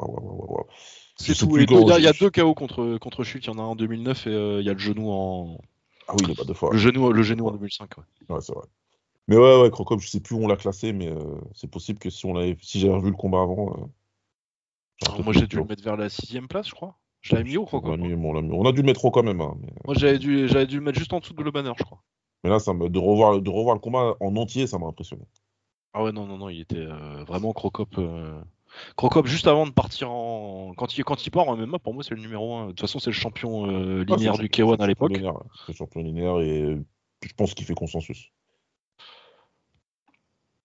[SPEAKER 2] Ah, Waouh, waouh, waouh, waouh. Je
[SPEAKER 1] C'est
[SPEAKER 2] sais
[SPEAKER 1] tout.
[SPEAKER 2] plus
[SPEAKER 1] Et deux- Il y, a-
[SPEAKER 2] quand-
[SPEAKER 1] il y a deux KO contre, contre Chute. Il y en a un en 2009 et euh, il y a le genou en.
[SPEAKER 2] Ah oui, il est pas deux fois.
[SPEAKER 1] Le genou, le genou en 2005. ouais.
[SPEAKER 2] Ouais, c'est vrai. Mais ouais, ouais, Crocop, je sais plus où on l'a classé, mais euh, c'est possible que si on l'avait, si j'avais revu le combat avant. euh, j'aurais
[SPEAKER 1] Alors,
[SPEAKER 2] peut-être
[SPEAKER 1] moi,
[SPEAKER 2] mis
[SPEAKER 1] j'ai dû
[SPEAKER 2] le
[SPEAKER 1] le mettre vers la sixième place, je crois. Je l'avais mis haut, quoi.
[SPEAKER 2] On
[SPEAKER 1] quoi.
[SPEAKER 2] l'a mis, on l'a mis. On a dû le mettre haut quand même. hein, mais,
[SPEAKER 1] Moi, j'avais dû, j'avais dû le mettre juste en dessous de le banner, je crois.
[SPEAKER 2] mais là, ça me, de, revoir, le- de revoir le combat en entier, ça m'a impressionné.
[SPEAKER 1] Ah ouais, non, non, non, il était euh, vraiment Crocop. euh, Crocop, juste avant de partir en. Quand il, quand il part en MMA, pour moi, c'est le numéro 1. De toute façon, c'est le champion euh,
[SPEAKER 2] Ah,
[SPEAKER 1] linéaire
[SPEAKER 2] c'est
[SPEAKER 1] du
[SPEAKER 2] le champion-
[SPEAKER 1] K1 à l'époque.
[SPEAKER 2] C'est le champion linéaire, ouais. C'est le champion linéaire et euh, je pense qu'il fait consensus.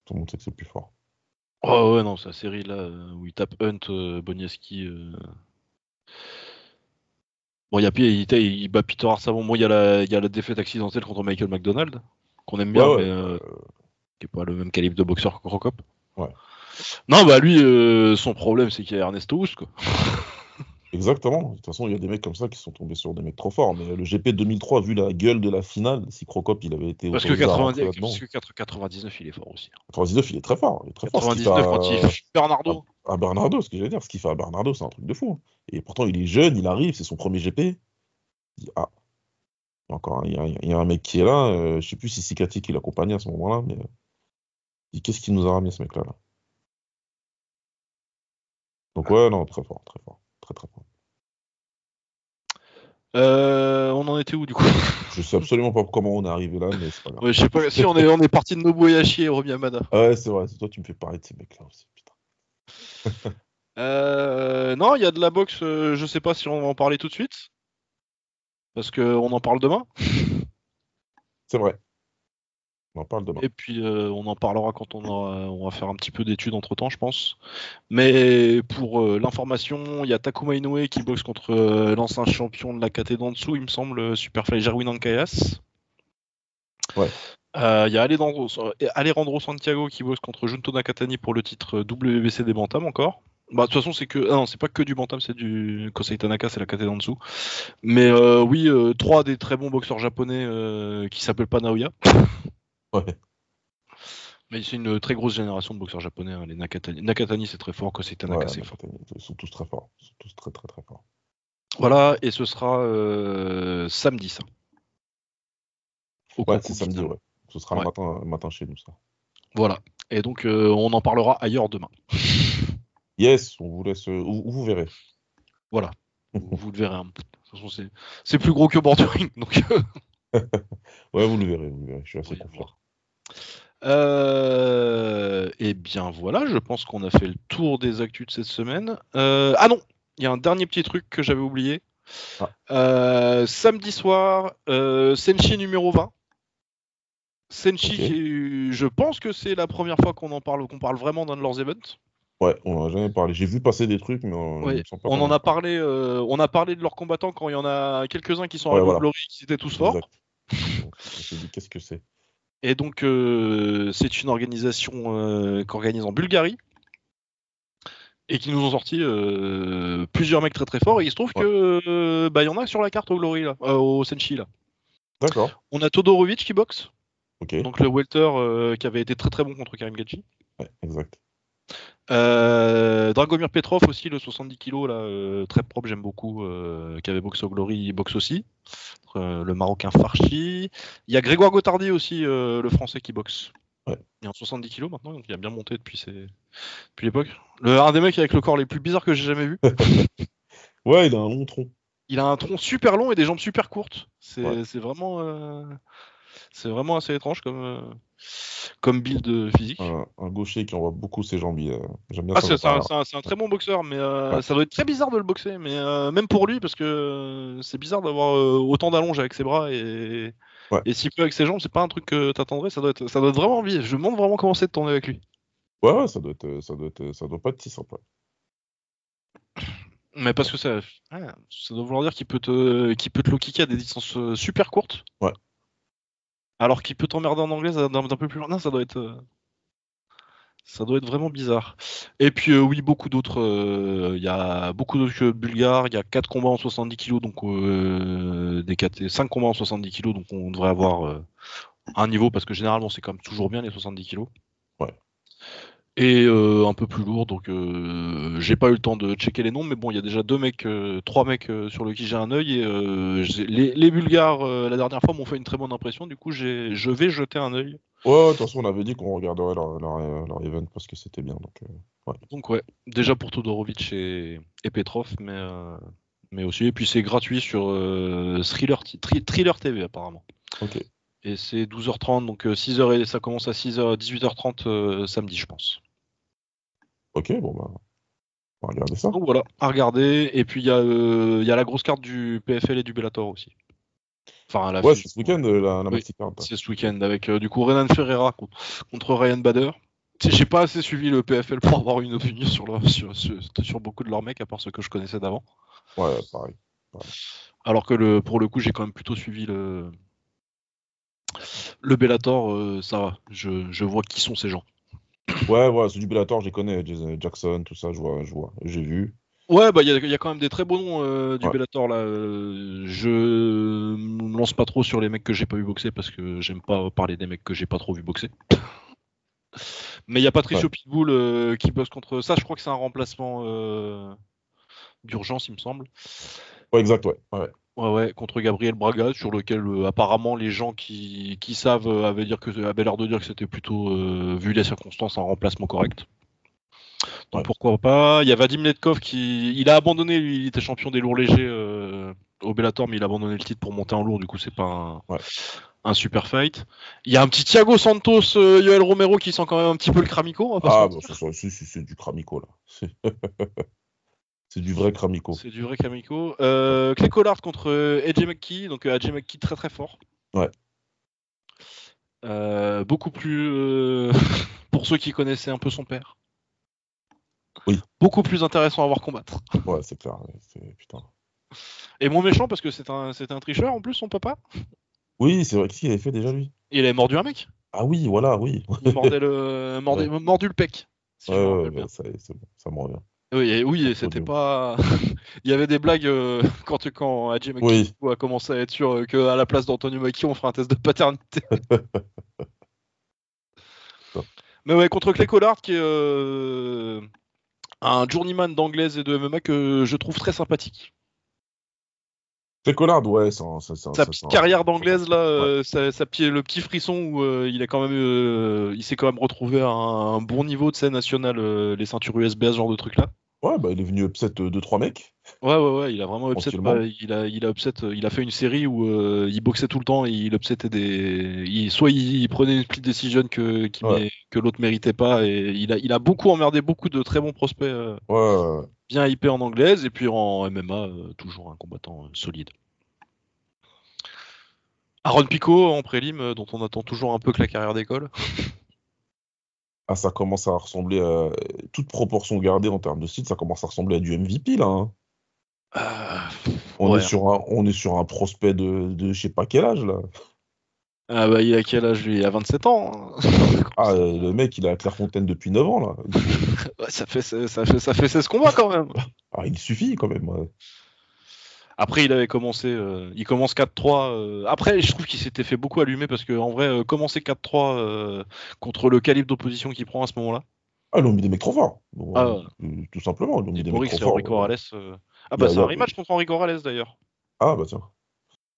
[SPEAKER 2] Tout le monde sait que c'est le plus fort.
[SPEAKER 1] Oh ouais, non, sa série là euh, où il tape Hunt, euh, Boniaski. euh. Bon, il, y a, Pi- il, était- il bat Peter Arsavon. Bon, il y, a la- il y a la défaite accidentelle contre Michael McDonald, qu'on aime bien,
[SPEAKER 2] Ouais, ouais,
[SPEAKER 1] mais euh,
[SPEAKER 2] euh,
[SPEAKER 1] qui est pas le même calibre de boxeur que Crocop.
[SPEAKER 2] Ouais.
[SPEAKER 1] Non, bah lui, euh, son problème, c'est qu'il y a Ernesto Houst, quoi.
[SPEAKER 2] Exactement. De toute façon, il y a des mecs comme ça qui sont tombés sur des mecs trop forts. Mais le GP 2003, vu la gueule de la finale, si Crocop il avait été
[SPEAKER 1] Parce que,
[SPEAKER 2] autorisé à rentrer
[SPEAKER 1] 90
[SPEAKER 2] là-dedans,
[SPEAKER 1] parce que 4- 99, il est fort aussi.
[SPEAKER 2] 99, il est très fort. Il est très fort. Ce qu'il fait
[SPEAKER 1] 99 quand il
[SPEAKER 2] à-
[SPEAKER 1] fiche Bernardo.
[SPEAKER 2] à Bernardo, ce que j'allais dire. Ce qu'il fait à Bernardo, c'est un truc de fou. hein. Et pourtant, il est jeune, il arrive, c'est son premier GP. Il dit, ah, il y a encore un- il y, a- il y a un mec qui est là. euh, je sais plus si c'est Cathy qui l'accompagnait à ce moment-là, mais euh, il dit, qu'est-ce qu'il nous a ramené ce mec-là là Donc ouais, non, très fort, très fort, très très fort.
[SPEAKER 1] Euh, on en était où du coup
[SPEAKER 2] Je sais absolument pas comment on est arrivé là, mais c'est pas grave.
[SPEAKER 1] Ouais, Je sais pas si on est, on est parti de Nobuyashi et Romy Amada.
[SPEAKER 2] Ah ouais, c'est vrai, c'est toi tu me fais parler de ces mecs-là aussi. Putain.
[SPEAKER 1] Euh, non, il y a de la boxe, euh, je sais pas si on va en parler tout de suite. Parce que on en parle demain.
[SPEAKER 2] C'est vrai. On en parle demain.
[SPEAKER 1] Et puis euh, on en parlera quand on aura, on va faire un petit peu d'études entre temps, je pense. Mais pour euh, l'information, il y a Takuma Inoue qui boxe contre euh, l'ancien champion de la KT d'en dessous, il me semble, euh, Superfly Jarwin Ankayas.
[SPEAKER 2] Ouais.
[SPEAKER 1] Euh, Il y a Alejandro, Alejandro Santiago qui bosse contre Junto Nakatani pour le titre euh, WBC des Bantam encore. Bah, de toute façon, c'est que. Ah non, c'est pas que du Bantam, c'est du Kosei Tanaka, c'est la KT d'en dessous. Mais euh, oui, euh, trois des très bons boxeurs japonais euh, qui s'appellent pas Naoya.
[SPEAKER 2] Ouais.
[SPEAKER 1] Mais c'est une très grosse génération de boxeurs japonais. hein, les Nakatani, Nakatani c'est très fort, Kosei Tanaka
[SPEAKER 2] Ouais,
[SPEAKER 1] c'est
[SPEAKER 2] mais
[SPEAKER 1] fort.
[SPEAKER 2] putain, Ils sont tous très forts. Ils sont tous très très très forts.
[SPEAKER 1] Voilà, et ce sera euh, samedi ça. Au
[SPEAKER 2] Ouais, c'est
[SPEAKER 1] Kokugi.
[SPEAKER 2] samedi, ouais. Ce sera
[SPEAKER 1] Ouais.
[SPEAKER 2] le matin, le matin chez nous, ça.
[SPEAKER 1] Voilà. Et donc euh, on en parlera ailleurs demain.
[SPEAKER 2] Yes, on vous laisse. euh, Vous, vous verrez.
[SPEAKER 1] Voilà. vous vous le verrez. hein. De toute façon, c'est- c'est plus gros que Bordering, donc euh,
[SPEAKER 2] Ouais, vous le verrez, vous le verrez. Je suis assez
[SPEAKER 1] vous pouvez
[SPEAKER 2] confiant.
[SPEAKER 1] voir. Euh, eh bien voilà, je pense qu'on a fait le tour des actus de cette semaine. Euh, ah non, il y a un dernier petit truc que j'avais oublié.
[SPEAKER 2] Ah.
[SPEAKER 1] Euh, samedi soir, euh, Senshi numéro 20. Senshi
[SPEAKER 2] Ok.
[SPEAKER 1] qui est- je pense que c'est la première fois qu'on en parle, qu'on parle vraiment d'un de leurs events.
[SPEAKER 2] Ouais, on n'en a jamais parlé. J'ai vu passer des trucs, mais on,
[SPEAKER 1] Ouais,
[SPEAKER 2] il me semble pas
[SPEAKER 1] on
[SPEAKER 2] qu'on
[SPEAKER 1] en a parlé, euh, on a parlé de leurs combattants quand il y en a quelques-uns qui sont
[SPEAKER 2] Ouais,
[SPEAKER 1] à
[SPEAKER 2] voilà.
[SPEAKER 1] Glory, qui étaient tous forts.
[SPEAKER 2] Exact. On s'est dit, qu'est-ce que c'est
[SPEAKER 1] Et donc, euh, c'est une organisation euh, qu'organise en Bulgarie et qui nous ont sorti euh, plusieurs mecs très très forts. Et il se trouve
[SPEAKER 2] Ouais.
[SPEAKER 1] que euh, bah, il y en a sur la carte au Glory, là, euh, au Senshi. Là.
[SPEAKER 2] D'accord.
[SPEAKER 1] On a Todorovic qui boxe,
[SPEAKER 2] Ok.
[SPEAKER 1] donc le welter euh, qui avait été très très bon contre Karim Gachi.
[SPEAKER 2] Ouais, exact.
[SPEAKER 1] Euh, Dragomir Petrov aussi, le 70 kg, là, euh, très propre, j'aime beaucoup, euh, qui avait boxe au Glory, il boxe aussi. Euh, le Marocain Farchi. Il y a Grégoire Gotardi aussi, euh, le Français qui boxe.
[SPEAKER 2] Ouais.
[SPEAKER 1] Il est en 70 kg maintenant, donc il a bien monté depuis, ses- depuis l'époque. Le- Un des mecs avec le corps les plus bizarres que j'ai jamais vu.
[SPEAKER 2] Ouais, il a un long tronc.
[SPEAKER 1] Il a un tronc super long et des jambes super courtes. C'est
[SPEAKER 2] Ouais.
[SPEAKER 1] c'est vraiment, euh, c'est vraiment assez étrange comme, euh, comme build euh, physique.
[SPEAKER 2] Un, un gaucher qui envoie beaucoup ses jambes. il, euh, J'aime bien
[SPEAKER 1] Ah,
[SPEAKER 2] ça.
[SPEAKER 1] c'est c'est un,
[SPEAKER 2] voilà.
[SPEAKER 1] c'est un- c'est un très bon boxeur, mais euh,
[SPEAKER 2] Ouais.
[SPEAKER 1] ça doit être très bizarre de le boxer, mais euh, même pour lui, parce que euh, c'est bizarre d'avoir euh, autant d'allonges avec ses bras et,
[SPEAKER 2] Ouais.
[SPEAKER 1] et si peu avec ses jambes, c'est pas un truc que t'attendrais, ça doit être, ça doit être vraiment envie. Je me demande vraiment comment c'est de tourner avec lui.
[SPEAKER 2] Ouais, ouais, ça doit être, euh, ça doit être, ça doit pas être si sympa.
[SPEAKER 1] Mais parce que ça, ah, ça doit vouloir dire qu'il peut te, qu'il peut te low kicker à des distances euh, super courtes.
[SPEAKER 2] Ouais.
[SPEAKER 1] Alors qu'il peut t'emmerder en anglais d'un d'un peu plus loin. Non, ça doit être, euh, ça doit être vraiment bizarre. Et puis euh, oui, beaucoup d'autres. euh, Il y a beaucoup d'autres que bulgares. Il y a 4 combats en 70 kg, donc euh, des 5 combats en 70 kg, donc on devrait avoir euh, un niveau parce que généralement c'est quand même toujours bien les 70 kg.
[SPEAKER 2] Ouais.
[SPEAKER 1] Et euh, un peu plus lourd, donc euh, j'ai pas eu le temps de checker les noms, mais bon, il y a déjà deux mecs, euh, trois mecs euh, sur le qui j'ai un œil. Et euh, j'ai- les, les Bulgares euh, la dernière fois m'ont fait une très bonne impression. Du coup, j'ai- je vais jeter un œil.
[SPEAKER 2] Ouais, ouais, de toute façon, on avait dit qu'on regarderait leur, leur, euh, leur event parce que c'était bien. Donc, euh,
[SPEAKER 1] Donc ouais, déjà pour Todorovic et, et Petrov, mais, euh, mais aussi. Et puis c'est gratuit sur euh, Thriller, T- Thri- Thriller TV apparemment.
[SPEAKER 2] ok.
[SPEAKER 1] Et c'est 12h30, donc euh, 6h et ça commence à 6h, 18h30 euh, samedi, je pense.
[SPEAKER 2] Ok, bon, bah, on va regarder ça.
[SPEAKER 1] Donc voilà, à regarder. Et puis il y, a, euh, il y a la grosse carte du PFL et du Bellator aussi. Enfin, la
[SPEAKER 2] Ouais, c'est ce week-end, euh, la, la
[SPEAKER 1] Oui.
[SPEAKER 2] Maxi Card.
[SPEAKER 1] C'est ce week-end avec euh, du coup Renan Ferreira contre, contre Ryan Bader. Tu sais, J'ai pas assez suivi le PFL pour avoir une opinion sur, leur- sur, sur, sur beaucoup de leurs mecs, à part ceux que je connaissais d'avant.
[SPEAKER 2] hein. Ouais, pareil.
[SPEAKER 1] Alors que le, pour le coup, j'ai quand même plutôt suivi le, le Bellator. euh, ça va, je, je vois qui sont ces gens.
[SPEAKER 2] Ouais, ouais, c'est du Bellator, je les connais. Jason- Jackson, tout ça, je vois, je vois. J'ai vu.
[SPEAKER 1] Ouais, bah il y, a- il y a quand même des très beaux noms euh, du
[SPEAKER 2] Ouais.
[SPEAKER 1] Bellator là. euh, je me lance pas trop sur les mecs que j'ai pas vu boxer parce que j'aime pas parler des mecs que j'ai pas trop vu boxer. Mais il y a Patricio Pitbull euh, qui bosse contre ça. Je crois que c'est un remplacement euh, d'urgence, il me semble.
[SPEAKER 2] Ouais, exact, ouais. ouais.
[SPEAKER 1] Ouais, ouais, contre Gabriel Braga, sur lequel euh, apparemment les gens qui, qui savent euh, avaient, dire que, avaient l'air de dire que c'était plutôt, euh, vu les circonstances, un remplacement correct. Donc
[SPEAKER 2] Ouais.
[SPEAKER 1] pourquoi pas. Il y a Vadim Letkov qui. Il a abandonné, lui, il était champion des lourds légers euh, au Bellator, mais il a abandonné le titre pour monter en lourd, du coup c'est pas un,
[SPEAKER 2] Ouais.
[SPEAKER 1] un super fight. Il y a un petit Thiago Santos, euh, Yoel Romero qui sent quand même un petit peu le hein, cramico. on va pas se
[SPEAKER 2] Ah,
[SPEAKER 1] mentir.
[SPEAKER 2] bah, ça, ça, si, si, c'est du Cramico, là. C'est- c'est du vrai Cramico.
[SPEAKER 1] C'est du vrai Kamiko. Euh, Clay Collard contre euh, AJ McKee. Donc euh, AJ McKee très très fort.
[SPEAKER 2] Ouais.
[SPEAKER 1] Euh, beaucoup plus. euh, pour ceux qui connaissaient un peu son père.
[SPEAKER 2] Oui.
[SPEAKER 1] Beaucoup plus intéressant à voir combattre.
[SPEAKER 2] Ouais, c'est clair. ouais, c'est- Putain.
[SPEAKER 1] Et mon méchant parce que c'est un, c'est un tricheur en plus, son papa.
[SPEAKER 2] Oui, c'est vrai que si, il avait fait déjà, lui.
[SPEAKER 1] Il a mordu un mec.
[SPEAKER 2] Ah oui, voilà, oui.
[SPEAKER 1] Il mordait le, mordait- mordu le pec. si je
[SPEAKER 2] Ouais,
[SPEAKER 1] me
[SPEAKER 2] ouais,
[SPEAKER 1] rappelle
[SPEAKER 2] ouais,
[SPEAKER 1] bien.
[SPEAKER 2] ça, y est, c'est bon, ça me revient.
[SPEAKER 1] Oui, et, oui, et
[SPEAKER 2] Entre
[SPEAKER 1] c'était
[SPEAKER 2] nous.
[SPEAKER 1] pas. Il y avait des blagues euh, quand, quand AJ McKee
[SPEAKER 2] Oui,
[SPEAKER 1] a commencé à être sûr euh, que à la place d'Antonio Macchi, on fera un test de paternité. Mais ouais, contre Clay Collard, qui est euh, un journeyman d'anglaise et de MMA que je trouve très sympathique.
[SPEAKER 2] c'est Collard, ouais. c'est un- c'est- c'est un-
[SPEAKER 1] Sa
[SPEAKER 2] c'est
[SPEAKER 1] petite
[SPEAKER 2] un-
[SPEAKER 1] carrière d'anglaise, là, euh, sa- sa petit- le petit frisson où euh, il, a quand même, euh, il s'est quand même retrouvé à un, un bon niveau de scène nationale, euh, les ceintures USBA, ce genre de truc-là.
[SPEAKER 2] Ouais, bah, il est venu upset 2-3 mecs.
[SPEAKER 1] Ouais, ouais, ouais, il a vraiment upset.
[SPEAKER 2] Tranquillement.
[SPEAKER 1] bah, il, a, il, a upset euh, il a fait une série où euh, il boxait tout le temps et il upsetait des. il- soit il, il prenait une split decision que, qui
[SPEAKER 2] Ouais.
[SPEAKER 1] mé- que l'autre méritait pas. Et il a, il a beaucoup emmerdé beaucoup de très bons prospects euh,
[SPEAKER 2] Ouais, ouais, ouais.
[SPEAKER 1] bien hypés en anglaise et puis en MMA, euh, toujours un combattant euh, solide. Aaron Pico en prélim, euh, dont on attend toujours un peu que la carrière d'école.
[SPEAKER 2] ah, ça commence à ressembler à toute proportion gardée en termes de site, ça commence à ressembler à du MVP là. hein.
[SPEAKER 1] Ah,
[SPEAKER 2] On,
[SPEAKER 1] ouais.
[SPEAKER 2] est sur un, on est sur un prospect de, de je sais pas quel âge là.
[SPEAKER 1] Ah bah il a quel âge lui Il a 27 ans. hein.
[SPEAKER 2] Ah, euh, le mec, il est à Clairefontaine depuis 9 ans là.
[SPEAKER 1] Ouais, ça, fait, ça, fait, ça fait 16 combats quand même.
[SPEAKER 2] Ah, il suffit quand même. ouais.
[SPEAKER 1] Après, il avait commencé, euh, il commence 4-3. euh, après, je trouve qu'il s'était fait beaucoup allumer parce que, en vrai, euh, commencer 4-3 euh, contre le calibre d'opposition qu'il prend à ce moment-là,
[SPEAKER 2] Ah, ils ont mis des mecs trop forts. Bon,
[SPEAKER 1] Ah.
[SPEAKER 2] euh, Tout simplement, ils ont mis
[SPEAKER 1] et
[SPEAKER 2] des
[SPEAKER 1] Borix
[SPEAKER 2] mecs
[SPEAKER 1] et
[SPEAKER 2] trop
[SPEAKER 1] Henri
[SPEAKER 2] forts.
[SPEAKER 1] Corrales. euh, Ah bah,
[SPEAKER 2] Il y a-
[SPEAKER 1] c'est un
[SPEAKER 2] il y a-
[SPEAKER 1] rematch contre Henri Corrales d'ailleurs.
[SPEAKER 2] Ah, bah tiens.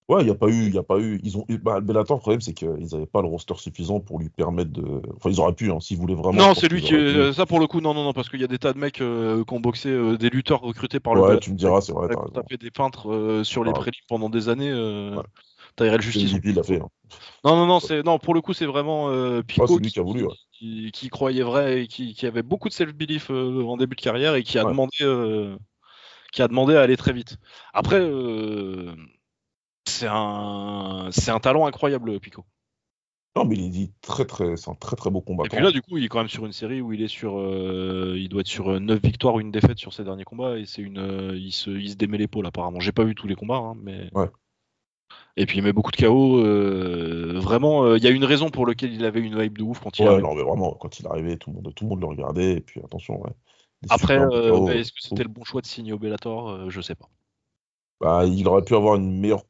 [SPEAKER 2] Ouais, il n'y a pas eu, il y a pas eu. Ils ont. Bah, Bellator, le problème, c'est qu'ils n'avaient pas le roster suffisant pour lui permettre de. Enfin, ils auraient pu, hein, s'ils voulaient vraiment. je
[SPEAKER 1] Non,
[SPEAKER 2] pense
[SPEAKER 1] c'est lui
[SPEAKER 2] qu'ils
[SPEAKER 1] qui. euh,
[SPEAKER 2] auraient
[SPEAKER 1] est- Ça pour le coup, non, non, non, parce qu'il y a des tas de mecs euh, qui ont boxé, euh, des lutteurs recrutés par
[SPEAKER 2] pu.
[SPEAKER 1] le.
[SPEAKER 2] Ouais,
[SPEAKER 1] Bellator,
[SPEAKER 2] tu me diras, c'est vrai.
[SPEAKER 1] qui
[SPEAKER 2] t'as
[SPEAKER 1] ont
[SPEAKER 2] raison.
[SPEAKER 1] tapé des peintres euh, sur les
[SPEAKER 2] Ah.
[SPEAKER 1] prélims pendant des années. euh,
[SPEAKER 2] Ouais.
[SPEAKER 1] Tyrell
[SPEAKER 2] C'est
[SPEAKER 1] Justice.
[SPEAKER 2] MVP, il l'a fait. hein.
[SPEAKER 1] Non, non, non, c'est non. Pour le coup, c'est vraiment euh, Pico
[SPEAKER 2] Ah, c'est lui
[SPEAKER 1] qui-
[SPEAKER 2] qui a voulu, ouais.
[SPEAKER 1] qui, qui croyait vrai et qui, qui avait beaucoup de self-belief euh, en début de carrière et qui a
[SPEAKER 2] Ouais.
[SPEAKER 1] demandé euh, qui a demandé à aller très vite. Après, euh, c'est un c'est un talent incroyable, Pico.
[SPEAKER 2] Non, mais il est dit très, très. C'est un très, très beau
[SPEAKER 1] Et
[SPEAKER 2] combattant.
[SPEAKER 1] puis là, du coup, il est quand même sur une série où il est sur euh, il doit être sur 9 victoires ou une défaite sur ses derniers combats et c'est une euh, il se il se démet l'épaule apparemment. J'ai pas vu tous les combats, hein, mais
[SPEAKER 2] Ouais.
[SPEAKER 1] Et puis il met beaucoup de KO. euh, vraiment, euh, il y a une raison pour laquelle il avait une hype de ouf quand il
[SPEAKER 2] Ouais,
[SPEAKER 1] arrive.
[SPEAKER 2] non, mais vraiment, quand il est arrivé, tout le monde, tout le monde le regardait. Et puis, attention, ouais. Des
[SPEAKER 1] Après,
[SPEAKER 2] superbes
[SPEAKER 1] euh,
[SPEAKER 2] KO.
[SPEAKER 1] mais est-ce que c'était le bon choix de signer au Bellator Euh, Je sais pas.
[SPEAKER 2] Bah, il aurait pu avoir une meilleure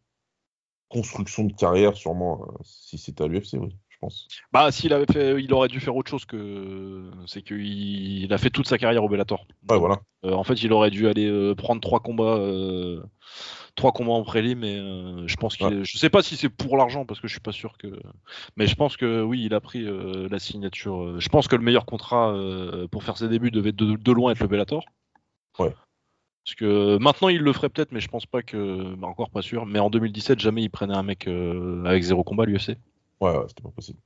[SPEAKER 2] construction de carrière, sûrement, euh, si c'était à l'UFC, oui, je pense.
[SPEAKER 1] Bah, s'il avait fait, il aurait dû faire autre chose que. C'est qu'il il a fait toute sa carrière au Bellator.
[SPEAKER 2] Ouais, voilà.
[SPEAKER 1] Euh, en fait, il aurait dû aller euh, prendre trois combats, euh, trois combats en prélim. Mais euh, je pense qu'il.
[SPEAKER 2] Ouais.
[SPEAKER 1] est- Je sais pas si c'est pour l'argent parce que je suis pas sûr que. Mais je pense que oui, il a pris euh, la signature. euh, Je pense que le meilleur contrat euh, pour faire ses débuts devait de, de loin être le Bellator.
[SPEAKER 2] Ouais.
[SPEAKER 1] Parce que euh, maintenant il le ferait peut-être, mais je pense pas que. bah, encore pas sûr. Mais en 2017, jamais il prenait un mec euh, avec zéro combat à l'UFC.
[SPEAKER 2] Ouais, ouais, c'était pas possible.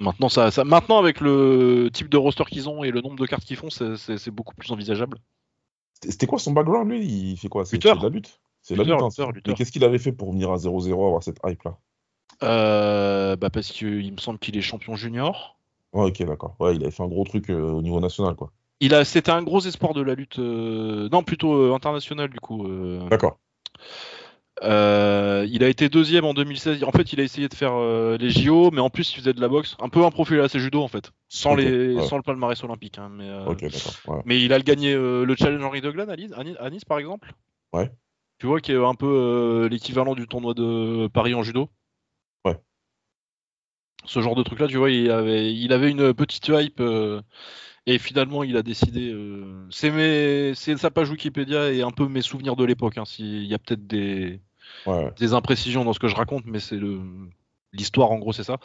[SPEAKER 1] Maintenant, ça, ça- maintenant avec le type de roster qu'ils ont et le nombre de cartes qu'ils font, c'est- c'est c'est beaucoup plus envisageable.
[SPEAKER 2] C'était c'était quoi son background, lui? Il fait quoi? C'est
[SPEAKER 1] Lutteur.
[SPEAKER 2] c'est de la lutte? C'est de la
[SPEAKER 1] Lutteur,
[SPEAKER 2] lutte, hein,
[SPEAKER 1] lutteur,
[SPEAKER 2] c'est-
[SPEAKER 1] lutteur.
[SPEAKER 2] Mais qu'est-ce qu'il avait fait pour venir à 0-0, avoir cette hype-là?
[SPEAKER 1] Euh, bah parce qu'il me semble qu'il est champion junior.
[SPEAKER 2] Ouais, ok, d'accord. Ouais, il avait fait un gros truc euh, au niveau national, quoi.
[SPEAKER 1] Il a, c'était un gros espoir de la lutte, euh, non plutôt euh, internationale du coup. euh.
[SPEAKER 2] D'accord.
[SPEAKER 1] Euh, il a été deuxième en 2016. En fait, il a essayé de faire euh, les JO, mais en plus il faisait de la boxe, un peu un profil assez judo en fait, sans
[SPEAKER 2] Ok,
[SPEAKER 1] les,
[SPEAKER 2] ouais.
[SPEAKER 1] sans le palmarès olympique. hein, mais, euh,
[SPEAKER 2] Ok, d'accord. Ouais.
[SPEAKER 1] Mais il a gagné euh, le challenge Henri de Glan à Nice, à Nice- à Nice, par exemple.
[SPEAKER 2] Ouais.
[SPEAKER 1] Tu vois, qui est un peu euh, l'équivalent du tournoi de Paris en judo.
[SPEAKER 2] Ouais.
[SPEAKER 1] Ce genre de truc-là, tu vois, il avait, il avait une petite hype euh, et finalement il a décidé. euh, c'est mes- c'est sa page Wikipédia et un peu mes souvenirs de l'époque. hein, S'il y a peut-être des,
[SPEAKER 2] Ouais.
[SPEAKER 1] des imprécisions dans ce que je raconte, mais c'est le l'histoire en gros c'est ça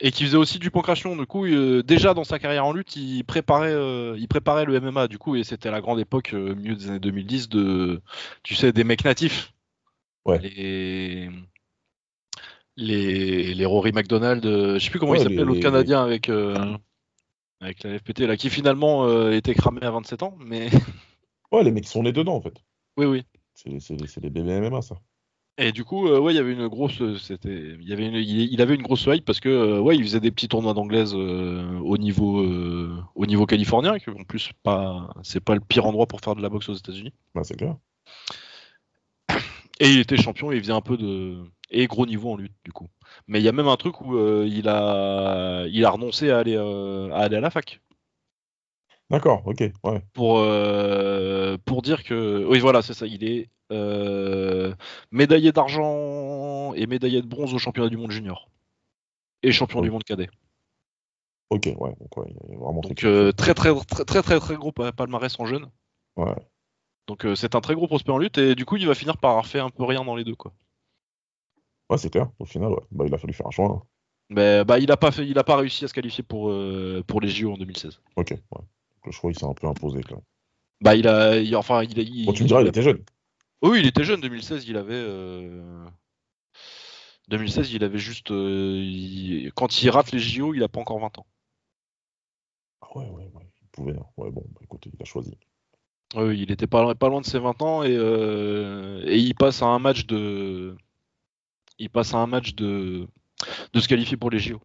[SPEAKER 1] et qui faisait aussi du pancration du coup euh, déjà dans sa carrière en lutte il préparait euh, il préparait le MMA du coup et c'était la grande époque euh, milieu des années 2010 de tu sais des mecs natifs
[SPEAKER 2] Ouais.
[SPEAKER 1] les les, les Rory McDonald euh, je sais plus comment
[SPEAKER 2] Ouais,
[SPEAKER 1] il s'appelle
[SPEAKER 2] les-
[SPEAKER 1] l'autre
[SPEAKER 2] les-
[SPEAKER 1] canadien avec euh, avec la FPT là qui finalement euh, était cramé à 27 ans mais
[SPEAKER 2] Ouais, les mecs qui sont nés dedans, en fait.
[SPEAKER 1] oui oui
[SPEAKER 2] C'est c'est- c'est les bébés MMA, ça.
[SPEAKER 1] Et du coup, euh, ouais, il y avait une grosse, c'était, il y avait une, il, il avait une grosse hype parce que, euh, ouais, il faisait des petits tournois d'anglaise euh, au niveau, euh, au niveau californien, que en plus pas, c'est pas le pire endroit pour faire de la boxe aux États-Unis.
[SPEAKER 2] Bah, c'est clair.
[SPEAKER 1] Et il était champion, et il faisait un peu de, et gros niveau en lutte du coup. Mais il y a même un truc où euh, il a, il a renoncé à aller, euh, à aller à la fac
[SPEAKER 2] D'accord, ok, ouais.
[SPEAKER 1] pour, euh, pour dire que, oui, voilà, c'est ça, il est euh, médaillé d'argent et médaillé de bronze au championnat du monde junior et champion du monde cadet.
[SPEAKER 2] Ok, ouais. Donc, ouais, il y a vraiment
[SPEAKER 1] Donc
[SPEAKER 2] quelque
[SPEAKER 1] euh,
[SPEAKER 2] chose.
[SPEAKER 1] très, très très très très très gros pa- palmarès en jeune.
[SPEAKER 2] Ouais.
[SPEAKER 1] Donc euh, c'est un très gros prospect en lutte et du coup il va finir par avoir fait un peu rien dans les deux quoi.
[SPEAKER 2] Ouais, c'est clair. Au final, ouais. Bah, il a fallu faire un choix. hein.
[SPEAKER 1] Mais bah il a pas fait, il a pas réussi à se qualifier pour euh, pour les JO en 2016.
[SPEAKER 2] Ok, ouais. Donc, le choix, il s'est un peu imposé, quand même.
[SPEAKER 1] Bah il a, il- enfin il, a- il-
[SPEAKER 2] Bon, tu me diras, il
[SPEAKER 1] il a-
[SPEAKER 2] était jeune.
[SPEAKER 1] Oh, oui il était jeune 2016 il avait. euh, 2016 il avait juste euh, il- quand il rate les JO il a pas encore 20 ans.
[SPEAKER 2] Ah ouais, ouais, ouais. Il pouvait. hein. Ouais, bon, bah, écoute, il a choisi.
[SPEAKER 1] Ouais, oui, Euh, il était pas, pas loin de ses 20 ans et, euh, et il passe à un match de il passe à un match de de se qualifier pour les JO.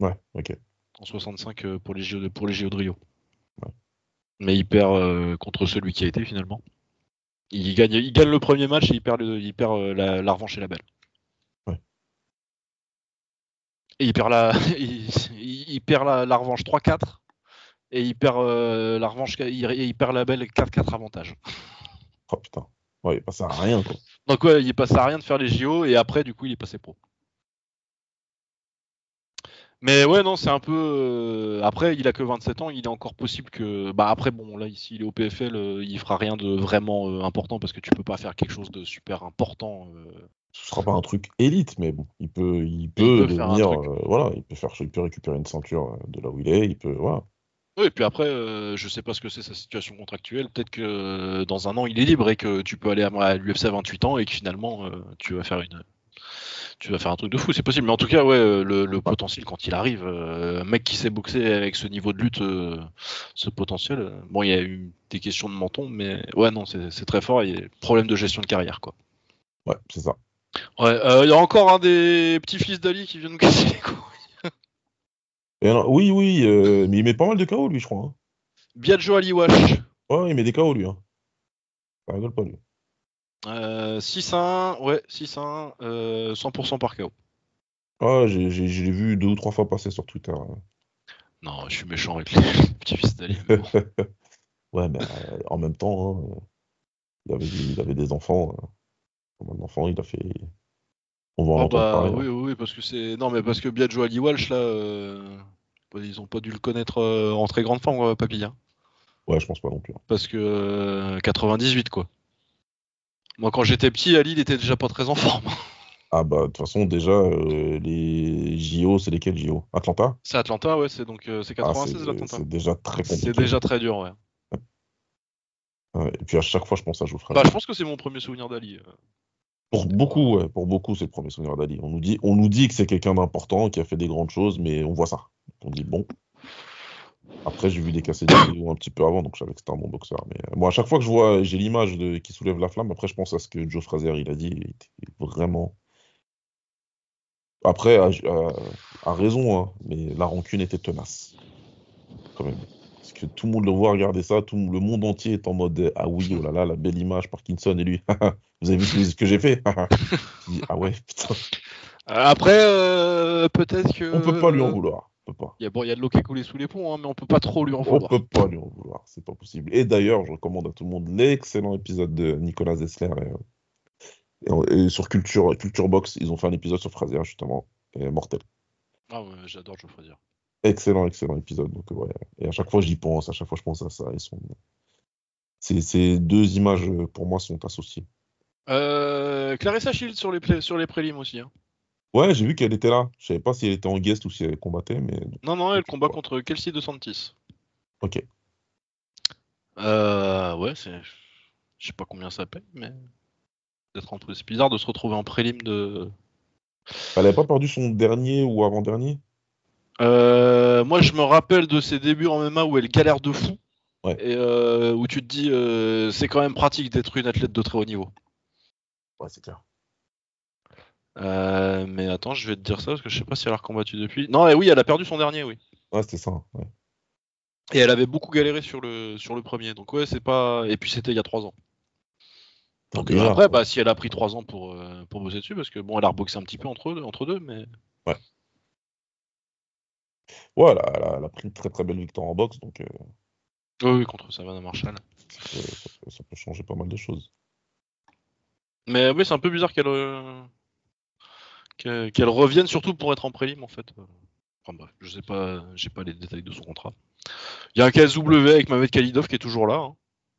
[SPEAKER 2] Ouais, ok.
[SPEAKER 1] en 65 euh, pour les JO de, pour les JO de Rio. Mais il perd euh, contre celui qui a été finalement. Il gagne, il gagne le premier match et il perd, le- il perd euh, la, la revanche et la belle.
[SPEAKER 2] Ouais.
[SPEAKER 1] Et il perd la, il, il- il perd la, la revanche 3-4 et il perd euh, la revanche, il, il perd la belle 4-4 avantage.
[SPEAKER 2] Oh putain. Ouais, il est passé à rien, quoi.
[SPEAKER 1] Donc ouais, il est passé à rien de faire les JO et après du coup il est passé pro. Mais ouais non c'est un peu euh, après il a que 27 ans il est encore possible que bah après bon là ici il est au PFL euh, il fera rien de vraiment euh, important parce que tu peux pas faire quelque chose de super important euh.
[SPEAKER 2] Ce sera pas un truc élite, mais bon, il peut, il
[SPEAKER 1] peut
[SPEAKER 2] peut,
[SPEAKER 1] faire un
[SPEAKER 2] devenir,
[SPEAKER 1] truc.
[SPEAKER 2] euh, voilà, il peut faire, il peut récupérer une ceinture euh, de là où il est, il peut, voilà.
[SPEAKER 1] Ouais, et puis après euh, je sais pas ce que c'est sa situation contractuelle peut-être que euh, dans un an il est libre et que tu peux aller à, à l'UFC à 28 ans et que finalement euh, tu vas faire une tu vas faire un truc de fou, c'est possible. Mais en tout cas, ouais, euh, le, le potentiel quand il arrive, euh, un mec qui sait boxer avec ce niveau de lutte, euh, ce potentiel. euh, bon, il y a eu des questions de menton, mais ouais, non, c'est c'est très fort. Il y a problème de gestion de carrière, quoi.
[SPEAKER 2] Ouais, c'est ça.
[SPEAKER 1] Ouais, euh, il y a encore un des petits fils d'Ali qui vient nous casser les couilles.
[SPEAKER 2] Et alors, oui, oui, euh, mais il met pas mal de KO, lui, je crois. hein.
[SPEAKER 1] Biagio Aliwash,
[SPEAKER 2] Ouais, il met des KO, lui. Hein. Ça rigole pas, lui.
[SPEAKER 1] euh, 6-1, ouais, 6-1, euh, 100% par KO.
[SPEAKER 2] Ah, j'ai, j'ai, je l'ai vu deux ou trois fois passer sur Twitter. hein.
[SPEAKER 1] Non, je suis méchant avec les petits fils d'Ali. mais bon.
[SPEAKER 2] Ouais, mais euh, en même temps, hein, il, avait, il avait des enfants. hein. Comme un enfant, il a fait. On va en
[SPEAKER 1] Oh
[SPEAKER 2] entendre
[SPEAKER 1] bah,
[SPEAKER 2] parler.
[SPEAKER 1] oui,
[SPEAKER 2] hein.
[SPEAKER 1] oui, oui, parce que c'est. Non, mais parce que Biagio Ali Walsh, là, euh, bah, ils ont pas dû le connaître euh, en très grande forme, euh, Papy. hein.
[SPEAKER 2] Ouais, je pense pas non plus. hein.
[SPEAKER 1] parce que euh, 98, quoi. Moi, quand j'étais petit, Ali, il était déjà pas très en forme. hein.
[SPEAKER 2] Ah, bah, de toute façon, déjà, euh, les JO, c'est lesquels JO Atlanta
[SPEAKER 1] C'est Atlanta, ouais, c'est donc euh, c'est
[SPEAKER 2] Ah,
[SPEAKER 1] 96
[SPEAKER 2] c'est,
[SPEAKER 1] l'Atlanta.
[SPEAKER 2] c'est déjà très compliqué.
[SPEAKER 1] C'est déjà très dur, ouais.
[SPEAKER 2] Ouais, et puis à chaque fois, je pense à Geoffrey.
[SPEAKER 1] Bah, je pense que c'est mon premier souvenir d'Ali. euh.
[SPEAKER 2] Pour beaucoup, ouais, pour beaucoup, c'est le premier souvenir d'Ali. On nous dit, on nous dit que c'est quelqu'un d'important, qui a fait des grandes choses, mais on voit ça. Donc, on dit bon. Après, j'ai vu des cassettes vidéo un petit peu avant, donc je savais que c'était un bon boxeur. Mais euh, bon, à chaque fois que je vois, j'ai l'image de qui soulève la flamme. Après, je pense à ce que Joe Fraser il a dit. Il était vraiment. Après, à, à- à raison, hein, mais la rancune était tenace, quand même. Parce que tout le monde le voit regarder ça, tout le monde entier est en mode euh, ah oui, oh là là, la belle image, Parkinson et lui. Vous avez vu ce que j'ai fait Tu dis, Ah ouais, putain,
[SPEAKER 1] Euh, Après, euh, peut-être que.
[SPEAKER 2] on peut pas lui en vouloir. On peut pas.
[SPEAKER 1] Il y a, bon, il y a de l'eau qui a coulé sous les ponts, hein, mais on peut pas trop lui en
[SPEAKER 2] On
[SPEAKER 1] vouloir.
[SPEAKER 2] peut pas lui en vouloir, c'est pas possible. Et d'ailleurs, je recommande à tout le monde l'excellent épisode de Nicolas Zessler et, euh, et- et sur Culture, Culture Box. Ils ont fait un épisode sur Fraser, justement, et mortel.
[SPEAKER 1] Ah ouais, j'adore Geoffrey dire.
[SPEAKER 2] Excellent, excellent épisode. Donc, ouais. Et à chaque fois, j'y pense, à chaque fois, je pense à ça. Ils sont... ces, ces deux images, euh, pour moi, sont associées.
[SPEAKER 1] Euh, Clarissa Shield sur les, play- sur les prélims aussi. hein.
[SPEAKER 2] Ouais, j'ai vu qu'elle était là. Je savais pas si elle était en guest ou si elle combattait, mais
[SPEAKER 1] Non, non, elle
[SPEAKER 2] Ok,
[SPEAKER 1] combat
[SPEAKER 2] ouais.
[SPEAKER 1] contre Kelsey De Santis.
[SPEAKER 2] ok.
[SPEAKER 1] Euh, ouais, c'est. Je sais pas combien ça paye, mais. D'être en C'est bizarre de se retrouver en prélim de.
[SPEAKER 2] Elle avait pas perdu son dernier ou avant-dernier
[SPEAKER 1] Euh, moi, je me rappelle de ses débuts en MMA où elle galère de fou.
[SPEAKER 2] Ouais.
[SPEAKER 1] Et euh, où tu te dis, euh, c'est quand même pratique d'être une athlète de très haut niveau.
[SPEAKER 2] Ouais, c'est clair.
[SPEAKER 1] Euh, mais attends, je vais te dire ça parce que je sais pas si elle a recombattu depuis. Non, et oui, elle a perdu son dernier, oui.
[SPEAKER 2] Ouais, c'était ça. ouais.
[SPEAKER 1] Et elle avait beaucoup galéré sur le, sur le premier. Donc, ouais, c'est pas. Et puis, c'était il y a trois ans. Donc,
[SPEAKER 2] Déjà,
[SPEAKER 1] euh, après, bah, si elle a pris trois ans pour, euh, pour bosser dessus, parce que bon, elle a reboxé un petit peu entre deux, entre deux mais.
[SPEAKER 2] Ouais, elle a, elle a- elle a pris une très très belle victoire en boxe, donc euh,
[SPEAKER 1] Oui, oui, contre Savannah Marshall.
[SPEAKER 2] ça, peut, ça peut- ça peut changer pas mal de choses.
[SPEAKER 1] Mais oui, c'est un peu bizarre qu'elle euh, qu'elle qu'elle revienne surtout pour être en prélim en fait. Enfin bref, je sais pas, j'ai pas les détails de son contrat. Il y a un KSW avec Mamed Kalidov qui est toujours là. hein.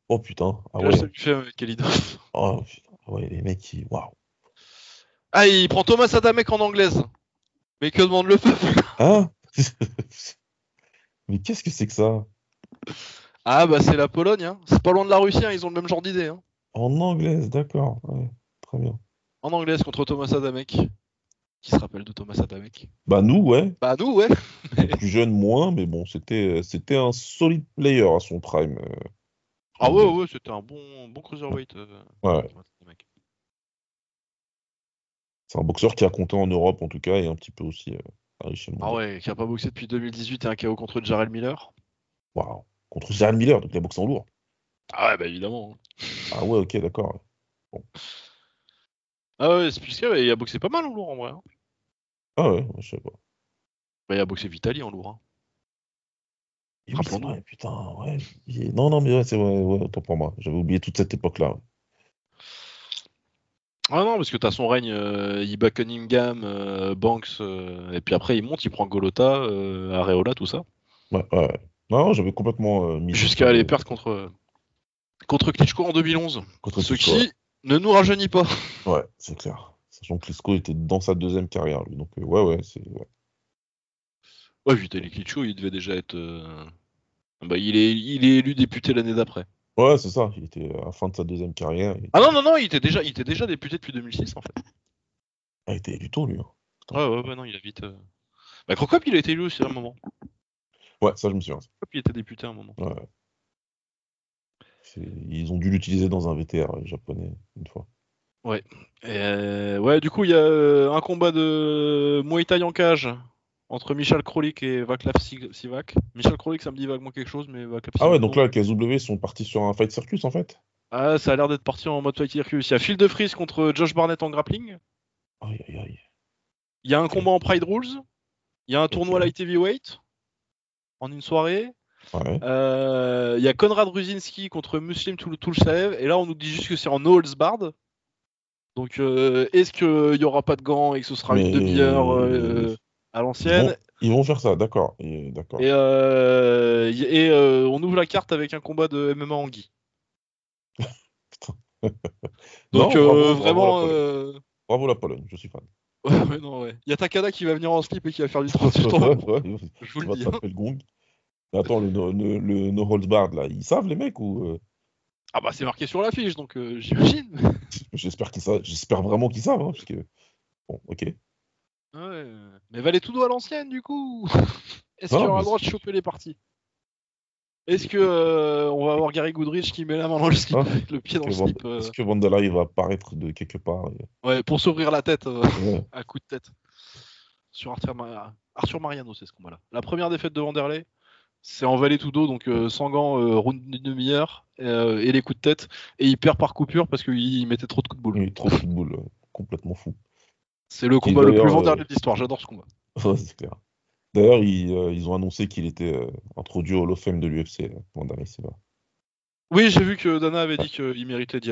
[SPEAKER 2] Oh putain, ah
[SPEAKER 1] Que
[SPEAKER 2] ouais,
[SPEAKER 1] ça lui fait Mamed Kalidov.
[SPEAKER 2] oh, putain. Ah ouais, les mecs, ils- waouh.
[SPEAKER 1] Ah, il prend Thomas Adamek en anglaise. Mais que demande le peuple
[SPEAKER 2] Hein Mais qu'est-ce que c'est que ça?
[SPEAKER 1] Ah bah c'est la Pologne, hein. c'est pas loin de la Russie, hein, ils ont le même genre d'idée. hein.
[SPEAKER 2] En anglaise, d'accord, ouais, très bien.
[SPEAKER 1] En anglaise contre Thomas Adamek. Qui se rappelle de Thomas Adamek
[SPEAKER 2] Bah nous, ouais,
[SPEAKER 1] Bah nous ouais.
[SPEAKER 2] plus jeune, moins, mais bon, c'était euh, c'était un solide player à son prime. euh.
[SPEAKER 1] Ah ouais ouais, c'était un bon bon cruiserweight. euh,
[SPEAKER 2] Ouais,
[SPEAKER 1] Thomas Adamek.
[SPEAKER 2] c'est un boxeur qui a compté en Europe en tout cas, et un petit peu aussi euh,
[SPEAKER 1] Ah ouais, qui a pas boxé depuis 2018 et un KO contre Jarrell Miller.
[SPEAKER 2] Waouh. Contre Jared Miller, donc la boxe en lourd.
[SPEAKER 1] Ah ouais, bah évidemment.
[SPEAKER 2] Ah ouais, ok, d'accord.
[SPEAKER 1] Ah ouais, Spilska, bah, il a boxé pas mal en lourd en vrai. hein.
[SPEAKER 2] Ah ouais, je sais pas.
[SPEAKER 1] Bah, il a boxé Vitali en lourd. hein.
[SPEAKER 2] Et oui, c'est
[SPEAKER 1] Rappelons-nous.
[SPEAKER 2] vrai, putain, ouais. il est- Non, non, mais ouais, c'est vrai, ouais, autant pour moi. J'avais oublié toute cette époque-là.
[SPEAKER 1] Ah non, parce que t'as son règne, euh, il bat Cunningham, euh, Banks, euh, et puis après il monte, il prend Golota, euh, Areola, tout ça.
[SPEAKER 2] Ouais, ouais. ouais. Non, non, j'avais complètement euh, mis.
[SPEAKER 1] Jusqu'à aller perdre contre, contre Klitschko en 2011.
[SPEAKER 2] contre
[SPEAKER 1] ce qui
[SPEAKER 2] Klitschko,
[SPEAKER 1] ne nous rajeunit pas.
[SPEAKER 2] Ouais, Ouais, c'est clair. Sachant que Klitschko était dans sa deuxième carrière, lui. Donc, euh, ouais, ouais, c'est. ouais.
[SPEAKER 1] Ouais, putain, les Klitschko, il devait déjà être. euh, Bah, il, est, il est élu député l'année d'après.
[SPEAKER 2] Ouais, c'est ça. Il était à la fin de sa deuxième carrière. Il,
[SPEAKER 1] Ah non, non, non, il était déjà, il était déjà député depuis 2006 en fait.
[SPEAKER 2] Ah, il était du tout, lui. hein.
[SPEAKER 1] Ouais, ouais, ouais, non, il a vite. euh, Bah, Crocop, il a été élu aussi à un moment.
[SPEAKER 2] Ouais, ça, je me souviens.
[SPEAKER 1] Crocop, il était député à un moment.
[SPEAKER 2] Ouais. C'est- Ils ont dû l'utiliser dans un VTR euh, japonais, une fois.
[SPEAKER 1] Et, euh, ouais, du coup, il y a euh, un combat de Muay Thai en cage entre Michal Krolik et Vaclav Si- Sivak. Michal Krolik, ça me dit vaguement quelque chose, mais Vaclav
[SPEAKER 2] Ah
[SPEAKER 1] Sivak,
[SPEAKER 2] ouais, donc
[SPEAKER 1] non.
[SPEAKER 2] là, KSW sont partis sur un fight circus, en fait.
[SPEAKER 1] Ah, ça a l'air d'être parti en mode Fight Circus. Il y a Phil de Fries contre Josh Barnett en grappling.
[SPEAKER 2] Aïe, aïe, aïe.
[SPEAKER 1] Il y a un combat en Pride Rules. Il y a un tournoi
[SPEAKER 2] Ok.
[SPEAKER 1] light heavyweight en une soirée.
[SPEAKER 2] Ouais.
[SPEAKER 1] Euh, Il y a Konrad Ruzinski contre Muslim Toul- Toulsaev. Et là, on nous dit juste que c'est en no holds barred. Donc, euh, est-ce qu'il n'y aura pas de gants et que ce sera
[SPEAKER 2] Mais-
[SPEAKER 1] une demi-heure euh, à l'ancienne
[SPEAKER 2] Ils vont faire ça, d'accord. Et- D'accord.
[SPEAKER 1] Et, euh, y- et, euh, on ouvre la carte avec un combat de MMA en Guy. Donc,
[SPEAKER 2] Non,
[SPEAKER 1] euh, vraiment.
[SPEAKER 2] bravo, Bravo la, Pologne.
[SPEAKER 1] euh, Bravo,
[SPEAKER 2] Bravo la Pologne, je suis fan.
[SPEAKER 1] ouais, non, ouais. Il y a Takada qui va venir en slip et qui va faire du
[SPEAKER 2] Ouais,
[SPEAKER 1] 38
[SPEAKER 2] ouais,
[SPEAKER 1] ans.
[SPEAKER 2] ouais, ouais.
[SPEAKER 1] Je vous
[SPEAKER 2] Tu
[SPEAKER 1] le
[SPEAKER 2] vas
[SPEAKER 1] dis. hein.
[SPEAKER 2] taper le gong. Mais Attends, le, no- le, le No Holds Barred, là, ils savent, les mecs, ou. euh,
[SPEAKER 1] Ah, bah, c'est marqué sur l'affiche, donc euh, j'imagine.
[SPEAKER 2] J'espère qu'ils savent. J'espère vraiment qu'ils savent, hein, parce que. Bon, ok.
[SPEAKER 1] Ouais. Mais valait tout doigt à l'ancienne, du coup Est-ce
[SPEAKER 2] Non,
[SPEAKER 1] qu'il y aura
[SPEAKER 2] mais
[SPEAKER 1] le droit de
[SPEAKER 2] c'est-
[SPEAKER 1] choper les parties Est-ce que euh, on va avoir Gary Goodrich qui met la main dans le slip,
[SPEAKER 2] Ah,
[SPEAKER 1] avec le pied dans le
[SPEAKER 2] Est-ce que Van-
[SPEAKER 1] slip, euh,
[SPEAKER 2] Est-ce que Vandala, il va apparaître de quelque part euh,
[SPEAKER 1] ouais, pour s'ouvrir la tête euh,
[SPEAKER 2] ouais.
[SPEAKER 1] à coup de tête sur Arthur, Ma- Arthur Mariano, c'est ce combat-là. La première défaite de Vanderlei, c'est en vallée tout dos, donc euh, sans gants, euh, round d'une demi-heure euh, et les coups de tête, et il perd par coupure parce qu'il mettait trop de coups de boule.
[SPEAKER 2] Il est trop football, euh, complètement fou.
[SPEAKER 1] C'est le combat le
[SPEAKER 2] d'ailleurs,
[SPEAKER 1] plus
[SPEAKER 2] euh,
[SPEAKER 1] Vanderlei de l'histoire. J'adore ce combat.
[SPEAKER 2] Ouais, c'est clair. D'ailleurs, ils, euh, ils ont annoncé qu'il était euh, introduit au Hall of Fame de l'UFC, euh, Vandala Silva.
[SPEAKER 1] Oui, j'ai vu que Dana avait dit qu'il méritait d'y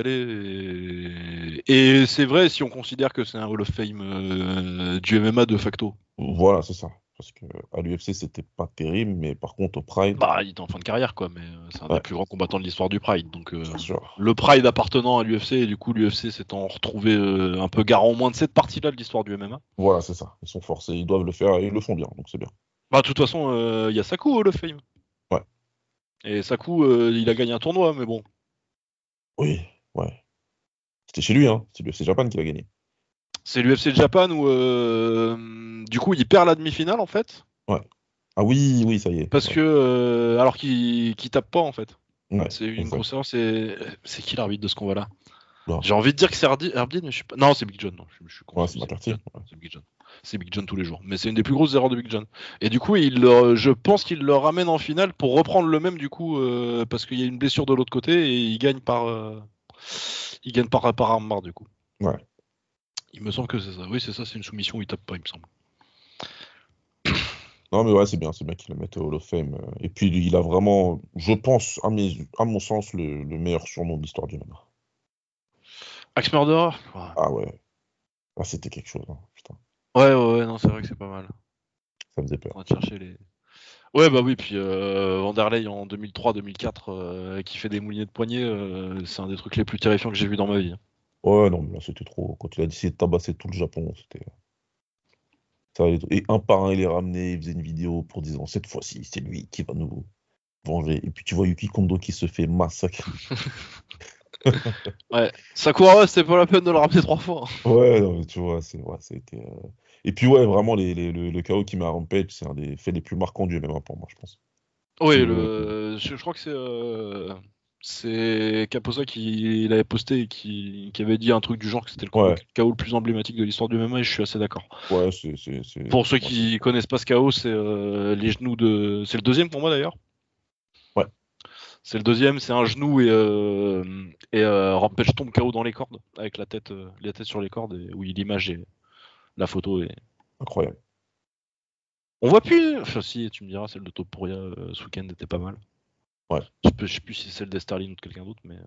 [SPEAKER 1] aller. Et, et c'est vrai si on considère que c'est un Hall of Fame euh, du MMA de facto.
[SPEAKER 2] Voilà, c'est ça. Parce que euh, à l'UFC, c'était pas terrible, mais par contre, au Pride,
[SPEAKER 1] Bah, il est en fin de carrière, quoi, mais euh, c'est un
[SPEAKER 2] Ouais.
[SPEAKER 1] des plus grands combattants de l'histoire du Pride. Donc, euh,
[SPEAKER 2] c'est sûr.
[SPEAKER 1] le Pride appartenant à l'UFC, et du coup, l'UFC s'étant retrouvé euh, un peu garant au moins de cette partie-là de l'histoire du MMA.
[SPEAKER 2] Voilà, c'est ça. Ils sont forcés, ils doivent le faire et ils le font bien, donc c'est bien.
[SPEAKER 1] Bah, de toute façon, euh, il y a Saku au Hall of Fame.
[SPEAKER 2] Ouais.
[SPEAKER 1] Et Saku, euh, il a gagné un tournoi, mais bon.
[SPEAKER 2] Oui, ouais. C'était chez lui, hein. C'est l'UFC Japan qui l'a gagné.
[SPEAKER 1] C'est l'UFC Japan où, euh, du coup, il perd la demi-finale, en fait.
[SPEAKER 2] Ah oui, oui, ça y est.
[SPEAKER 1] Parce que euh, alors qu'il qu'il tape pas en fait.
[SPEAKER 2] Ouais,
[SPEAKER 1] c'est une
[SPEAKER 2] exact.
[SPEAKER 1] grosse erreur. C'est c'est qui l'arbitre de ce combat là
[SPEAKER 2] Non.
[SPEAKER 1] J'ai envie de dire que c'est Hardy, Hardy, mais je suis pas. Non, c'est Big John. Non, je, je suis con.
[SPEAKER 2] Ouais, c'est McCarthy,
[SPEAKER 1] Big John, C'est Big John. C'est Big John tous les jours. Mais c'est une des plus grosses erreurs de Big John. Et du coup, il, le- je pense qu'il le ramène en finale pour reprendre le même du coup euh, parce qu'il y a une blessure de l'autre côté et il gagne par euh, il gagne par par arme barre, du coup.
[SPEAKER 2] Ouais.
[SPEAKER 1] Il me semble que c'est ça. Oui, c'est ça. C'est une soumission où il tape pas, il me semble.
[SPEAKER 2] Non, mais ouais, c'est bien, c'est bien qu'il le mette au Hall of Fame. euh, Et puis, il a vraiment, je pense, à, mes, à mon sens, le, le meilleur surnom de l'histoire du MMA.
[SPEAKER 1] Axe Murderer. Ouais.
[SPEAKER 2] Ah ouais. Ah, c'était quelque chose, hein, putain.
[SPEAKER 1] Ouais, ouais, ouais. Non, c'est vrai que c'est pas mal.
[SPEAKER 2] Ça faisait peur.
[SPEAKER 1] en train de chercher les. Ouais, bah oui, puis euh, Vanderlei en 2003-2004 euh, qui fait des moulinets de poignet, euh, c'est un des trucs les plus terrifiants que j'ai vu dans ma vie.
[SPEAKER 2] Ouais, non, mais là, c'était trop. Quand il a décidé de tabasser tout le Japon, c'était. euh, ça allait- Et un par un, il les ramenait, il faisait une vidéo pour disant cette fois-ci, c'est lui qui va nous venger. Et puis, tu vois Yuki Kondo qui se fait massacrer.
[SPEAKER 1] Sakura, c'était pas la peine de le ramener trois fois. hein.
[SPEAKER 2] Ouais, non, mais tu vois, c'est ouais, ça a été, euh, Et puis, ouais, vraiment, les, les- le, le chaos qui met à Rampage, c'est un des faits les plus marquants du MMA pour moi, je pense.
[SPEAKER 1] Oui,
[SPEAKER 2] C'est
[SPEAKER 1] le... je, je crois que c'est. euh, C'est Caposa qui l'avait posté et qui, qui avait dit un truc du genre que c'était le
[SPEAKER 2] Ouais.
[SPEAKER 1] KO le plus emblématique de l'histoire du MMA et je suis assez d'accord.
[SPEAKER 2] Ouais, c'est- c'est- c'est-
[SPEAKER 1] Pour ceux qui connaissent pas ce KO, c'est euh, les genoux de. C'est le deuxième pour moi d'ailleurs.
[SPEAKER 2] Ouais.
[SPEAKER 1] C'est le deuxième, c'est un genou et, euh, et euh, Rampage tombe KO dans les cordes, avec la tête, euh, la tête sur les cordes, et, oui, l'image et la photo. est-
[SPEAKER 2] incroyable.
[SPEAKER 1] On voit plus. Enfin, si, tu me diras, celle de Topuria euh, ce week-end était pas mal.
[SPEAKER 2] Ouais.
[SPEAKER 1] Je, peux- je sais plus si c'est celle d'Esterlin ou de quelqu'un d'autre, mais. euh.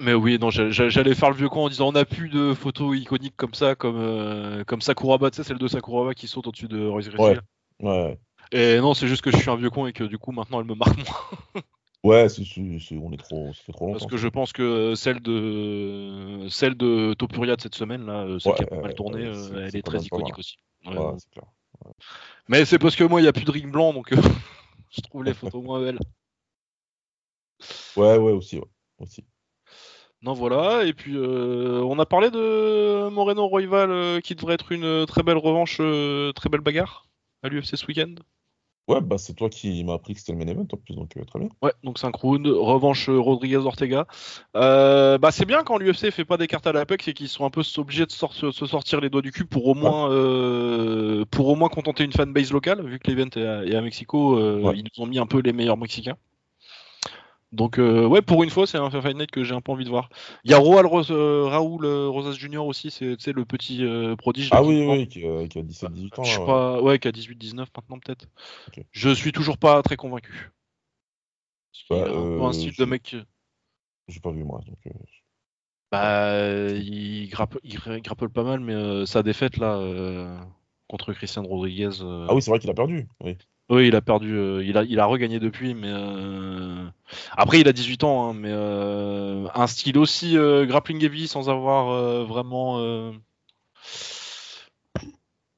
[SPEAKER 1] Mais oui, non, j'a- j'a- j'allais faire le vieux con en disant on n'a plus de photos iconiques comme ça, comme, euh, comme Sakuraba, tu sais, celle de Sakuraba qui saute au-dessus de Royce Gracie.
[SPEAKER 2] Ouais. Ouais,
[SPEAKER 1] Et non, c'est juste que je suis un vieux con et que du coup maintenant elle me marque moins.
[SPEAKER 2] ouais c'est- c'est- c'est- on est trop, ça fait trop
[SPEAKER 1] Parce
[SPEAKER 2] longtemps.
[SPEAKER 1] que je pense que euh, celle de celle de Topuria de cette semaine, là, euh, celle
[SPEAKER 2] Ouais,
[SPEAKER 1] qui a pas
[SPEAKER 2] euh,
[SPEAKER 1] mal tourné,
[SPEAKER 2] ouais,
[SPEAKER 1] euh,
[SPEAKER 2] c'est-
[SPEAKER 1] elle
[SPEAKER 2] c'est
[SPEAKER 1] est
[SPEAKER 2] quand
[SPEAKER 1] très
[SPEAKER 2] même pas mal.
[SPEAKER 1] iconique aussi. Ouais,
[SPEAKER 2] Ouais,
[SPEAKER 1] non,
[SPEAKER 2] c'est clair.
[SPEAKER 1] Mais c'est parce que moi, il n'y a plus de ring blanc, donc euh, je trouve les photos moins belles.
[SPEAKER 2] Ouais, ouais, aussi, ouais, aussi.
[SPEAKER 1] Non, voilà. Et puis, euh, on a parlé de Moreno Royval euh, qui devrait être une euh, très belle revanche, euh, très belle bagarre à l'UFC ce week-end.
[SPEAKER 2] Ouais, bah c'est toi qui m'as appris que c'était le main event en plus, donc euh, très bien.
[SPEAKER 1] Ouais, donc 5 rounds, revanche euh, Rodriguez-Ortega. Euh, bah, c'est bien quand l'UFC fait pas des cartes à l'Apex et qu'ils sont un peu obligés de sor- se sortir les doigts du cul pour au moins, euh, pour au moins contenter une fanbase locale, vu que l'event est, à- est à Mexico, euh,
[SPEAKER 2] Ouais.
[SPEAKER 1] ils nous ont mis un peu les meilleurs Mexicains. Donc euh, ouais, pour une fois, c'est un Fight Night que j'ai un peu envie de voir. Il y a Roal Ros- euh, Raoul euh, Rosas Junior aussi, c'est tu sais, le petit euh, prodige. là,
[SPEAKER 2] Ah
[SPEAKER 1] qui
[SPEAKER 2] oui,
[SPEAKER 1] prend-
[SPEAKER 2] oui, qui, euh, qui a 17-18 ans.
[SPEAKER 1] Bah,
[SPEAKER 2] euh,
[SPEAKER 1] je
[SPEAKER 2] là,
[SPEAKER 1] sais
[SPEAKER 2] ouais.
[SPEAKER 1] pas, ouais, qui a 18-19 maintenant peut-être.
[SPEAKER 2] Ok.
[SPEAKER 1] Je suis toujours pas très convaincu. Il
[SPEAKER 2] Ouais,
[SPEAKER 1] a un, peu
[SPEAKER 2] euh,
[SPEAKER 1] un style
[SPEAKER 2] je-
[SPEAKER 1] de mec.
[SPEAKER 2] J'ai pas vu moi. Donc, euh,
[SPEAKER 1] Bah, il grappe, il gra- grappole pas mal, mais euh, sa défaite là euh, contre Christian Rodriguez. euh,
[SPEAKER 2] Ah oui, c'est vrai qu'il a perdu. Oui.
[SPEAKER 1] oui, il a perdu, euh, il a, il a regagné depuis, mais euh, après il a 18 ans, hein, mais euh, un style aussi euh, grappling heavy sans avoir euh, vraiment euh,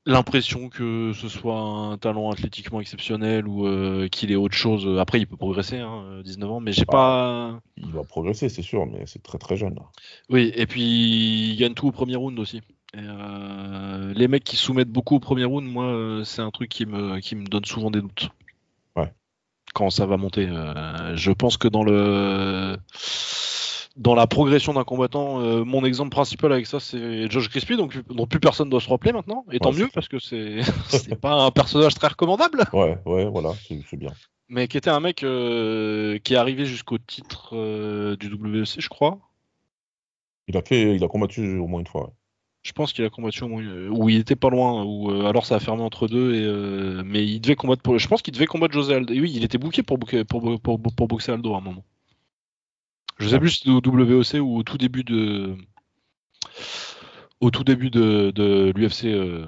[SPEAKER 1] l'impression que ce soit un talent athlétiquement exceptionnel ou euh, qu'il est autre chose. Après, il peut progresser, hein, 19 ans, mais j'ai
[SPEAKER 2] Ah.
[SPEAKER 1] pas.
[SPEAKER 2] Il va progresser, c'est sûr, mais c'est très très jeune. Là.
[SPEAKER 1] Oui, et puis il gagne tout au premier round aussi. Et, euh, les mecs qui soumettent beaucoup au premier round, moi, euh, c'est un truc qui me, qui me donne souvent des doutes.
[SPEAKER 2] Ouais.
[SPEAKER 1] Quand ça va monter. euh, je pense que dans le dans la progression d'un combattant, euh, mon exemple principal avec ça, c'est Josh Crispy, donc, dont plus personne doit se rappeler maintenant. Et tant
[SPEAKER 2] Ouais, c'est
[SPEAKER 1] mieux,
[SPEAKER 2] clair.
[SPEAKER 1] parce que c'est c'est pas un personnage très recommandable
[SPEAKER 2] Ouais, ouais, voilà, c'est c'est bien.
[SPEAKER 1] mais qui était un mec euh, qui est arrivé jusqu'au titre euh, du WEC, je crois.
[SPEAKER 2] Il a, fait, il a combattu au moins une fois. ouais.
[SPEAKER 1] Je pense qu'il a combattu au moins, euh, ou il était pas loin, ou euh, alors ça a fermé entre deux. Et, euh, mais il devait combattre. Pour, je pense qu'il devait combattre José Aldo. Et oui, il était booké pour, booker- pour, bo- pour, bo- pour boxer Aldo à un moment. Je sais plus si c'était au WEC ou au tout début de, au tout début de, de l'UFC. euh.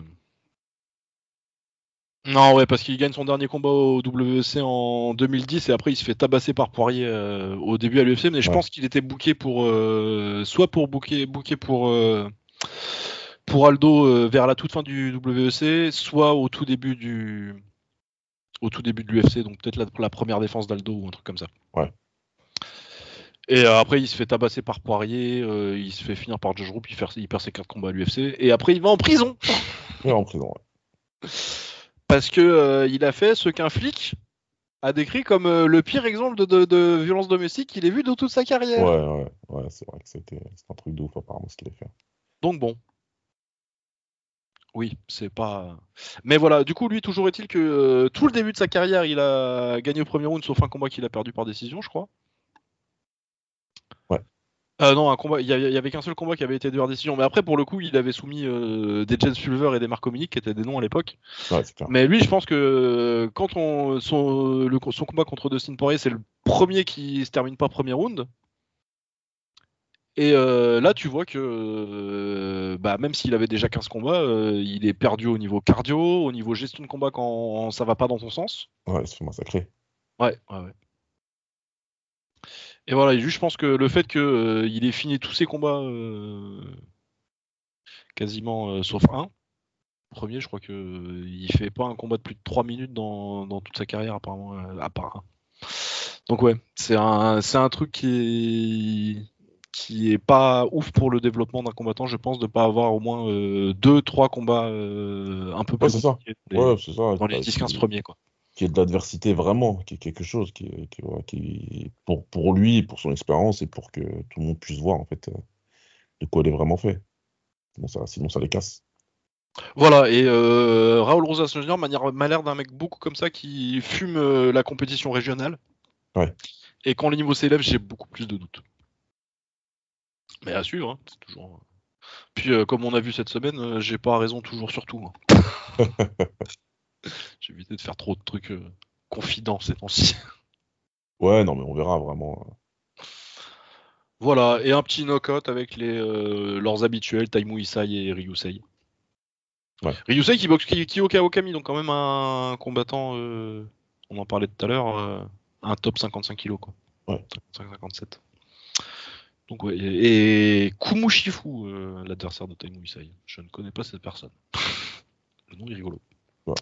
[SPEAKER 1] Non, ouais, parce qu'il gagne son dernier combat au WEC en 2010 et après il se fait tabasser par Poirier euh, au début à l'UFC. Mais je
[SPEAKER 2] Ouais.
[SPEAKER 1] pense qu'il était booké pour, euh, soit pour booker, booké pour. euh, pour Aldo euh, vers la toute fin du WEC, soit au tout début du au tout début de l'UFC, donc peut-être la, la première défense d'Aldo ou un truc comme ça.
[SPEAKER 2] Ouais.
[SPEAKER 1] Et euh, après, il se fait tabasser par Poirier, euh, il se fait finir par Josh Roop, il, fait- il perd ses cartes combat à l'UFC, et après il va en prison
[SPEAKER 2] Ouais, en prison. ouais.
[SPEAKER 1] parce que euh, il a fait ce qu'un flic a décrit comme euh, le pire exemple de, de- de violence domestique qu'il ait vu de toute sa carrière.
[SPEAKER 2] Ouais, ouais, ouais, c'est vrai que c'était c'est un truc de ouf apparemment ce qu'il a fait.
[SPEAKER 1] Donc bon. Oui, c'est pas. Mais voilà, du coup, lui, toujours est-il que euh, tout le début de sa carrière, il a gagné au premier round, sauf un combat qu'il a perdu par décision, je crois.
[SPEAKER 2] Ouais.
[SPEAKER 1] Euh, non, un combat. Il y, avait- il y avait qu'un seul combat qui avait été de par décision, mais après, pour le coup, il avait soumis euh, des Jens Pulver et des Marco Minic, qui étaient des noms à l'époque.
[SPEAKER 2] Ouais, c'est clair.
[SPEAKER 1] Mais lui, je pense que euh, quand on son, le, son combat contre Dustin Poirier, c'est le premier qui se termine par premier round. Et euh, là, tu vois que euh, bah, même s'il avait déjà 15 combats, euh, il est perdu au niveau cardio, au niveau gestion de combat quand ça va pas dans ton sens.
[SPEAKER 2] Ouais, il se fait massacrer.
[SPEAKER 1] Ouais, ouais, ouais. Et voilà, et juste, je pense que le fait qu'il ait fini tous ses combats euh, quasiment euh, sauf un, premier, je crois que euh, il fait pas un combat de plus de 3 minutes dans, dans toute sa carrière, apparemment, euh, à part un. Donc, ouais, c'est un, c'est un truc qui est, qui est pas ouf pour le développement d'un combattant, je pense, de pas avoir au moins 2-3 combats euh, un peu
[SPEAKER 2] Ouais,
[SPEAKER 1] plus
[SPEAKER 2] c'est ça.
[SPEAKER 1] compliqués des-
[SPEAKER 2] Ouais, c'est ça.
[SPEAKER 1] dans les
[SPEAKER 2] Bah,
[SPEAKER 1] 10-15
[SPEAKER 2] tu-
[SPEAKER 1] premiers, quoi.
[SPEAKER 2] qui est de l'adversité vraiment, qui est quelque chose qui, est- qui, voilà, qui- pour, pour lui, pour son expérience et pour que tout le monde puisse voir en fait euh, de quoi il est vraiment fait. Sinon ça, sinon ça les casse.
[SPEAKER 1] Voilà, et euh, Raoul Rosas Jr. manière- m'a l'air d'un mec beaucoup comme ça qui fume euh, la compétition régionale.
[SPEAKER 2] Ouais.
[SPEAKER 1] Et quand le niveau s'élève, j'ai beaucoup plus de doutes. Mais à suivre, hein, c'est toujours. Puis euh, comme on a vu cette semaine, euh, j'ai pas raison toujours sur tout. hein. j'ai évité de faire trop de trucs euh, confidents ces temps-ci.
[SPEAKER 2] Ouais, non mais on verra vraiment. euh,
[SPEAKER 1] Voilà, et un petit knockout avec les, euh, leurs habituels, Taimu Isai et Ryusei.
[SPEAKER 2] Ouais.
[SPEAKER 1] Ryusei qui boxe Ki- Kiyoka Okami, donc quand même un combattant, euh, on en parlait tout à l'heure, euh, un top 55 kg quoi.
[SPEAKER 2] Ouais.
[SPEAKER 1] 55-57. Donc ouais, et, et Kumushifu, euh, l'adversaire de Taimu Isai. Je ne connais pas cette personne. Le nom est rigolo.
[SPEAKER 2] Ouais.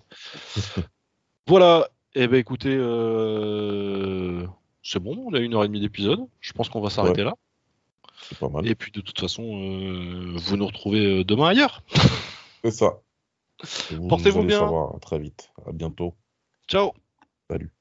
[SPEAKER 1] voilà, et ben écoutez, euh, c'est bon, on a une heure et demie d'épisode. Je pense qu'on va s'arrêter là.
[SPEAKER 2] C'est pas mal.
[SPEAKER 1] Et puis de toute façon, euh, vous nous retrouvez euh, demain ailleurs.
[SPEAKER 2] C'est ça. Et vous,
[SPEAKER 1] Portez-vous
[SPEAKER 2] allez euh,
[SPEAKER 1] bien.
[SPEAKER 2] savoir très vite. À bientôt.
[SPEAKER 1] Ciao
[SPEAKER 2] Salut.